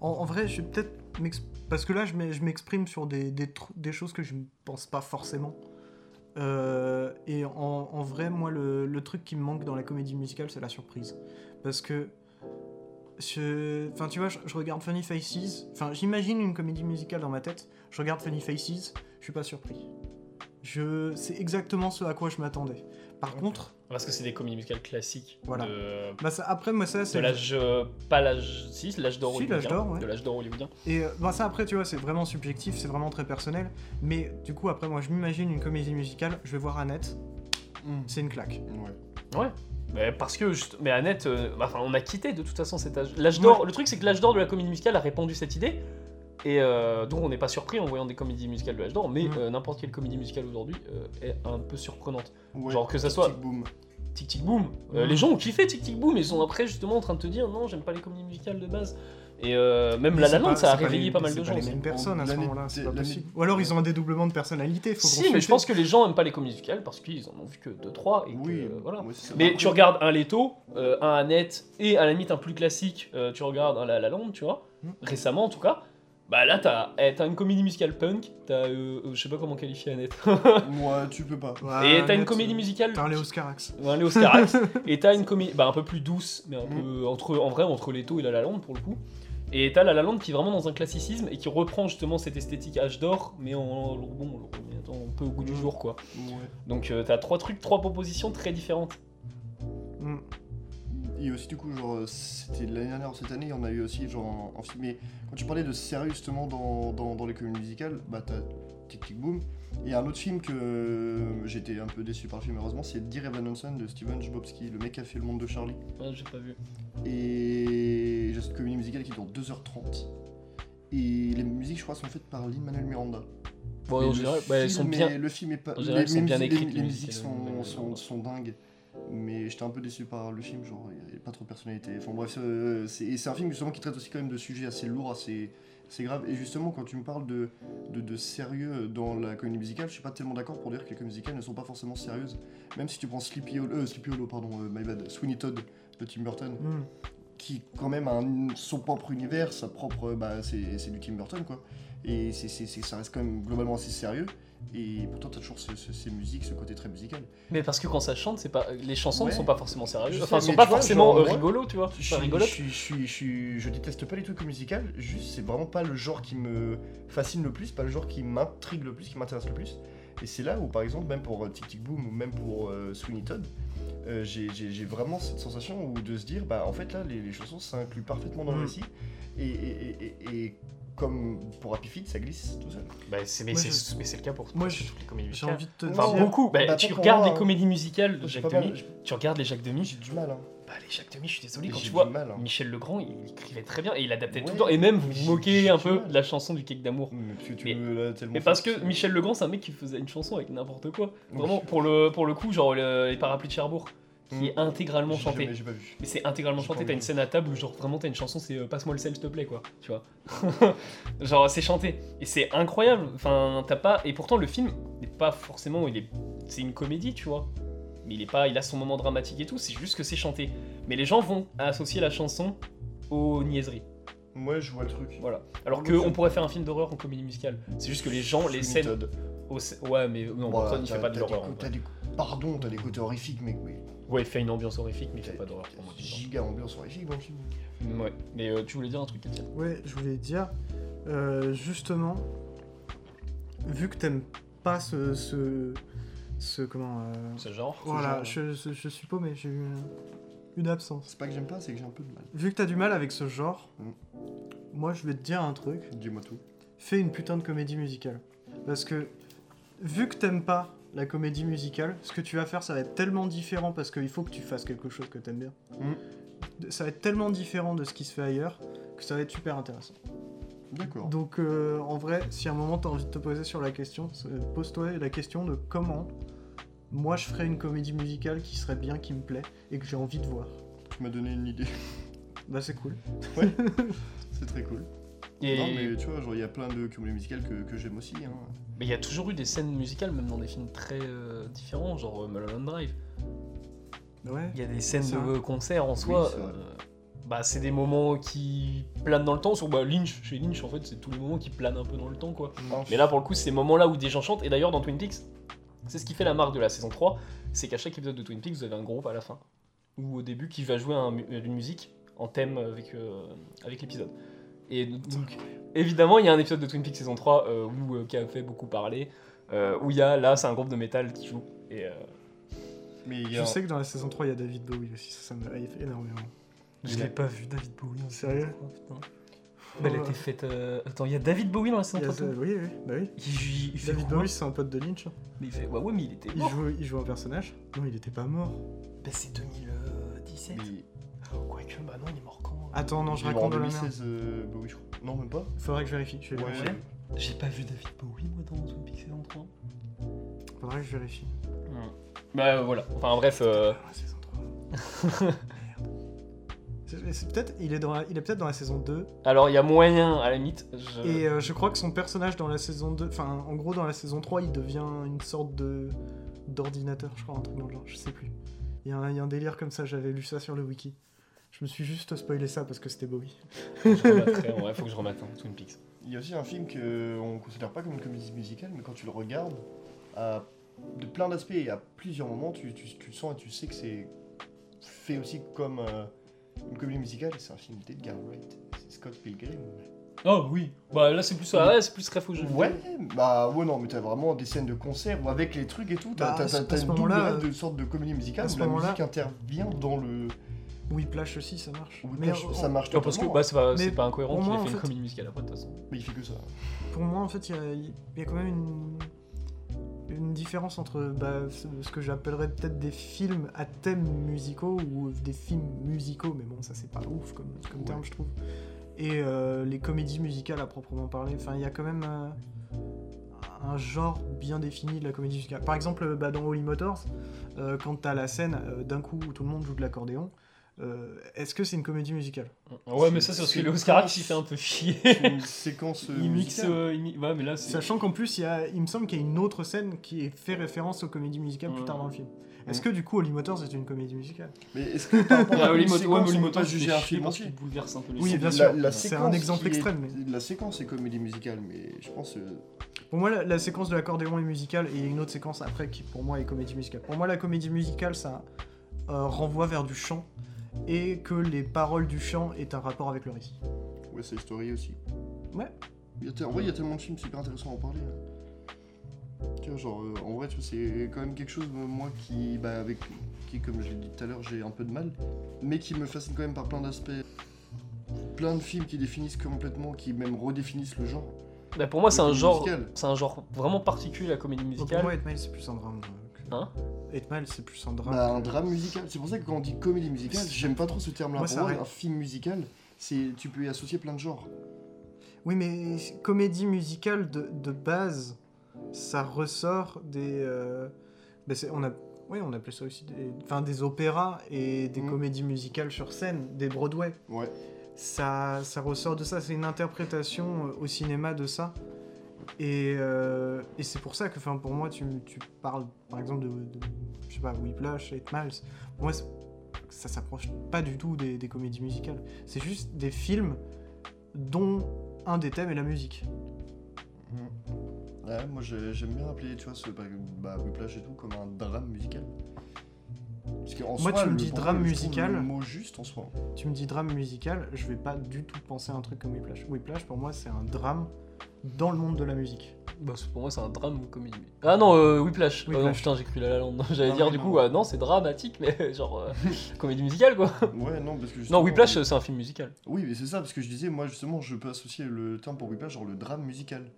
[SPEAKER 1] En, en vrai, je vais peut-être. m'ex- Parce que là, je m'e- je m'exprime sur des, des, tr- des choses que je ne pense pas forcément. Euh, et en, en vrai, moi, le, le truc qui me manque dans la comédie musicale, c'est la surprise. Parce que. je- Enfin, tu vois, je, je regarde Funny Faces. Enfin, j'imagine une comédie musicale dans ma tête. Je regarde Funny Faces, je suis pas surpris. Je... C'est exactement ce à quoi je m'attendais. Par
[SPEAKER 3] Ok.
[SPEAKER 1] contre,
[SPEAKER 2] Parce que c'est des comédies musicales classiques.
[SPEAKER 1] Voilà.
[SPEAKER 2] de-
[SPEAKER 1] bah ça, après, moi, ça,
[SPEAKER 2] De
[SPEAKER 1] c'est.
[SPEAKER 2] l'âge. euh, pas l'âge. Si, c'est l'âge d'or
[SPEAKER 1] Si, l'âge
[SPEAKER 2] hollywoodien.
[SPEAKER 1] d'or, ouais.
[SPEAKER 2] De l'âge d'or hollywoodien.
[SPEAKER 1] Et euh, bah, ça après tu vois c'est vraiment subjectif, c'est vraiment très personnel. Mais du coup après moi je m'imagine une comédie musicale, je vais voir Annette, c'est une claque.
[SPEAKER 3] Ouais.
[SPEAKER 2] Mais parce que. juste- Mais Annette. euh, bah, enfin, on a quitté de toute façon cet âge. L'âge d'or. Le truc, c'est que l'âge d'or de la comédie musicale a répandu cette idée. Et euh, donc, on n'est pas surpris en voyant des comédies musicales de l'âge d'or. Mais
[SPEAKER 1] Mm.
[SPEAKER 2] euh, n'importe quelle comédie musicale aujourd'hui euh, est un peu surprenante.
[SPEAKER 3] Ouais,
[SPEAKER 2] Genre que ça
[SPEAKER 3] Tic
[SPEAKER 2] soit-
[SPEAKER 3] Tic Boom.
[SPEAKER 2] Tic Tic Boom. Euh,
[SPEAKER 1] Mm.
[SPEAKER 2] Les gens ont kiffé Tic Tic Boom. Ils sont après justement en train de te dire non, j'aime pas les comédies musicales de base. Et euh, même
[SPEAKER 1] Mais
[SPEAKER 2] La
[SPEAKER 1] c'est
[SPEAKER 2] La Land,
[SPEAKER 1] pas-
[SPEAKER 2] ça a
[SPEAKER 1] c'est pas
[SPEAKER 2] réveillé
[SPEAKER 1] les-
[SPEAKER 2] pas mal
[SPEAKER 1] c'est
[SPEAKER 2] de gens.
[SPEAKER 1] les
[SPEAKER 2] aussi.
[SPEAKER 1] mêmes personnes à ce
[SPEAKER 3] L'année-
[SPEAKER 1] moment-là, c'est pas
[SPEAKER 3] l'année-
[SPEAKER 1] possible. Ou alors ils ont un dédoublement de personnalité, faut
[SPEAKER 2] Si,
[SPEAKER 1] consulter.
[SPEAKER 2] mais je pense que les gens aiment pas les comédies musicales parce qu'ils en ont vu que 2-3 et que,
[SPEAKER 3] Oui,
[SPEAKER 2] euh, voilà.
[SPEAKER 3] ouais, c'est ça.
[SPEAKER 2] Mais
[SPEAKER 3] Après,
[SPEAKER 2] tu regardes un Leto, euh, un Annette et à la limite un plus classique, euh, tu regardes un La La Land, tu vois,
[SPEAKER 1] Mm.
[SPEAKER 2] récemment en tout cas. Bah là, t'as eh, t'as une comédie musicale punk, t'as. euh, euh, je sais pas comment qualifier Annette.
[SPEAKER 3] Moi, tu peux pas.
[SPEAKER 1] Ouais,
[SPEAKER 2] et t'as une
[SPEAKER 1] Annette,
[SPEAKER 2] comédie
[SPEAKER 1] euh,
[SPEAKER 2] musicale.
[SPEAKER 1] T'as un Léo Scarax.
[SPEAKER 2] Ouais, un Léo Scarax. et t'as une comédie bah, un peu plus douce, mais un
[SPEAKER 1] Hmm.
[SPEAKER 3] Mm.
[SPEAKER 2] peu. Entre, en vrai, entre Leto et La La Land pour le coup. Et t'as La La Land qui est vraiment dans un classicisme et qui reprend justement cette esthétique âge d'or, mais en. en- Bon, on le- attends, un peu au
[SPEAKER 1] Hmm.
[SPEAKER 2] goût du
[SPEAKER 3] Mm.
[SPEAKER 2] jour quoi.
[SPEAKER 3] Ouais.
[SPEAKER 2] Donc euh, t'as trois trucs, trois propositions très différentes.
[SPEAKER 1] Mm.
[SPEAKER 3] Et aussi, du coup, genre, euh, c'était l'année dernière, ou cette année, on a eu aussi, genre, un, un film. Mais quand tu parlais de sérieux, justement, dans, dans, dans les communes musicales, bah, t'as Tic Tic Boom. Et un autre film que euh, j'étais un peu déçu par le film, heureusement, c'est Dear Evan Hansen de Steven Jobowski, le mec qui a fait Le Monde de Charlie.
[SPEAKER 2] Ouais, Ah, j'ai pas vu.
[SPEAKER 3] Et j'ai cette comédie musicale qui dure 2h30. Et les musiques, je crois, sont faites par Lin-Manuel Miranda.
[SPEAKER 2] Bon,
[SPEAKER 3] Mais
[SPEAKER 2] en
[SPEAKER 3] le
[SPEAKER 2] général, bah, elles
[SPEAKER 3] film
[SPEAKER 2] sont
[SPEAKER 3] est-
[SPEAKER 2] bien.
[SPEAKER 3] Le film est pas.
[SPEAKER 2] en général, elles sont
[SPEAKER 3] les,
[SPEAKER 2] bien
[SPEAKER 3] musiques-
[SPEAKER 2] écrites,
[SPEAKER 3] les,
[SPEAKER 2] les
[SPEAKER 3] musiques
[SPEAKER 2] musiques,
[SPEAKER 3] sont,
[SPEAKER 2] euh,
[SPEAKER 3] sont, sont dingues. Mais j'étais un peu déçu par le film, genre, il n'y a pas trop de personnalité. Enfin bref, euh, c'est et c'est un film justement qui traite aussi quand même de sujets assez lourds, assez, assez graves. Et justement, quand tu me parles de, de, de sérieux dans la comédie musicale, je suis pas tellement d'accord pour dire que les comédies musicales ne sont pas forcément sérieuses. Même si tu prends Sleepy Hollow, euh, Sleepy Hollow, pardon, euh, my bad, Sweeney Todd de Tim Burton,
[SPEAKER 1] Mm.
[SPEAKER 3] qui quand même a un- son propre univers, sa propre, euh, bah, c'est c'est du Tim Burton quoi. Et c'est c'est- c'est- ça reste quand même globalement assez sérieux. Et pourtant, t'as toujours ce- ce- ces musiques, ce côté très musical.
[SPEAKER 2] Mais parce que quand ça chante, c'est pas les chansons ne
[SPEAKER 3] Ouais.
[SPEAKER 2] sont pas forcément
[SPEAKER 3] Je
[SPEAKER 2] sérieuses.
[SPEAKER 3] sais,
[SPEAKER 2] Enfin, sont
[SPEAKER 3] mais
[SPEAKER 2] pas
[SPEAKER 3] tu vois,
[SPEAKER 2] forcément
[SPEAKER 3] genre,
[SPEAKER 2] euh,
[SPEAKER 3] moi,
[SPEAKER 2] rigolos, tu
[SPEAKER 3] Je,
[SPEAKER 2] vois. Pas
[SPEAKER 3] suis- je,
[SPEAKER 2] rigolotes.
[SPEAKER 3] suis- je, suis- je, suis- je déteste pas les trucs musicales, juste c'est vraiment pas le genre qui me fascine le plus, pas le genre qui m'intrigue le plus, qui m'intéresse le plus. Et c'est là où, par exemple, même pour euh, Tic Tic Boom ou même pour euh, Sweeney Todd, euh, j'ai- j'ai j'ai vraiment cette sensation où de se dire, bah en fait là, les, les chansons ça inclut parfaitement dans le
[SPEAKER 1] Mm.
[SPEAKER 3] récit. Et, et- et- et- et comme pour Happy Feet, ça glisse tout seul.
[SPEAKER 2] Bah, c'est- mais
[SPEAKER 1] Moi,
[SPEAKER 2] c'est
[SPEAKER 1] je-
[SPEAKER 2] mais c'est le cas pour
[SPEAKER 1] moi,
[SPEAKER 2] presque
[SPEAKER 1] je-
[SPEAKER 2] toutes les comédies
[SPEAKER 1] J'ai
[SPEAKER 2] musicales.
[SPEAKER 1] envie de te
[SPEAKER 2] Enfin,
[SPEAKER 3] J'ai-
[SPEAKER 1] dire.
[SPEAKER 2] beaucoup. Bah,
[SPEAKER 3] Bah,
[SPEAKER 2] tu
[SPEAKER 3] pas pour
[SPEAKER 2] regardes
[SPEAKER 3] moi,
[SPEAKER 2] les
[SPEAKER 3] hein.
[SPEAKER 2] comédies musicales de
[SPEAKER 3] J'ai
[SPEAKER 2] Jacques
[SPEAKER 3] pas mal-
[SPEAKER 2] Demy.
[SPEAKER 3] j'ai-
[SPEAKER 2] Tu regardes les Jacques Demy.
[SPEAKER 3] J'ai du mal, hein.
[SPEAKER 2] Bah, les Jacques Demy, je suis désolé. Quand
[SPEAKER 3] J'ai
[SPEAKER 2] tu
[SPEAKER 3] du
[SPEAKER 2] vois
[SPEAKER 3] mal, hein.
[SPEAKER 2] Michel Legrand, il écrivait très bien et il adaptait tout
[SPEAKER 3] Ouais,
[SPEAKER 2] le temps. Et même, vous
[SPEAKER 3] j'ai-
[SPEAKER 2] vous moquez
[SPEAKER 3] j'ai
[SPEAKER 2] un
[SPEAKER 3] du
[SPEAKER 2] peu
[SPEAKER 3] mal.
[SPEAKER 2] de la chanson du cake d'amour.
[SPEAKER 3] Mais parce que tu
[SPEAKER 2] Mais-
[SPEAKER 3] me l'as tellement
[SPEAKER 2] Mais
[SPEAKER 3] fait,
[SPEAKER 2] parce que
[SPEAKER 3] c'est- Mm.
[SPEAKER 2] Michel Legrand, c'est un mec qui faisait une chanson avec n'importe quoi.
[SPEAKER 3] Oui.
[SPEAKER 2] Vraiment, pour le, pour le coup, genre le- les parapluies de Cherbourg, qui
[SPEAKER 3] Mm.
[SPEAKER 2] est intégralement
[SPEAKER 3] J'ai
[SPEAKER 2] chanté.
[SPEAKER 3] jamais- J'ai pas vu.
[SPEAKER 2] Mais c'est intégralement
[SPEAKER 3] J'ai
[SPEAKER 2] chanté,
[SPEAKER 3] pas
[SPEAKER 2] t'as
[SPEAKER 3] envie.
[SPEAKER 2] une scène à table où genre vraiment t'as une chanson, c'est euh, passe-moi le sel s'il te plaît quoi, tu vois. genre c'est chanté et c'est incroyable. Enfin t'as pas et pourtant le film n'est pas forcément il est c'est une comédie tu vois. Mais il est pas il a son moment dramatique et tout, c'est juste que c'est chanté. Mais les gens vont associer la chanson aux niaiseries.
[SPEAKER 3] Moi, je vois le truc.
[SPEAKER 2] Voilà. Alors
[SPEAKER 3] Oui,
[SPEAKER 2] que
[SPEAKER 3] je-
[SPEAKER 2] on pourrait faire un film d'horreur en comédie musicale. C'est juste que les gens les
[SPEAKER 3] Sweeney
[SPEAKER 2] scènes
[SPEAKER 3] Todd.
[SPEAKER 2] aux scè- ouais mais non
[SPEAKER 3] Voilà,
[SPEAKER 2] Burton, il
[SPEAKER 3] t'as-
[SPEAKER 2] fait pas de
[SPEAKER 3] t'as
[SPEAKER 2] l'horreur.
[SPEAKER 3] des
[SPEAKER 2] en
[SPEAKER 3] co-
[SPEAKER 2] vrai.
[SPEAKER 3] t'as des co- Pardon, t'as des côtés horrifiques, mec, mais.
[SPEAKER 2] Ouais, il fait une ambiance horrifique mais il
[SPEAKER 3] t'as-
[SPEAKER 2] fait pas d'horreur
[SPEAKER 3] t'as
[SPEAKER 2] pour moi.
[SPEAKER 3] une Giga ambiance horrifique dans le film.
[SPEAKER 2] Ouais, mais euh, tu voulais dire un truc Étienne
[SPEAKER 1] Ouais, je voulais dire, euh, justement, vu que t'aimes pas ce. ce, ce comment. euh,
[SPEAKER 2] ce genre
[SPEAKER 1] Voilà,
[SPEAKER 3] genre,
[SPEAKER 1] je, je, je suis paumé, j'ai eu une, une absence.
[SPEAKER 3] C'est pas que j'aime pas, c'est que j'ai un peu de mal.
[SPEAKER 1] Vu que t'as du mal avec ce genre,
[SPEAKER 3] Mm.
[SPEAKER 1] moi je vais te dire un truc.
[SPEAKER 3] Dis-moi tout.
[SPEAKER 1] fais une putain de comédie musicale. Parce que vu que t'aimes pas la comédie musicale, ce que tu vas faire, ça va être tellement différent parce qu'il faut que tu fasses quelque chose que t'aimes bien.
[SPEAKER 3] Mm.
[SPEAKER 1] Ça va être tellement différent de ce qui se fait ailleurs que ça va être super intéressant.
[SPEAKER 3] D'accord.
[SPEAKER 1] Donc euh, en vrai, si à un moment t'as envie de te poser sur la question, euh, pose-toi la question de comment moi je ferais une comédie musicale qui serait bien, qui me plaît et que j'ai envie de voir.
[SPEAKER 3] Tu m'as donné une idée.
[SPEAKER 1] Bah c'est cool.
[SPEAKER 3] C'est très cool.
[SPEAKER 2] Et-
[SPEAKER 3] Non, mais tu vois, genre, il y a plein de comédies musicales que, que j'aime aussi. Hein.
[SPEAKER 2] Mais il y a toujours eu des scènes musicales, même dans des films très euh, différents, genre euh, Mulholland Drive.
[SPEAKER 1] Ouais.
[SPEAKER 2] Il y a des scènes
[SPEAKER 1] C'est
[SPEAKER 2] de
[SPEAKER 1] vrai.
[SPEAKER 2] euh, concert en soi.
[SPEAKER 3] c'est vrai.
[SPEAKER 2] euh, bah, c'est des moments qui planent dans le temps. Sur bah, Lynch, chez Lynch, en fait, c'est tous les moments qui planent un peu dans le temps, quoi. Mais là, pour le coup, c'est ces moments-là où des gens chantent. Et d'ailleurs, dans Twin Peaks, c'est ce qui fait la marque de la saison 3, c'est qu'à chaque épisode de Twin Peaks, vous avez un groupe à la fin, ou au début, qui va jouer un mu- une musique en thème avec, euh, avec l'épisode. Et donc, évidemment, il y a un épisode de Twin Peaks saison 3 euh, où, euh, qui a fait beaucoup parler, euh, où il y a, là, c'est un groupe de métal qui joue. Et euh,
[SPEAKER 3] Mais il y a.
[SPEAKER 1] Je sais que dans la saison 3, il y a David Bowie aussi, ça, ça me hype énormément.
[SPEAKER 2] Je l'ai pas vu, David Bowie. en
[SPEAKER 1] Sérieux
[SPEAKER 2] saison 3, putain. Bah, elle
[SPEAKER 1] Ouais.
[SPEAKER 2] était faite. euh, Attends, il y a David Bowie dans la
[SPEAKER 1] Il
[SPEAKER 2] saison
[SPEAKER 1] y a
[SPEAKER 2] 3
[SPEAKER 1] ça- oui, oui, bah oui.
[SPEAKER 2] Il, il- il fait
[SPEAKER 1] David
[SPEAKER 2] quoi
[SPEAKER 1] Bowie, c'est un pote de Lynch. hein.
[SPEAKER 2] Mais il fait. Ouais, ouais, mais il était
[SPEAKER 1] Il
[SPEAKER 2] mort.
[SPEAKER 1] joue, il joue un personnage. Non, il était pas mort.
[SPEAKER 2] Bah, c'est euh, 2017.
[SPEAKER 3] mais-
[SPEAKER 2] Quoique, bah non, il est mort quand euh
[SPEAKER 1] Attends, non, je
[SPEAKER 3] il est mort en
[SPEAKER 1] raconte de la merde.
[SPEAKER 3] 2016, euh, bah oui, je crois. Non, même pas.
[SPEAKER 1] Faudrait que je vérifie. Je vais
[SPEAKER 3] Ouais,
[SPEAKER 1] vérifier.
[SPEAKER 2] J'ai pas vu David Bowie, moi, dans Twin Peaks saison 3.
[SPEAKER 1] Faudrait que je vérifie.
[SPEAKER 2] Bah, euh, voilà. Enfin, bref. euh,
[SPEAKER 1] Dans la saison 3. C'est- c'est peut-être, il est, dans la- il est peut-être dans la saison 2.
[SPEAKER 2] Alors, il y a moyen, à la limite. je-
[SPEAKER 1] Et euh, je crois que son personnage dans la saison 2. Enfin, en gros, dans la saison 3, il devient une sorte de. d'ordinateur, je crois, un truc dans le genre, je sais plus. Il y, a un- il y a un délire comme ça, j'avais lu ça sur le wiki. Je me suis juste spoilé ça parce que c'était Bowie.
[SPEAKER 2] Faut que je rematerai, en vrai, faut que je remate hein, Twin Peaks.
[SPEAKER 3] Il y a aussi un film qu'on considère pas comme une comédie musicale, mais quand tu le regardes, à- de plein d'aspects et à plusieurs moments, tu, tu- tu le sens et tu sais que c'est fait aussi comme euh, une comédie musicale. C'est un film d'Edgar Wright, c'est Scott Pilgrim.
[SPEAKER 2] Oh, oui. Bah, là, c'est plus. ah, ouais, c'est plus ref au jeu.
[SPEAKER 3] Ouais, bah ouais, non, mais t'as vraiment des scènes de concert où avec les trucs et tout, t'as
[SPEAKER 1] Bah,
[SPEAKER 3] t'as-
[SPEAKER 1] à ce-
[SPEAKER 3] t'as-
[SPEAKER 1] à
[SPEAKER 3] t'as
[SPEAKER 1] ce
[SPEAKER 3] une double
[SPEAKER 1] moment-là,
[SPEAKER 3] rate de sorte de comédie musicale
[SPEAKER 1] à ce
[SPEAKER 3] où la
[SPEAKER 1] moment-là-
[SPEAKER 3] musique intervient dans le.
[SPEAKER 1] Whiplash aussi, ça marche.
[SPEAKER 3] Mais ça
[SPEAKER 1] on-
[SPEAKER 3] marche
[SPEAKER 2] Non, parce que
[SPEAKER 3] totalement,
[SPEAKER 2] bah, c'est pas, c'est
[SPEAKER 1] Mais
[SPEAKER 2] pas incohérent
[SPEAKER 1] pour
[SPEAKER 2] qu'il ait
[SPEAKER 1] moi,
[SPEAKER 2] fait
[SPEAKER 1] en
[SPEAKER 2] une
[SPEAKER 1] fait-
[SPEAKER 2] comédie musicale après, de toute façon.
[SPEAKER 3] mais il fait que ça.
[SPEAKER 1] Pour moi, en fait, il y a, il y a quand même une, une différence entre bah, ce ce que j'appellerais peut-être des films à thèmes musicaux ou des films musicaux, mais bon, ça c'est pas ouf comme, comme
[SPEAKER 3] Ouais.
[SPEAKER 1] terme, je trouve. Et euh, les comédies musicales à proprement parler. Enfin, il y a quand même euh, un genre bien défini de la comédie musicale. Par exemple, bah, dans Holy Motors, euh, quand t'as la scène euh, d'un coup où tout le monde joue de l'accordéon, euh, est-ce que c'est une comédie musicale
[SPEAKER 2] Ouais, mais
[SPEAKER 3] C'est-
[SPEAKER 2] ça, c'est parce
[SPEAKER 3] c'est
[SPEAKER 2] que Oscar
[SPEAKER 3] pas-
[SPEAKER 2] qui fait un peu chier.
[SPEAKER 3] C'est une séquence.
[SPEAKER 2] Il mixe.
[SPEAKER 3] musicale.
[SPEAKER 2] euh, il mi- Ouais, mais là, c'est.
[SPEAKER 1] Sachant qu'en plus, il, y a- il me semble qu'il y a une autre scène qui fait référence aux comédies musicales
[SPEAKER 2] Ouais.
[SPEAKER 1] plus tard dans le film.
[SPEAKER 3] Ouais.
[SPEAKER 1] Est-ce que du coup, Holy Motors est une comédie musicale
[SPEAKER 3] Mais est-ce que par rapport
[SPEAKER 2] Ah,
[SPEAKER 3] à une
[SPEAKER 2] Hollywood-
[SPEAKER 3] séquence,
[SPEAKER 2] ouais,
[SPEAKER 3] on peut
[SPEAKER 2] Hollywood
[SPEAKER 3] pas
[SPEAKER 2] Town,
[SPEAKER 3] juger
[SPEAKER 2] c'est
[SPEAKER 3] un
[SPEAKER 2] chier
[SPEAKER 3] film
[SPEAKER 2] parce
[SPEAKER 3] entier
[SPEAKER 2] qu'il bouleverse un peu les
[SPEAKER 1] Oui,
[SPEAKER 2] choses.
[SPEAKER 1] bien
[SPEAKER 3] La-
[SPEAKER 1] sûr.
[SPEAKER 3] la
[SPEAKER 1] C'est un
[SPEAKER 3] séquence
[SPEAKER 1] exemple
[SPEAKER 3] qui est-
[SPEAKER 1] extrême. mais-
[SPEAKER 3] La séquence est comédie musicale, mais je pense. euh,
[SPEAKER 1] Pour moi, la, la séquence de l'accordéon est musicale et il y a une autre séquence après qui, pour moi, est comédie musicale. Pour moi, la comédie musicale, ça euh, renvoie vers du chant et que les paroles du chant aient un rapport avec le récit.
[SPEAKER 3] Ouais, c'est Story aussi.
[SPEAKER 1] Ouais.
[SPEAKER 3] Il y a te- en vrai, il y a tellement de films super intéressants à en parler. hein. Tu vois, genre, euh, en vrai, tu vois, c'est quand même quelque chose, euh, moi, qui, bah, avec, qui, comme je l'ai dit tout à l'heure, j'ai un peu de mal, mais qui me fascine quand même par plein d'aspects. Plein de films qui définissent complètement, qui même redéfinissent le genre.
[SPEAKER 2] Bah, pour moi, c'est un
[SPEAKER 3] Comédie
[SPEAKER 2] genre,
[SPEAKER 3] musicale.
[SPEAKER 2] c'est un genre vraiment particulier la comédie
[SPEAKER 1] Donc, pour
[SPEAKER 2] musicale.
[SPEAKER 1] moi, Etmail, c'est plus un drame. euh, que-
[SPEAKER 2] Hein
[SPEAKER 1] Etmail, c'est plus un drame.
[SPEAKER 3] Bah, un drame musical. C'est pour ça que quand on dit comédie musicale,
[SPEAKER 1] C'est-
[SPEAKER 3] j'aime pas trop ce terme-là.
[SPEAKER 1] Moi,
[SPEAKER 3] Pour
[SPEAKER 1] ça
[SPEAKER 3] moi,
[SPEAKER 1] reste-
[SPEAKER 3] un film musical, c'est tu peux y associer plein de genres.
[SPEAKER 1] Oui, mais comédie musicale de, de base, ça ressort des. euh, ben c'est- on a, oui, on appelait ça aussi des, enfin, des opéras et des
[SPEAKER 3] Mhm.
[SPEAKER 1] comédies musicales sur scène, des Broadway.
[SPEAKER 3] Ouais.
[SPEAKER 1] Ça, ça ressort de ça, c'est une interprétation euh, au cinéma de ça. Et, euh, et c'est pour ça que, enfin, pour moi, tu, tu parles, par exemple, de, de- je sais pas, Whiplash, Eight Miles. Moi, c'est- ça s'approche pas du tout des, des comédies musicales. C'est juste des films dont un des thèmes est la musique.
[SPEAKER 3] Ouais, moi j'ai- j'aime bien appeler, tu vois, ce bah, bah, Whiplash et tout comme un drame musical. Parce qu'en
[SPEAKER 1] Moi,
[SPEAKER 3] soi,
[SPEAKER 1] tu me
[SPEAKER 3] le-
[SPEAKER 1] dis
[SPEAKER 3] pour
[SPEAKER 1] drame
[SPEAKER 3] moi, je
[SPEAKER 1] musical.
[SPEAKER 3] trouve Le mot juste en soi.
[SPEAKER 1] Tu me dis drame musical, je vais pas du tout penser à un truc comme Whiplash. Whiplash, pour moi, c'est un drame dans le monde de la musique.
[SPEAKER 2] Bah, c'est- pour moi, c'est un drame comédie. Ah non, euh, Whiplash. Ah non,
[SPEAKER 1] Whiplash.
[SPEAKER 2] putain, j'ai cru La La Land. J'allais
[SPEAKER 1] Ah
[SPEAKER 2] dire
[SPEAKER 1] oui,
[SPEAKER 2] du
[SPEAKER 1] non.
[SPEAKER 2] coup, ah non, c'est dramatique, mais genre euh, comédie musicale quoi.
[SPEAKER 3] Ouais, non, parce que justement,
[SPEAKER 2] Non, Whiplash,
[SPEAKER 3] euh,
[SPEAKER 2] c'est un film musical.
[SPEAKER 3] Oui, mais c'est ça, parce que je disais, moi justement, je peux associer le terme pour Whiplash, genre le drame musical.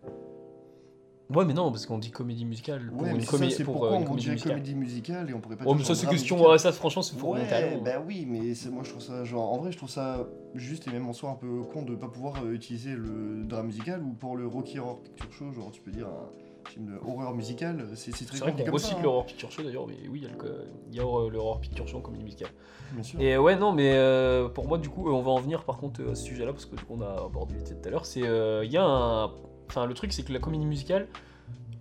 [SPEAKER 2] Ouais, mais non, parce qu'on dit comédie musicale pour
[SPEAKER 3] Ouais, mais
[SPEAKER 2] une
[SPEAKER 3] c'est ça,
[SPEAKER 2] comédie
[SPEAKER 3] c'est
[SPEAKER 2] pour,
[SPEAKER 3] pourquoi
[SPEAKER 2] euh, une
[SPEAKER 3] on
[SPEAKER 2] comédie
[SPEAKER 3] dirait
[SPEAKER 2] musicale.
[SPEAKER 3] comédie musicale et on pourrait pas
[SPEAKER 2] Oh,
[SPEAKER 3] dire
[SPEAKER 2] mais ça,
[SPEAKER 3] genre
[SPEAKER 2] c'est
[SPEAKER 3] drame
[SPEAKER 2] question.
[SPEAKER 3] musical.
[SPEAKER 2] ouais, ça, franchement, c'est pour hein. remonter à
[SPEAKER 3] Ouais,
[SPEAKER 2] loin.
[SPEAKER 3] bah oui, mais c'est- moi je trouve ça genre. En vrai, je trouve ça juste et même en soi un peu con de pas pouvoir euh, utiliser le drame musical ou pour le Rocky Horror Picture Show, genre tu peux dire un film de horreur musicale, c'est c'est très
[SPEAKER 2] C'est vrai
[SPEAKER 3] con dit
[SPEAKER 2] qu'on
[SPEAKER 3] comme ça,
[SPEAKER 2] recycle
[SPEAKER 3] hein.
[SPEAKER 2] l'horror picture show d'ailleurs, mais oui, il y a le co- il y a euh, le horror picture show en comédie musicale.
[SPEAKER 3] Bien sûr.
[SPEAKER 2] Et ouais, non, mais euh, pour moi, du coup, euh, on va en venir par contre euh, à ce sujet-là, parce que du coup, on a abordé vite fait tout à l'heure. C'est. euh, Il y a un. Enfin, le truc, c'est que la comédie musicale,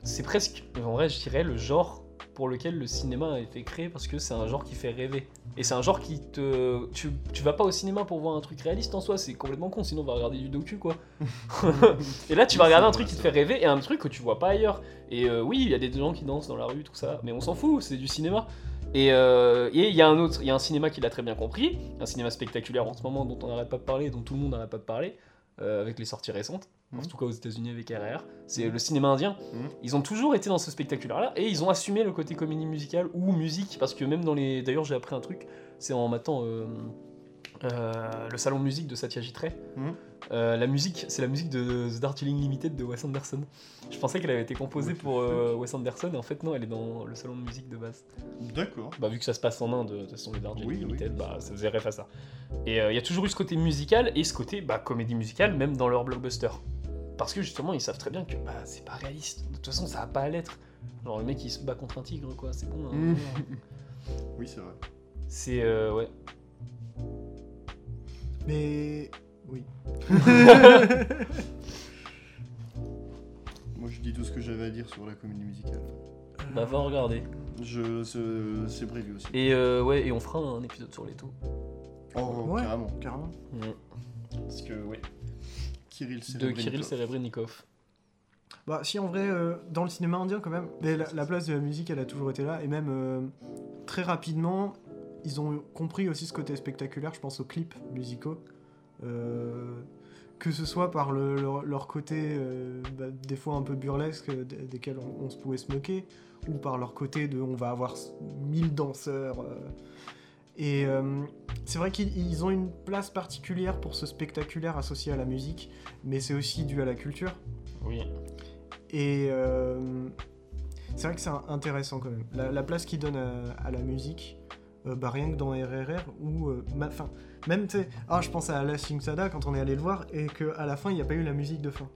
[SPEAKER 2] c'est presque, en vrai, je dirais, le genre pour lequel le cinéma a été créé, parce que c'est un genre qui fait rêver. Et c'est un genre qui te. Tu, tu vas pas au cinéma pour voir un truc réaliste en soi, c'est complètement con, sinon on va regarder du docu, quoi. et là, tu vas
[SPEAKER 3] Oui,
[SPEAKER 2] regarder
[SPEAKER 3] c'est
[SPEAKER 2] un
[SPEAKER 3] vrai,
[SPEAKER 2] truc qui
[SPEAKER 3] c'est
[SPEAKER 2] te fait rêver et un truc que tu vois pas ailleurs. Et euh, oui, il y a des gens qui dansent dans la rue, tout ça, mais on s'en fout, c'est du cinéma. Et euh, et il y a un autre, il y a un cinéma qui l'a très bien compris, un cinéma spectaculaire en ce moment dont on n'arrête pas de parler, dont tout le monde n'arrête pas de parler, euh, avec les sorties récentes, en
[SPEAKER 3] Mhm.
[SPEAKER 2] tout cas aux États-Unis avec RR, c'est le cinéma indien.
[SPEAKER 3] Mhm.
[SPEAKER 2] Ils ont toujours été dans ce spectaculaire-là et ils ont assumé le côté comédie musicale ou musique parce que même dans les, d'ailleurs j'ai appris un truc, c'est en matant euh, euh, le salon musique de Satyajit Ray.
[SPEAKER 3] Mhm.
[SPEAKER 2] Euh, la musique, c'est la musique de The Darjeeling Limited de Wes Anderson. Je pensais qu'elle avait été composée
[SPEAKER 3] What the
[SPEAKER 2] pour euh, Wes Anderson et en fait non, elle est dans le salon de musique de base.
[SPEAKER 3] D'accord.
[SPEAKER 2] Bah, vu que ça se passe en Inde, de toute façon, les Darjeeling
[SPEAKER 3] Oui, oui.
[SPEAKER 2] Limited, bah, ça faisait rêve à ça. Et euh, il y a toujours eu ce côté musical et ce côté bah, comédie musicale, même dans leur blockbuster. Parce que justement, ils savent très bien que bah, c'est pas réaliste. De toute façon, ça va pas à l'être. Genre, le mec, il se bat contre un tigre, quoi. C'est bon. hein.
[SPEAKER 3] Mm. oui, c'est vrai.
[SPEAKER 2] C'est. euh, ouais.
[SPEAKER 1] Mais oui.
[SPEAKER 3] Moi je dis tout ce que j'avais à dire sur la comédie musicale.
[SPEAKER 2] Bah, va regarder.
[SPEAKER 3] Je ce- c'est prévu aussi.
[SPEAKER 2] Et euh, ouais, et on fera un épisode sur les taux.
[SPEAKER 3] Oh
[SPEAKER 1] Ouais.
[SPEAKER 3] carrément.
[SPEAKER 1] Carrément.
[SPEAKER 2] Parce que, ouais.
[SPEAKER 3] Kirill
[SPEAKER 2] De
[SPEAKER 3] Serebrennikov.
[SPEAKER 2] Kirill Serebrennikov.
[SPEAKER 1] Bah si en vrai, euh, dans le cinéma indien quand même, mais la, la place de la musique elle a toujours été là et même euh, très rapidement, ils ont compris aussi ce côté spectaculaire, je pense aux clips musicaux. Euh, que ce soit par le- leur, leur côté euh, bah, des fois un peu burlesque euh, des- desquels on, on se pouvait se moquer, ou par leur côté de on va avoir s- 1000 danseurs. euh. et euh, c'est vrai qu'ils ils ont une place particulière pour ce spectaculaire associé à la musique, mais c'est aussi dû à la culture.
[SPEAKER 2] Oui.
[SPEAKER 1] Et euh, c'est vrai que c'est un- intéressant quand même. La, la place qu'il donne à, à la musique, euh, bah, rien que dans RRR, ou euh, ma- fin, même, tu sais, ah, je pense à La Sada quand on est allé le voir et qu'à la fin, il n'y a pas eu la musique de fin.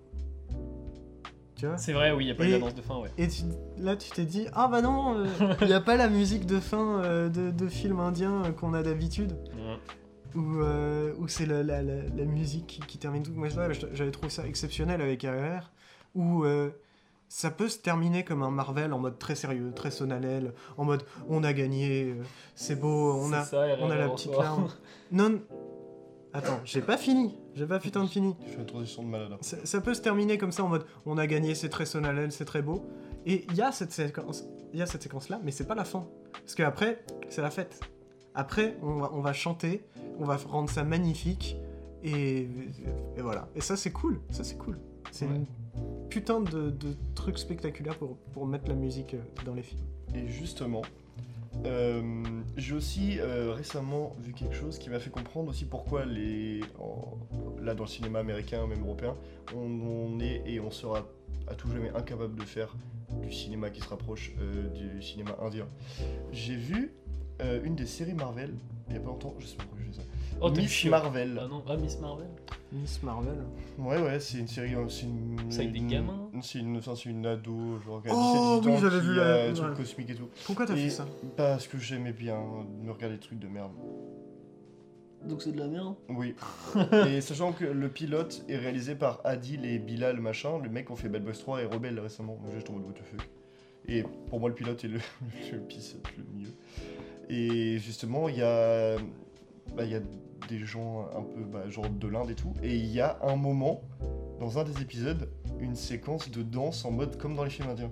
[SPEAKER 1] Tu vois
[SPEAKER 2] C'est vrai, oui, il n'y a
[SPEAKER 1] pas eu Et- la danse
[SPEAKER 2] de fin, ouais.
[SPEAKER 1] Et tu- là, tu t'es dit, ah bah non, euh, il n'y a pas la musique de fin euh, de, de film indien euh, qu'on a d'habitude où, euh, où c'est la, la- la- la musique qui, qui termine tout. Moi, j'avais j'avais trouvé ça exceptionnel avec RR, où euh, ça peut se terminer comme un Marvel en mode très sérieux, très sonalel, en mode on a gagné, euh, c'est beau, on a, on a la petite larme. Non, attends, j'ai pas fini, j'ai pas putain de fini.
[SPEAKER 3] Je fais une transition de malade. hein.
[SPEAKER 1] Ça, ça peut se terminer comme ça en mode on a gagné, c'est très sonalel, c'est très beau. Et il y a cette séquence, il y a cette séquence là, mais c'est pas la fin. Parce que après, c'est la fête. Après, on va, on va chanter, on va rendre ça magnifique, et, et voilà. Et ça, c'est cool, ça c'est cool. C'est
[SPEAKER 2] Ouais.
[SPEAKER 1] une putain de, de truc spectaculaire pour, pour mettre la musique euh, dans les films.
[SPEAKER 3] Et justement, euh, j'ai aussi euh, récemment vu quelque chose qui m'a fait comprendre aussi pourquoi les en- là dans le cinéma américain même européen, on, on est et on sera à tout jamais incapable de faire du cinéma qui se rapproche euh, du cinéma indien. J'ai vu euh, une des séries Marvel il y a pas longtemps, je sais pas pourquoi je fais ça.
[SPEAKER 2] Oh, t'es
[SPEAKER 3] Miss
[SPEAKER 2] chiant.
[SPEAKER 3] Marvel.
[SPEAKER 2] Ah non, ah, Miss Marvel.
[SPEAKER 1] Miss Marvel.
[SPEAKER 3] Ouais ouais, c'est une série euh, c'est une
[SPEAKER 2] C'est avec des
[SPEAKER 3] une-
[SPEAKER 2] gamins hein.
[SPEAKER 3] C'est une enfin, c'est une ado genre qui a
[SPEAKER 1] Oh,
[SPEAKER 3] 17, 18
[SPEAKER 1] oui,
[SPEAKER 3] ans,
[SPEAKER 1] j'avais
[SPEAKER 3] qui
[SPEAKER 1] vu
[SPEAKER 3] a
[SPEAKER 1] la-
[SPEAKER 3] un truc
[SPEAKER 1] ouais.
[SPEAKER 3] cosmique et tout.
[SPEAKER 1] Pourquoi t'as
[SPEAKER 3] Et-
[SPEAKER 1] fait ça
[SPEAKER 3] Parce que j'aimais bien me regarder des trucs de merde.
[SPEAKER 2] Donc c'est de la merde.
[SPEAKER 3] Oui. et sachant que le pilote est réalisé par Adil et Bilal machin, le mec qui ont fait Bad Boys 3 et Rebelle récemment, donc je tombe mode what the fuck. Et pour moi le pilote est le, le pisse le mieux. Et justement il y a, bah, il y a des gens un peu bah, genre de l'Inde et tout, et il y a un moment dans un des épisodes une séquence de danse en mode comme dans les films indiens.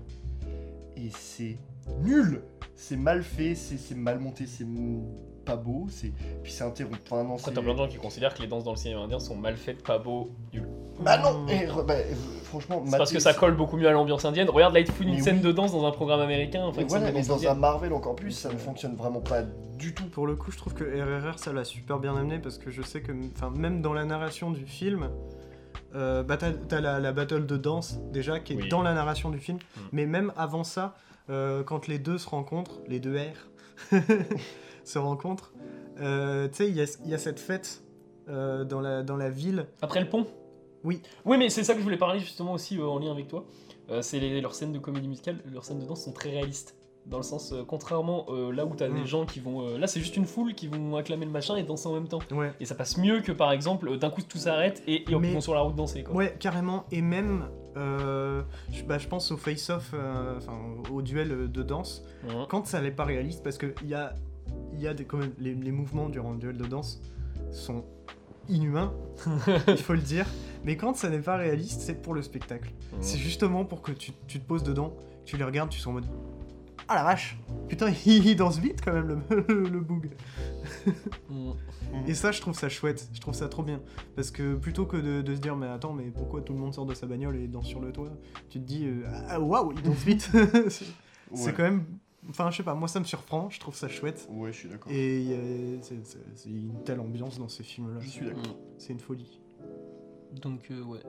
[SPEAKER 3] Et c'est nul, c'est mal fait, c'est c'est mal monté, c'est m- pas beau, c'est puis c'est interrompu. Enfin, non,
[SPEAKER 2] Après,
[SPEAKER 3] c'est-
[SPEAKER 2] t'as plein de gens qui considèrent que les danses dans le cinéma indien sont mal faites, pas beaux, nul.
[SPEAKER 3] Bah non et re- bah, euh, Franchement,
[SPEAKER 2] C'est parce
[SPEAKER 3] mater-
[SPEAKER 2] que ça colle beaucoup mieux à l'ambiance indienne. Regarde, là, il te fout une
[SPEAKER 3] Mais
[SPEAKER 2] scène
[SPEAKER 3] oui.
[SPEAKER 2] de danse dans un programme américain. Enfin,
[SPEAKER 3] Mais
[SPEAKER 2] une scène
[SPEAKER 3] voilà,
[SPEAKER 2] de
[SPEAKER 3] mais
[SPEAKER 2] danse
[SPEAKER 3] dans un
[SPEAKER 2] indienne.
[SPEAKER 3] Marvel encore plus, ça ne fonctionne vraiment pas du tout.
[SPEAKER 1] Pour le coup, je trouve que RRR, ça l'a super bien amené parce que je sais que, enfin, même dans la narration du film, euh, bah, t'as t'as la, la battle de danse déjà qui est
[SPEAKER 2] Oui.
[SPEAKER 1] dans la narration du film,
[SPEAKER 2] Mm.
[SPEAKER 1] mais même avant ça, euh, quand les deux se rencontrent, les deux R se rencontrent, euh, tu sais, il y, a- il y a cette fête euh, dans, la, dans la ville.
[SPEAKER 2] Après le pont
[SPEAKER 1] Oui.
[SPEAKER 2] Oui, mais c'est ça que je voulais parler justement aussi euh, en lien avec toi. Euh, c'est les- leurs scènes de comédie musicale, leurs scènes de danse sont très réalistes. Dans le sens, euh, contrairement euh, là où t'as
[SPEAKER 1] Mm.
[SPEAKER 2] des gens qui vont. euh, là, c'est juste une foule qui vont acclamer le machin et danser en même temps.
[SPEAKER 1] Ouais.
[SPEAKER 2] Et ça passe mieux que par exemple, euh, d'un coup tout s'arrête et, et on
[SPEAKER 1] Mais-
[SPEAKER 2] vont sur la route danser. Quoi.
[SPEAKER 1] Ouais, carrément. Et même, euh, je, bah, je pense au face-off, euh, enfin au duel de danse,
[SPEAKER 2] Hein.
[SPEAKER 1] quand ça n'est pas réaliste, parce qu'il y a, il y a des, quand même, les, les mouvements durant le duel de danse sont inhumains, il faut le dire. Mais quand ça n'est pas réaliste, c'est pour le spectacle. C'est justement pour que tu, tu te poses dedans, tu les regardes, tu sois en mode Ah la vache Putain, il danse vite quand même le, le boug.
[SPEAKER 2] Mm.
[SPEAKER 1] Et ça, je trouve ça chouette, je trouve ça trop bien. Parce que plutôt que de, de se dire, mais attends, mais pourquoi tout le monde sort de sa bagnole et danse sur le toit Tu te dis, euh, ah waouh, il danse vite C'est
[SPEAKER 3] Ouais.
[SPEAKER 1] c'est quand même. Enfin, je sais pas, moi ça me surprend, je trouve ça chouette.
[SPEAKER 3] Ouais, je suis d'accord.
[SPEAKER 1] Et euh, c'est- c'est- c'est une telle ambiance dans ces films-là.
[SPEAKER 3] Je suis d'accord.
[SPEAKER 2] Mm.
[SPEAKER 1] C'est une folie.
[SPEAKER 2] Donc, euh, ouais.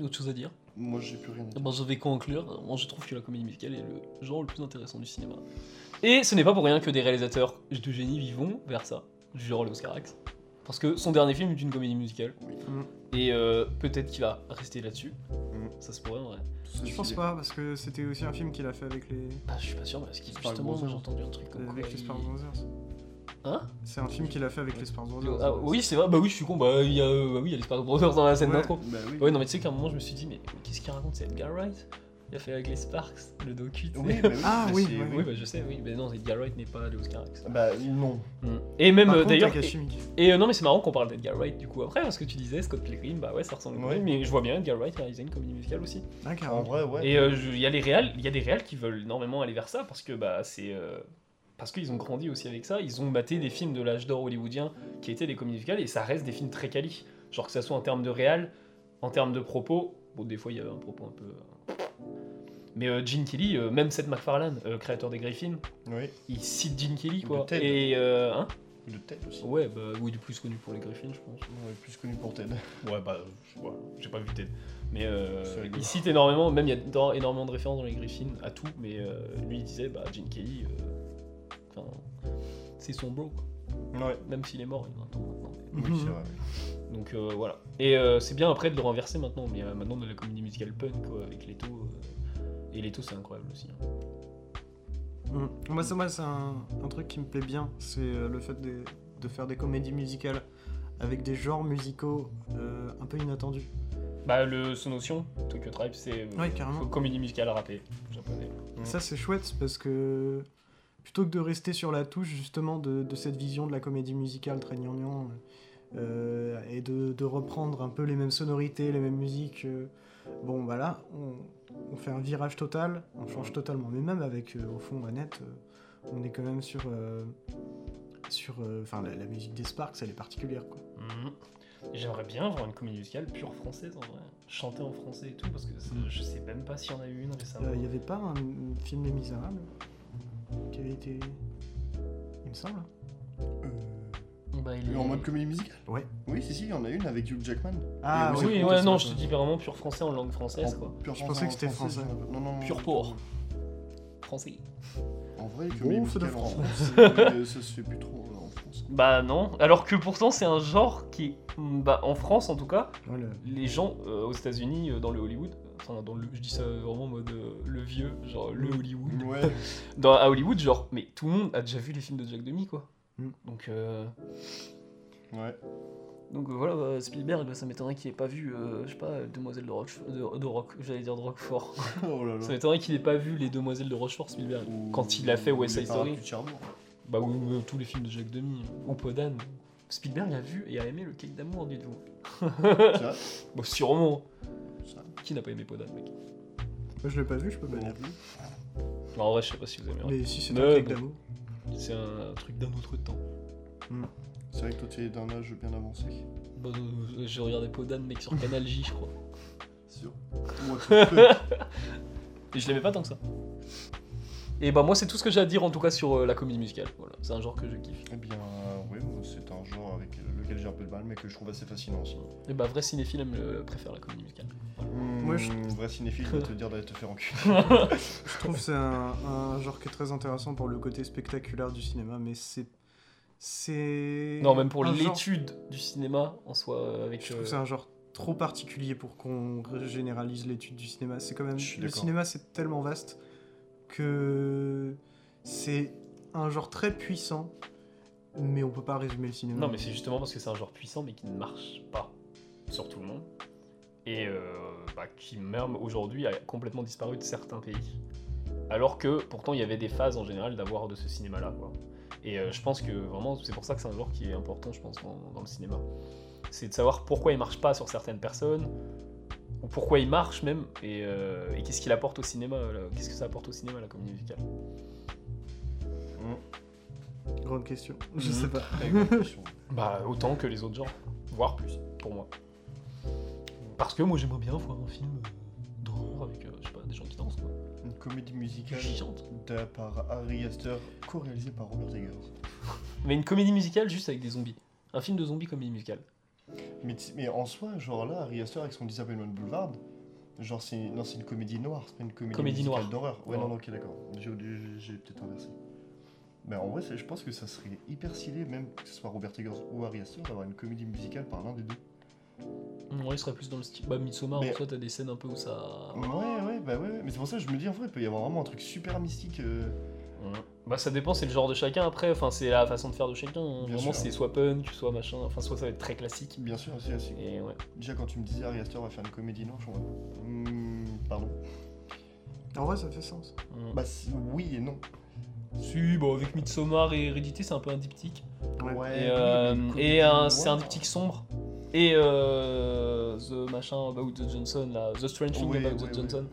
[SPEAKER 2] D'autres choses à dire
[SPEAKER 3] Moi, j'ai plus rien. à dire.
[SPEAKER 2] Bon, je vais ben, conclure. Moi, je trouve que la comédie musicale est le genre le plus intéressant du cinéma. Et ce n'est pas pour rien que des réalisateurs de génie vivons vers ça, du genre Léos Carax. Parce que son dernier film est une comédie musicale.
[SPEAKER 3] Oui.
[SPEAKER 1] Mm.
[SPEAKER 2] Et euh, peut-être qu'il va rester là-dessus.
[SPEAKER 3] Mm.
[SPEAKER 2] Ça se pourrait en vrai.
[SPEAKER 3] Tout ça,
[SPEAKER 1] Je pense
[SPEAKER 3] c'est-
[SPEAKER 1] pas, parce que c'était aussi un film qu'il a fait avec les.
[SPEAKER 2] Bah, je suis pas sûr, parce que
[SPEAKER 3] Spark
[SPEAKER 2] justement,
[SPEAKER 3] Brothers.
[SPEAKER 2] j'ai entendu un truc comme quoi
[SPEAKER 1] Avec
[SPEAKER 2] il-
[SPEAKER 1] les Sparks Brothers.
[SPEAKER 2] Hein
[SPEAKER 1] C'est un film qu'il a fait avec les Sparks Brothers.
[SPEAKER 2] Ah, Oui, c'est vrai. Bah oui, je suis con. Bah, il y a, euh, bah oui, il y a les Spark Brothers dans la scène
[SPEAKER 1] Ouais.
[SPEAKER 2] d'intro.
[SPEAKER 3] Bah oui.
[SPEAKER 2] Ouais, non, mais tu sais qu'à un moment, je me suis dit, mais qu'est-ce qu'il raconte C'est Edgar Wright Il a fait avec les Sparks, le docu. tu sais.
[SPEAKER 3] Oui, bah oui.
[SPEAKER 1] Ah,
[SPEAKER 3] bah
[SPEAKER 1] oui,
[SPEAKER 3] c'est-
[SPEAKER 1] oui,
[SPEAKER 2] Oui, bah je sais, oui, mais non, Edgar Wright n'est pas Léos Carax.
[SPEAKER 3] Bah non.
[SPEAKER 2] Mm. Et même
[SPEAKER 1] Par
[SPEAKER 2] euh,
[SPEAKER 1] contre,
[SPEAKER 2] d'ailleurs.
[SPEAKER 1] Takashimiki.
[SPEAKER 2] Et euh, non, mais c'est marrant qu'on parle d'Edgar Wright du coup après, parce que tu disais Scott Pilgrim, bah ouais, ça ressemble à
[SPEAKER 3] Ouais.
[SPEAKER 2] lui, mais je vois bien Edgar Wright réaliser une comédie musicale aussi.
[SPEAKER 1] Ah,
[SPEAKER 3] En
[SPEAKER 1] carrément.
[SPEAKER 3] vrai, ouais.
[SPEAKER 2] Et euh, je- il y a les réals, il y a des réals qui veulent énormément aller vers ça parce que bah c'est euh, parce qu'ils ont grandi aussi avec ça, ils ont batté des films de l'âge d'or hollywoodien qui étaient des comédies musicales et ça reste des films très quali, genre que ça soit en termes de réal, en termes de propos, bon des fois il y avait un propos un peu. euh, Mais euh, Gene Kelly, euh, même Seth MacFarlane, euh, créateur des Griffins,
[SPEAKER 3] Oui.
[SPEAKER 2] il cite Gene Kelly quoi.
[SPEAKER 3] De Ted.
[SPEAKER 2] Et euh, hein
[SPEAKER 3] Ou de Ted aussi.
[SPEAKER 2] ouais bah oui, il est plus connu pour les Griffins je pense.
[SPEAKER 3] On est plus connu pour Ted.
[SPEAKER 2] Ouais, bah, je- ouais, j'ai pas vu Ted. Mais euh,
[SPEAKER 3] C'est rigolo.
[SPEAKER 2] il cite énormément, même il y a dans- énormément de références dans les Griffins à tout, mais euh, lui il disait, bah, Gene Kelly, euh, enfin, c'est son bro, quoi.
[SPEAKER 3] Ouais.
[SPEAKER 2] même s'il est mort il y a un temps maintenant.
[SPEAKER 3] Oui,
[SPEAKER 1] Mhm.
[SPEAKER 3] c'est vrai.
[SPEAKER 2] Donc euh, voilà. Et euh, c'est bien après de le renverser maintenant, mais euh, maintenant de la comédie musicale punk, quoi, avec Leto. euh, et Leto, c'est incroyable aussi. hein.
[SPEAKER 1] Mm. Moi, c'est moi, c'est un, un truc qui me plaît bien, c'est euh, le fait de, de faire des comédies musicales avec des genres musicaux euh, un peu inattendus.
[SPEAKER 2] Bah, le, son notion, Tokyo Tribe, c'est euh,
[SPEAKER 1] Ouais, carrément.
[SPEAKER 2] comédie musicale rappée, japonais.
[SPEAKER 3] Mm.
[SPEAKER 1] Ça, c'est chouette parce que plutôt que de rester sur la touche justement de, de cette vision de la comédie musicale très gnangnan euh, et de, de reprendre un peu les mêmes sonorités, les mêmes musiques, euh, bon, bah là, on, on fait un virage total, on change totalement. Mais même avec, euh, au fond, Annette, euh, on est quand même sur. euh, sur, euh, enfin, la, la musique des Sparks, elle est particulière, quoi.
[SPEAKER 2] Mhm. J'aimerais bien voir une comédie musicale pure française en vrai. Chanter en français et tout, parce que c'est- je sais même pas s'il y en a eu une
[SPEAKER 1] Il
[SPEAKER 2] récemment.
[SPEAKER 1] n'y avait pas un, un film Les Misérables qui avait été. Il me semble. hein
[SPEAKER 2] Bah, il
[SPEAKER 3] Euh,
[SPEAKER 2] est-
[SPEAKER 3] En mode comédie musicale
[SPEAKER 1] Ouais.
[SPEAKER 3] Oui, si, si, il y en a une avec Hugh Jackman.
[SPEAKER 1] Ah,
[SPEAKER 3] oui,
[SPEAKER 1] ouais,
[SPEAKER 2] Oui,
[SPEAKER 1] c'est
[SPEAKER 2] ouais,
[SPEAKER 1] ça,
[SPEAKER 2] non,
[SPEAKER 1] ça.
[SPEAKER 2] je te dis vraiment pur français en langue française,
[SPEAKER 3] En
[SPEAKER 2] quoi.
[SPEAKER 3] pure
[SPEAKER 1] Je
[SPEAKER 3] français,
[SPEAKER 1] pensais que c'était
[SPEAKER 3] en français.
[SPEAKER 1] français.
[SPEAKER 3] Non, non, non.
[SPEAKER 2] Pur porc. Français.
[SPEAKER 3] En vrai,
[SPEAKER 1] Bon
[SPEAKER 3] comédie
[SPEAKER 1] feu de
[SPEAKER 3] musicale en
[SPEAKER 1] France.
[SPEAKER 3] France, euh, ça se fait plus trop là, en France.
[SPEAKER 2] Bah non, alors que pourtant c'est un genre qui, mm, bah en France en tout cas,
[SPEAKER 1] Ouais, le-
[SPEAKER 2] les gens euh, aux États-Unis euh, dans le Hollywood, enfin dans le, je dis ça vraiment en mode euh, le vieux, genre le Hollywood,
[SPEAKER 3] Ouais.
[SPEAKER 2] dans, à Hollywood, genre, mais tout le monde a déjà vu les films de Jack Demi, quoi.
[SPEAKER 1] Mm.
[SPEAKER 2] Donc, euh,
[SPEAKER 3] Ouais.
[SPEAKER 2] donc euh, voilà, bah, Spielberg, bah, ça m'étonnerait qu'il ait pas vu, euh, je sais pas, euh, Demoiselles de, Roche, de, de Rock, j'allais dire de Roquefort.
[SPEAKER 3] Oh là
[SPEAKER 2] ça
[SPEAKER 3] là.
[SPEAKER 2] m'étonnerait qu'il ait pas vu les Demoiselles de Rochefort, Spielberg.
[SPEAKER 3] Ou-
[SPEAKER 2] Quand il a fait
[SPEAKER 3] ou
[SPEAKER 2] West
[SPEAKER 3] les
[SPEAKER 2] Side
[SPEAKER 3] Parapluies
[SPEAKER 2] Story.
[SPEAKER 3] de Cherbourg.
[SPEAKER 2] Bah oui, mais tous les films de hein. Jack Demi, ou Podan. Spielberg a vu et a aimé le cake d'amour, du tout.
[SPEAKER 3] Tu vois,
[SPEAKER 2] Bah sûrement,
[SPEAKER 3] ça,
[SPEAKER 2] qui n'a pas aimé Podan, mec
[SPEAKER 1] Moi, je l'ai pas vu, je peux pas
[SPEAKER 3] bon.
[SPEAKER 1] dire.
[SPEAKER 2] Non, Bah, En vrai, je sais pas si vous aimez.
[SPEAKER 1] Mais si c'est
[SPEAKER 2] Mais
[SPEAKER 1] un cake
[SPEAKER 2] bon.
[SPEAKER 1] d'amour.
[SPEAKER 2] C'est un truc d'un autre temps.
[SPEAKER 1] Mm.
[SPEAKER 3] C'est vrai que toi, t'es d'un âge bien avancé.
[SPEAKER 2] Bon, euh, je regardais Podan, mec, sur Canal J, je crois.
[SPEAKER 3] Sûr. Ouais,
[SPEAKER 2] Et je l'aimais pas tant que ça. Et bah, moi, c'est tout ce que j'ai à dire en tout cas sur euh, la comédie musicale. Voilà, c'est un genre que je kiffe.
[SPEAKER 3] eh bien, oui, c'est un genre avec lequel j'ai un peu de mal, mais que je trouve assez fascinant aussi.
[SPEAKER 2] Et bah, vrai cinéphile aime le- préfère la comédie musicale. Hmm.
[SPEAKER 1] Moi,
[SPEAKER 3] Moi,
[SPEAKER 1] je-
[SPEAKER 3] Vrai cinéphile, je vais te dire d'aller te faire enculer.
[SPEAKER 1] Je trouve que c'est un, un genre qui est très intéressant pour le côté spectaculaire du cinéma, mais c'est. C'est.
[SPEAKER 2] Non, même pour
[SPEAKER 1] un genre-
[SPEAKER 2] l'étude du cinéma en soi, euh, avec.
[SPEAKER 1] Je trouve
[SPEAKER 2] euh,
[SPEAKER 1] que c'est un genre trop particulier pour qu'on généralise l'étude du cinéma. C'est quand même
[SPEAKER 3] Je suis
[SPEAKER 1] le
[SPEAKER 3] d'accord.
[SPEAKER 1] cinéma, c'est tellement vaste que c'est un genre très puissant, mais on peut pas résumer le cinéma.
[SPEAKER 2] Non, mais c'est justement parce que c'est un genre puissant, mais qui ne marche pas sur tout le monde. Et euh, bah, qui, même aujourd'hui, a complètement disparu de certains pays. Alors que, pourtant, il y avait des phases en général d'avoir de ce cinéma-là. quoi. Et euh, je pense que vraiment, c'est pour ça que c'est un genre qui est important, je pense, dans, dans le cinéma. C'est de savoir pourquoi il marche pas sur certaines personnes, ou pourquoi il marche même, et, euh, et qu'est-ce qu'il apporte au cinéma, là, qu'est-ce que ça apporte au cinéma, la comédie musicale.
[SPEAKER 3] Mmh.
[SPEAKER 1] Grande question. Je
[SPEAKER 2] Mhm.
[SPEAKER 1] sais pas.
[SPEAKER 3] Très grande question.
[SPEAKER 2] Bah autant que les autres genres, voire plus, pour moi. Parce que moi j'aimerais bien voir un film euh, d'horreur avec, euh, je sais pas, des gens qui dansent quoi.
[SPEAKER 3] Une comédie
[SPEAKER 2] Qui
[SPEAKER 3] musicale
[SPEAKER 2] chantent.
[SPEAKER 3] d'a- par Harry Astor, co-réalisée par Robert Eggers.
[SPEAKER 2] Mais une comédie musicale juste avec des zombies. Un film de zombies comédie musicale.
[SPEAKER 3] Mais, t- mais en soi, genre là, Harry Astor avec son Disappointment Boulevard, genre c'est non, c'est une comédie noire, c'est pas une comédie,
[SPEAKER 2] Comédie
[SPEAKER 3] musicale
[SPEAKER 2] noire.
[SPEAKER 3] d'horreur. Ouais,
[SPEAKER 2] Ouais.
[SPEAKER 3] non, non, ok, d'accord. J'ai j'ai- j'ai peut-être inversé. Mais en vrai, c'est- je pense que ça serait hyper stylé, même que ce soit Robert Eggers ou Harry Astor, d'avoir une comédie musicale par l'un des deux.
[SPEAKER 2] Mmh, Ouais, il serait plus dans le style. Bah Midsommar
[SPEAKER 3] Mais-
[SPEAKER 2] en soi t'as des scènes un peu où ça.
[SPEAKER 3] Ouais, ouais, bah ouais, ouais. mais c'est pour ça que je me dis en vrai, il peut y avoir vraiment un truc super mystique. euh,
[SPEAKER 2] Ouais. Bah ça dépend, c'est le genre de chacun après, enfin c'est la façon de faire de chacun. hein.
[SPEAKER 3] Bien
[SPEAKER 2] Vraiment
[SPEAKER 3] sûr.
[SPEAKER 2] c'est soit punk, soit machin, enfin soit ça va être très classique.
[SPEAKER 3] Bien sûr, aussi, aussi.
[SPEAKER 2] Et ouais.
[SPEAKER 3] Déjà, quand tu me disais Harry Astor va faire une comédie noire, je suis en mode, hmm, pardon.
[SPEAKER 1] En vrai, ça fait sens.
[SPEAKER 2] Mm.
[SPEAKER 3] Bah c'est- oui et non.
[SPEAKER 2] si, bah avec Midsommar et Hérédité c'est un peu un diptyque. Et,
[SPEAKER 1] Ouais.
[SPEAKER 3] Eh oui,
[SPEAKER 2] euh,
[SPEAKER 3] mais une comédie
[SPEAKER 2] et un- c'est un
[SPEAKER 3] noire.
[SPEAKER 2] diptyque sombre. Et euh, The Machin About the Johnson, là, The Strange Thing
[SPEAKER 3] Ouais,
[SPEAKER 2] About
[SPEAKER 3] ouais,
[SPEAKER 2] the
[SPEAKER 3] ouais.
[SPEAKER 2] Johnson,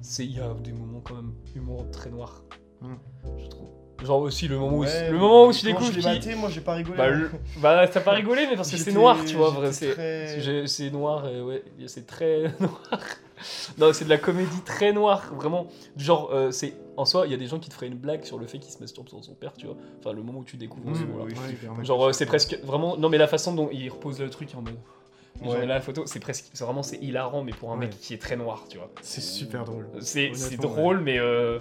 [SPEAKER 2] c'est il y a des moments quand même humour très noir,
[SPEAKER 1] Hmm.
[SPEAKER 2] je trouve. Genre aussi le moment où,
[SPEAKER 3] Ouais,
[SPEAKER 2] le moment où
[SPEAKER 3] mais
[SPEAKER 2] tu
[SPEAKER 3] quand
[SPEAKER 2] découvres
[SPEAKER 3] Je l'ai
[SPEAKER 2] qu'il-
[SPEAKER 3] maté, moi j'ai pas rigolé. hein.
[SPEAKER 2] Bah, le- bah t'as pas rigolé, mais parce que c'est noir, tu vois, vrai, c'est
[SPEAKER 3] c'est.
[SPEAKER 2] j'ai- c'est noir, et ouais, c'est très noir. non, c'est de la comédie très noire, vraiment. Du Genre, euh, c'est en soi, il y a des gens qui te feraient une blague sur le fait qu'il se masturbe sur son père, tu vois. Enfin, le moment où tu découvres
[SPEAKER 1] Oui,
[SPEAKER 2] ce
[SPEAKER 3] Hmm.
[SPEAKER 1] oui,
[SPEAKER 2] moment-là.
[SPEAKER 1] oui,
[SPEAKER 2] Genre euh, c'est presque vraiment non mais la façon dont il repose le truc en mode genre là la photo c'est presque c'est vraiment c'est hilarant mais pour un mec
[SPEAKER 1] Ouais.
[SPEAKER 2] qui est très noir tu vois
[SPEAKER 1] C'est super drôle.
[SPEAKER 2] c'est c'est
[SPEAKER 1] Honnêtement,
[SPEAKER 2] drôle mais euh,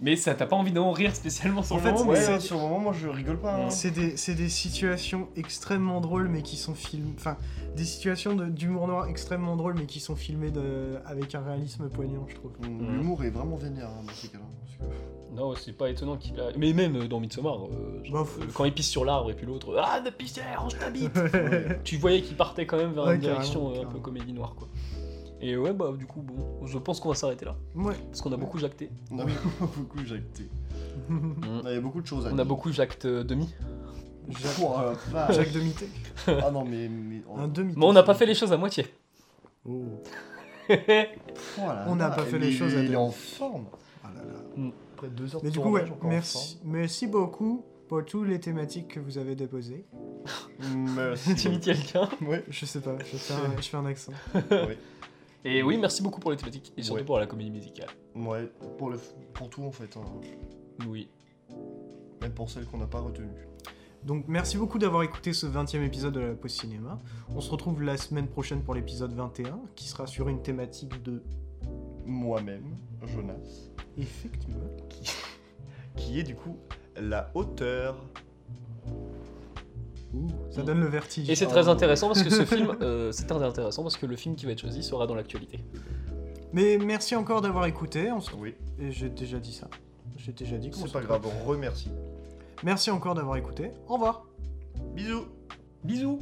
[SPEAKER 2] mais ça t'as pas envie d'en rire spécialement sur
[SPEAKER 1] En
[SPEAKER 2] le
[SPEAKER 1] fait,
[SPEAKER 2] moment
[SPEAKER 1] mais
[SPEAKER 3] Ouais,
[SPEAKER 1] c'est-
[SPEAKER 3] ouais, sur le moment, moi je rigole pas. hein.
[SPEAKER 1] C'est des, c'est des situations extrêmement drôles, mais qui sont filmées. Enfin, des situations de- d'humour noir extrêmement drôles, mais qui sont filmées de, avec un réalisme poignant, je trouve.
[SPEAKER 3] Mm, L'humour est vraiment vénère hein, dans ces cas-là. parce que-
[SPEAKER 2] non c'est pas étonnant qu'il a mais même euh, dans Midsommar euh, genre,
[SPEAKER 1] Bah, faut-
[SPEAKER 2] euh, quand il pisse sur l'arbre et puis l'autre ah de pisser on se t'habite
[SPEAKER 3] Ouais.
[SPEAKER 2] tu voyais qu'il partait quand même vers
[SPEAKER 1] Ouais,
[SPEAKER 2] une direction
[SPEAKER 1] carrément,
[SPEAKER 2] euh, un peu
[SPEAKER 1] carrément.
[SPEAKER 2] comédie noire quoi et ouais bah du coup bon je pense qu'on va s'arrêter là
[SPEAKER 1] Ouais.
[SPEAKER 2] parce qu'on a beaucoup jacté
[SPEAKER 3] On a beaucoup jacté. On avait beaucoup de choses
[SPEAKER 1] Bah,
[SPEAKER 3] à
[SPEAKER 2] Mm. on a beaucoup jacte euh, demi
[SPEAKER 1] Jacques-
[SPEAKER 3] Pour, euh, vache.
[SPEAKER 1] Jacques Demité.
[SPEAKER 3] Ah non, mais. mais
[SPEAKER 1] Un demi
[SPEAKER 2] mais on n'a pas fait les choses à moitié
[SPEAKER 1] Oh.
[SPEAKER 3] Oh là
[SPEAKER 1] On n'a
[SPEAKER 3] là,
[SPEAKER 1] pas fait les
[SPEAKER 3] mais
[SPEAKER 1] choses à
[SPEAKER 3] Il
[SPEAKER 1] deux.
[SPEAKER 3] est en forme.
[SPEAKER 1] Ah là là.
[SPEAKER 2] Mm.
[SPEAKER 3] Après deux heures de
[SPEAKER 1] Mais du coup, ouais,
[SPEAKER 3] tournage, encore en
[SPEAKER 1] merci, merci beaucoup pour toutes les thématiques que vous avez déposées.
[SPEAKER 3] forme.
[SPEAKER 2] tu
[SPEAKER 3] Merci.
[SPEAKER 2] imites quelqu'un
[SPEAKER 3] Ouais.
[SPEAKER 1] Je sais pas, je fais un, je fais un accent.
[SPEAKER 3] Ouais.
[SPEAKER 2] Et oui, merci beaucoup pour les thématiques et surtout
[SPEAKER 3] Ouais.
[SPEAKER 2] pour la comédie musicale.
[SPEAKER 3] Ouais, pour, le, pour tout en fait. hein.
[SPEAKER 2] Oui.
[SPEAKER 3] Même pour celles qu'on n'a pas retenues.
[SPEAKER 1] Donc merci beaucoup d'avoir écouté ce 20e épisode de la Pause Cinéma. On se retrouve la semaine prochaine pour l'épisode 21, qui sera sur une thématique de...
[SPEAKER 3] Moi-même, Jonas.
[SPEAKER 1] Effectivement.
[SPEAKER 3] qui est du coup la hauteur.
[SPEAKER 1] Ouh, ça donne le vertige. Oh.
[SPEAKER 2] Et c'est très intéressant parce que ce film, euh, c'est très intéressant parce que le film qui va être choisi sera dans l'actualité.
[SPEAKER 1] Mais merci encore d'avoir écouté. On se...
[SPEAKER 3] Oui,
[SPEAKER 1] Et J'ai déjà dit ça. J'ai déjà dit qu'on
[SPEAKER 3] c'est
[SPEAKER 1] se
[SPEAKER 3] pas
[SPEAKER 1] retrouve.
[SPEAKER 3] grave, on remercie.
[SPEAKER 1] Merci encore d'avoir écouté. Au revoir.
[SPEAKER 3] Bisous
[SPEAKER 2] Bisous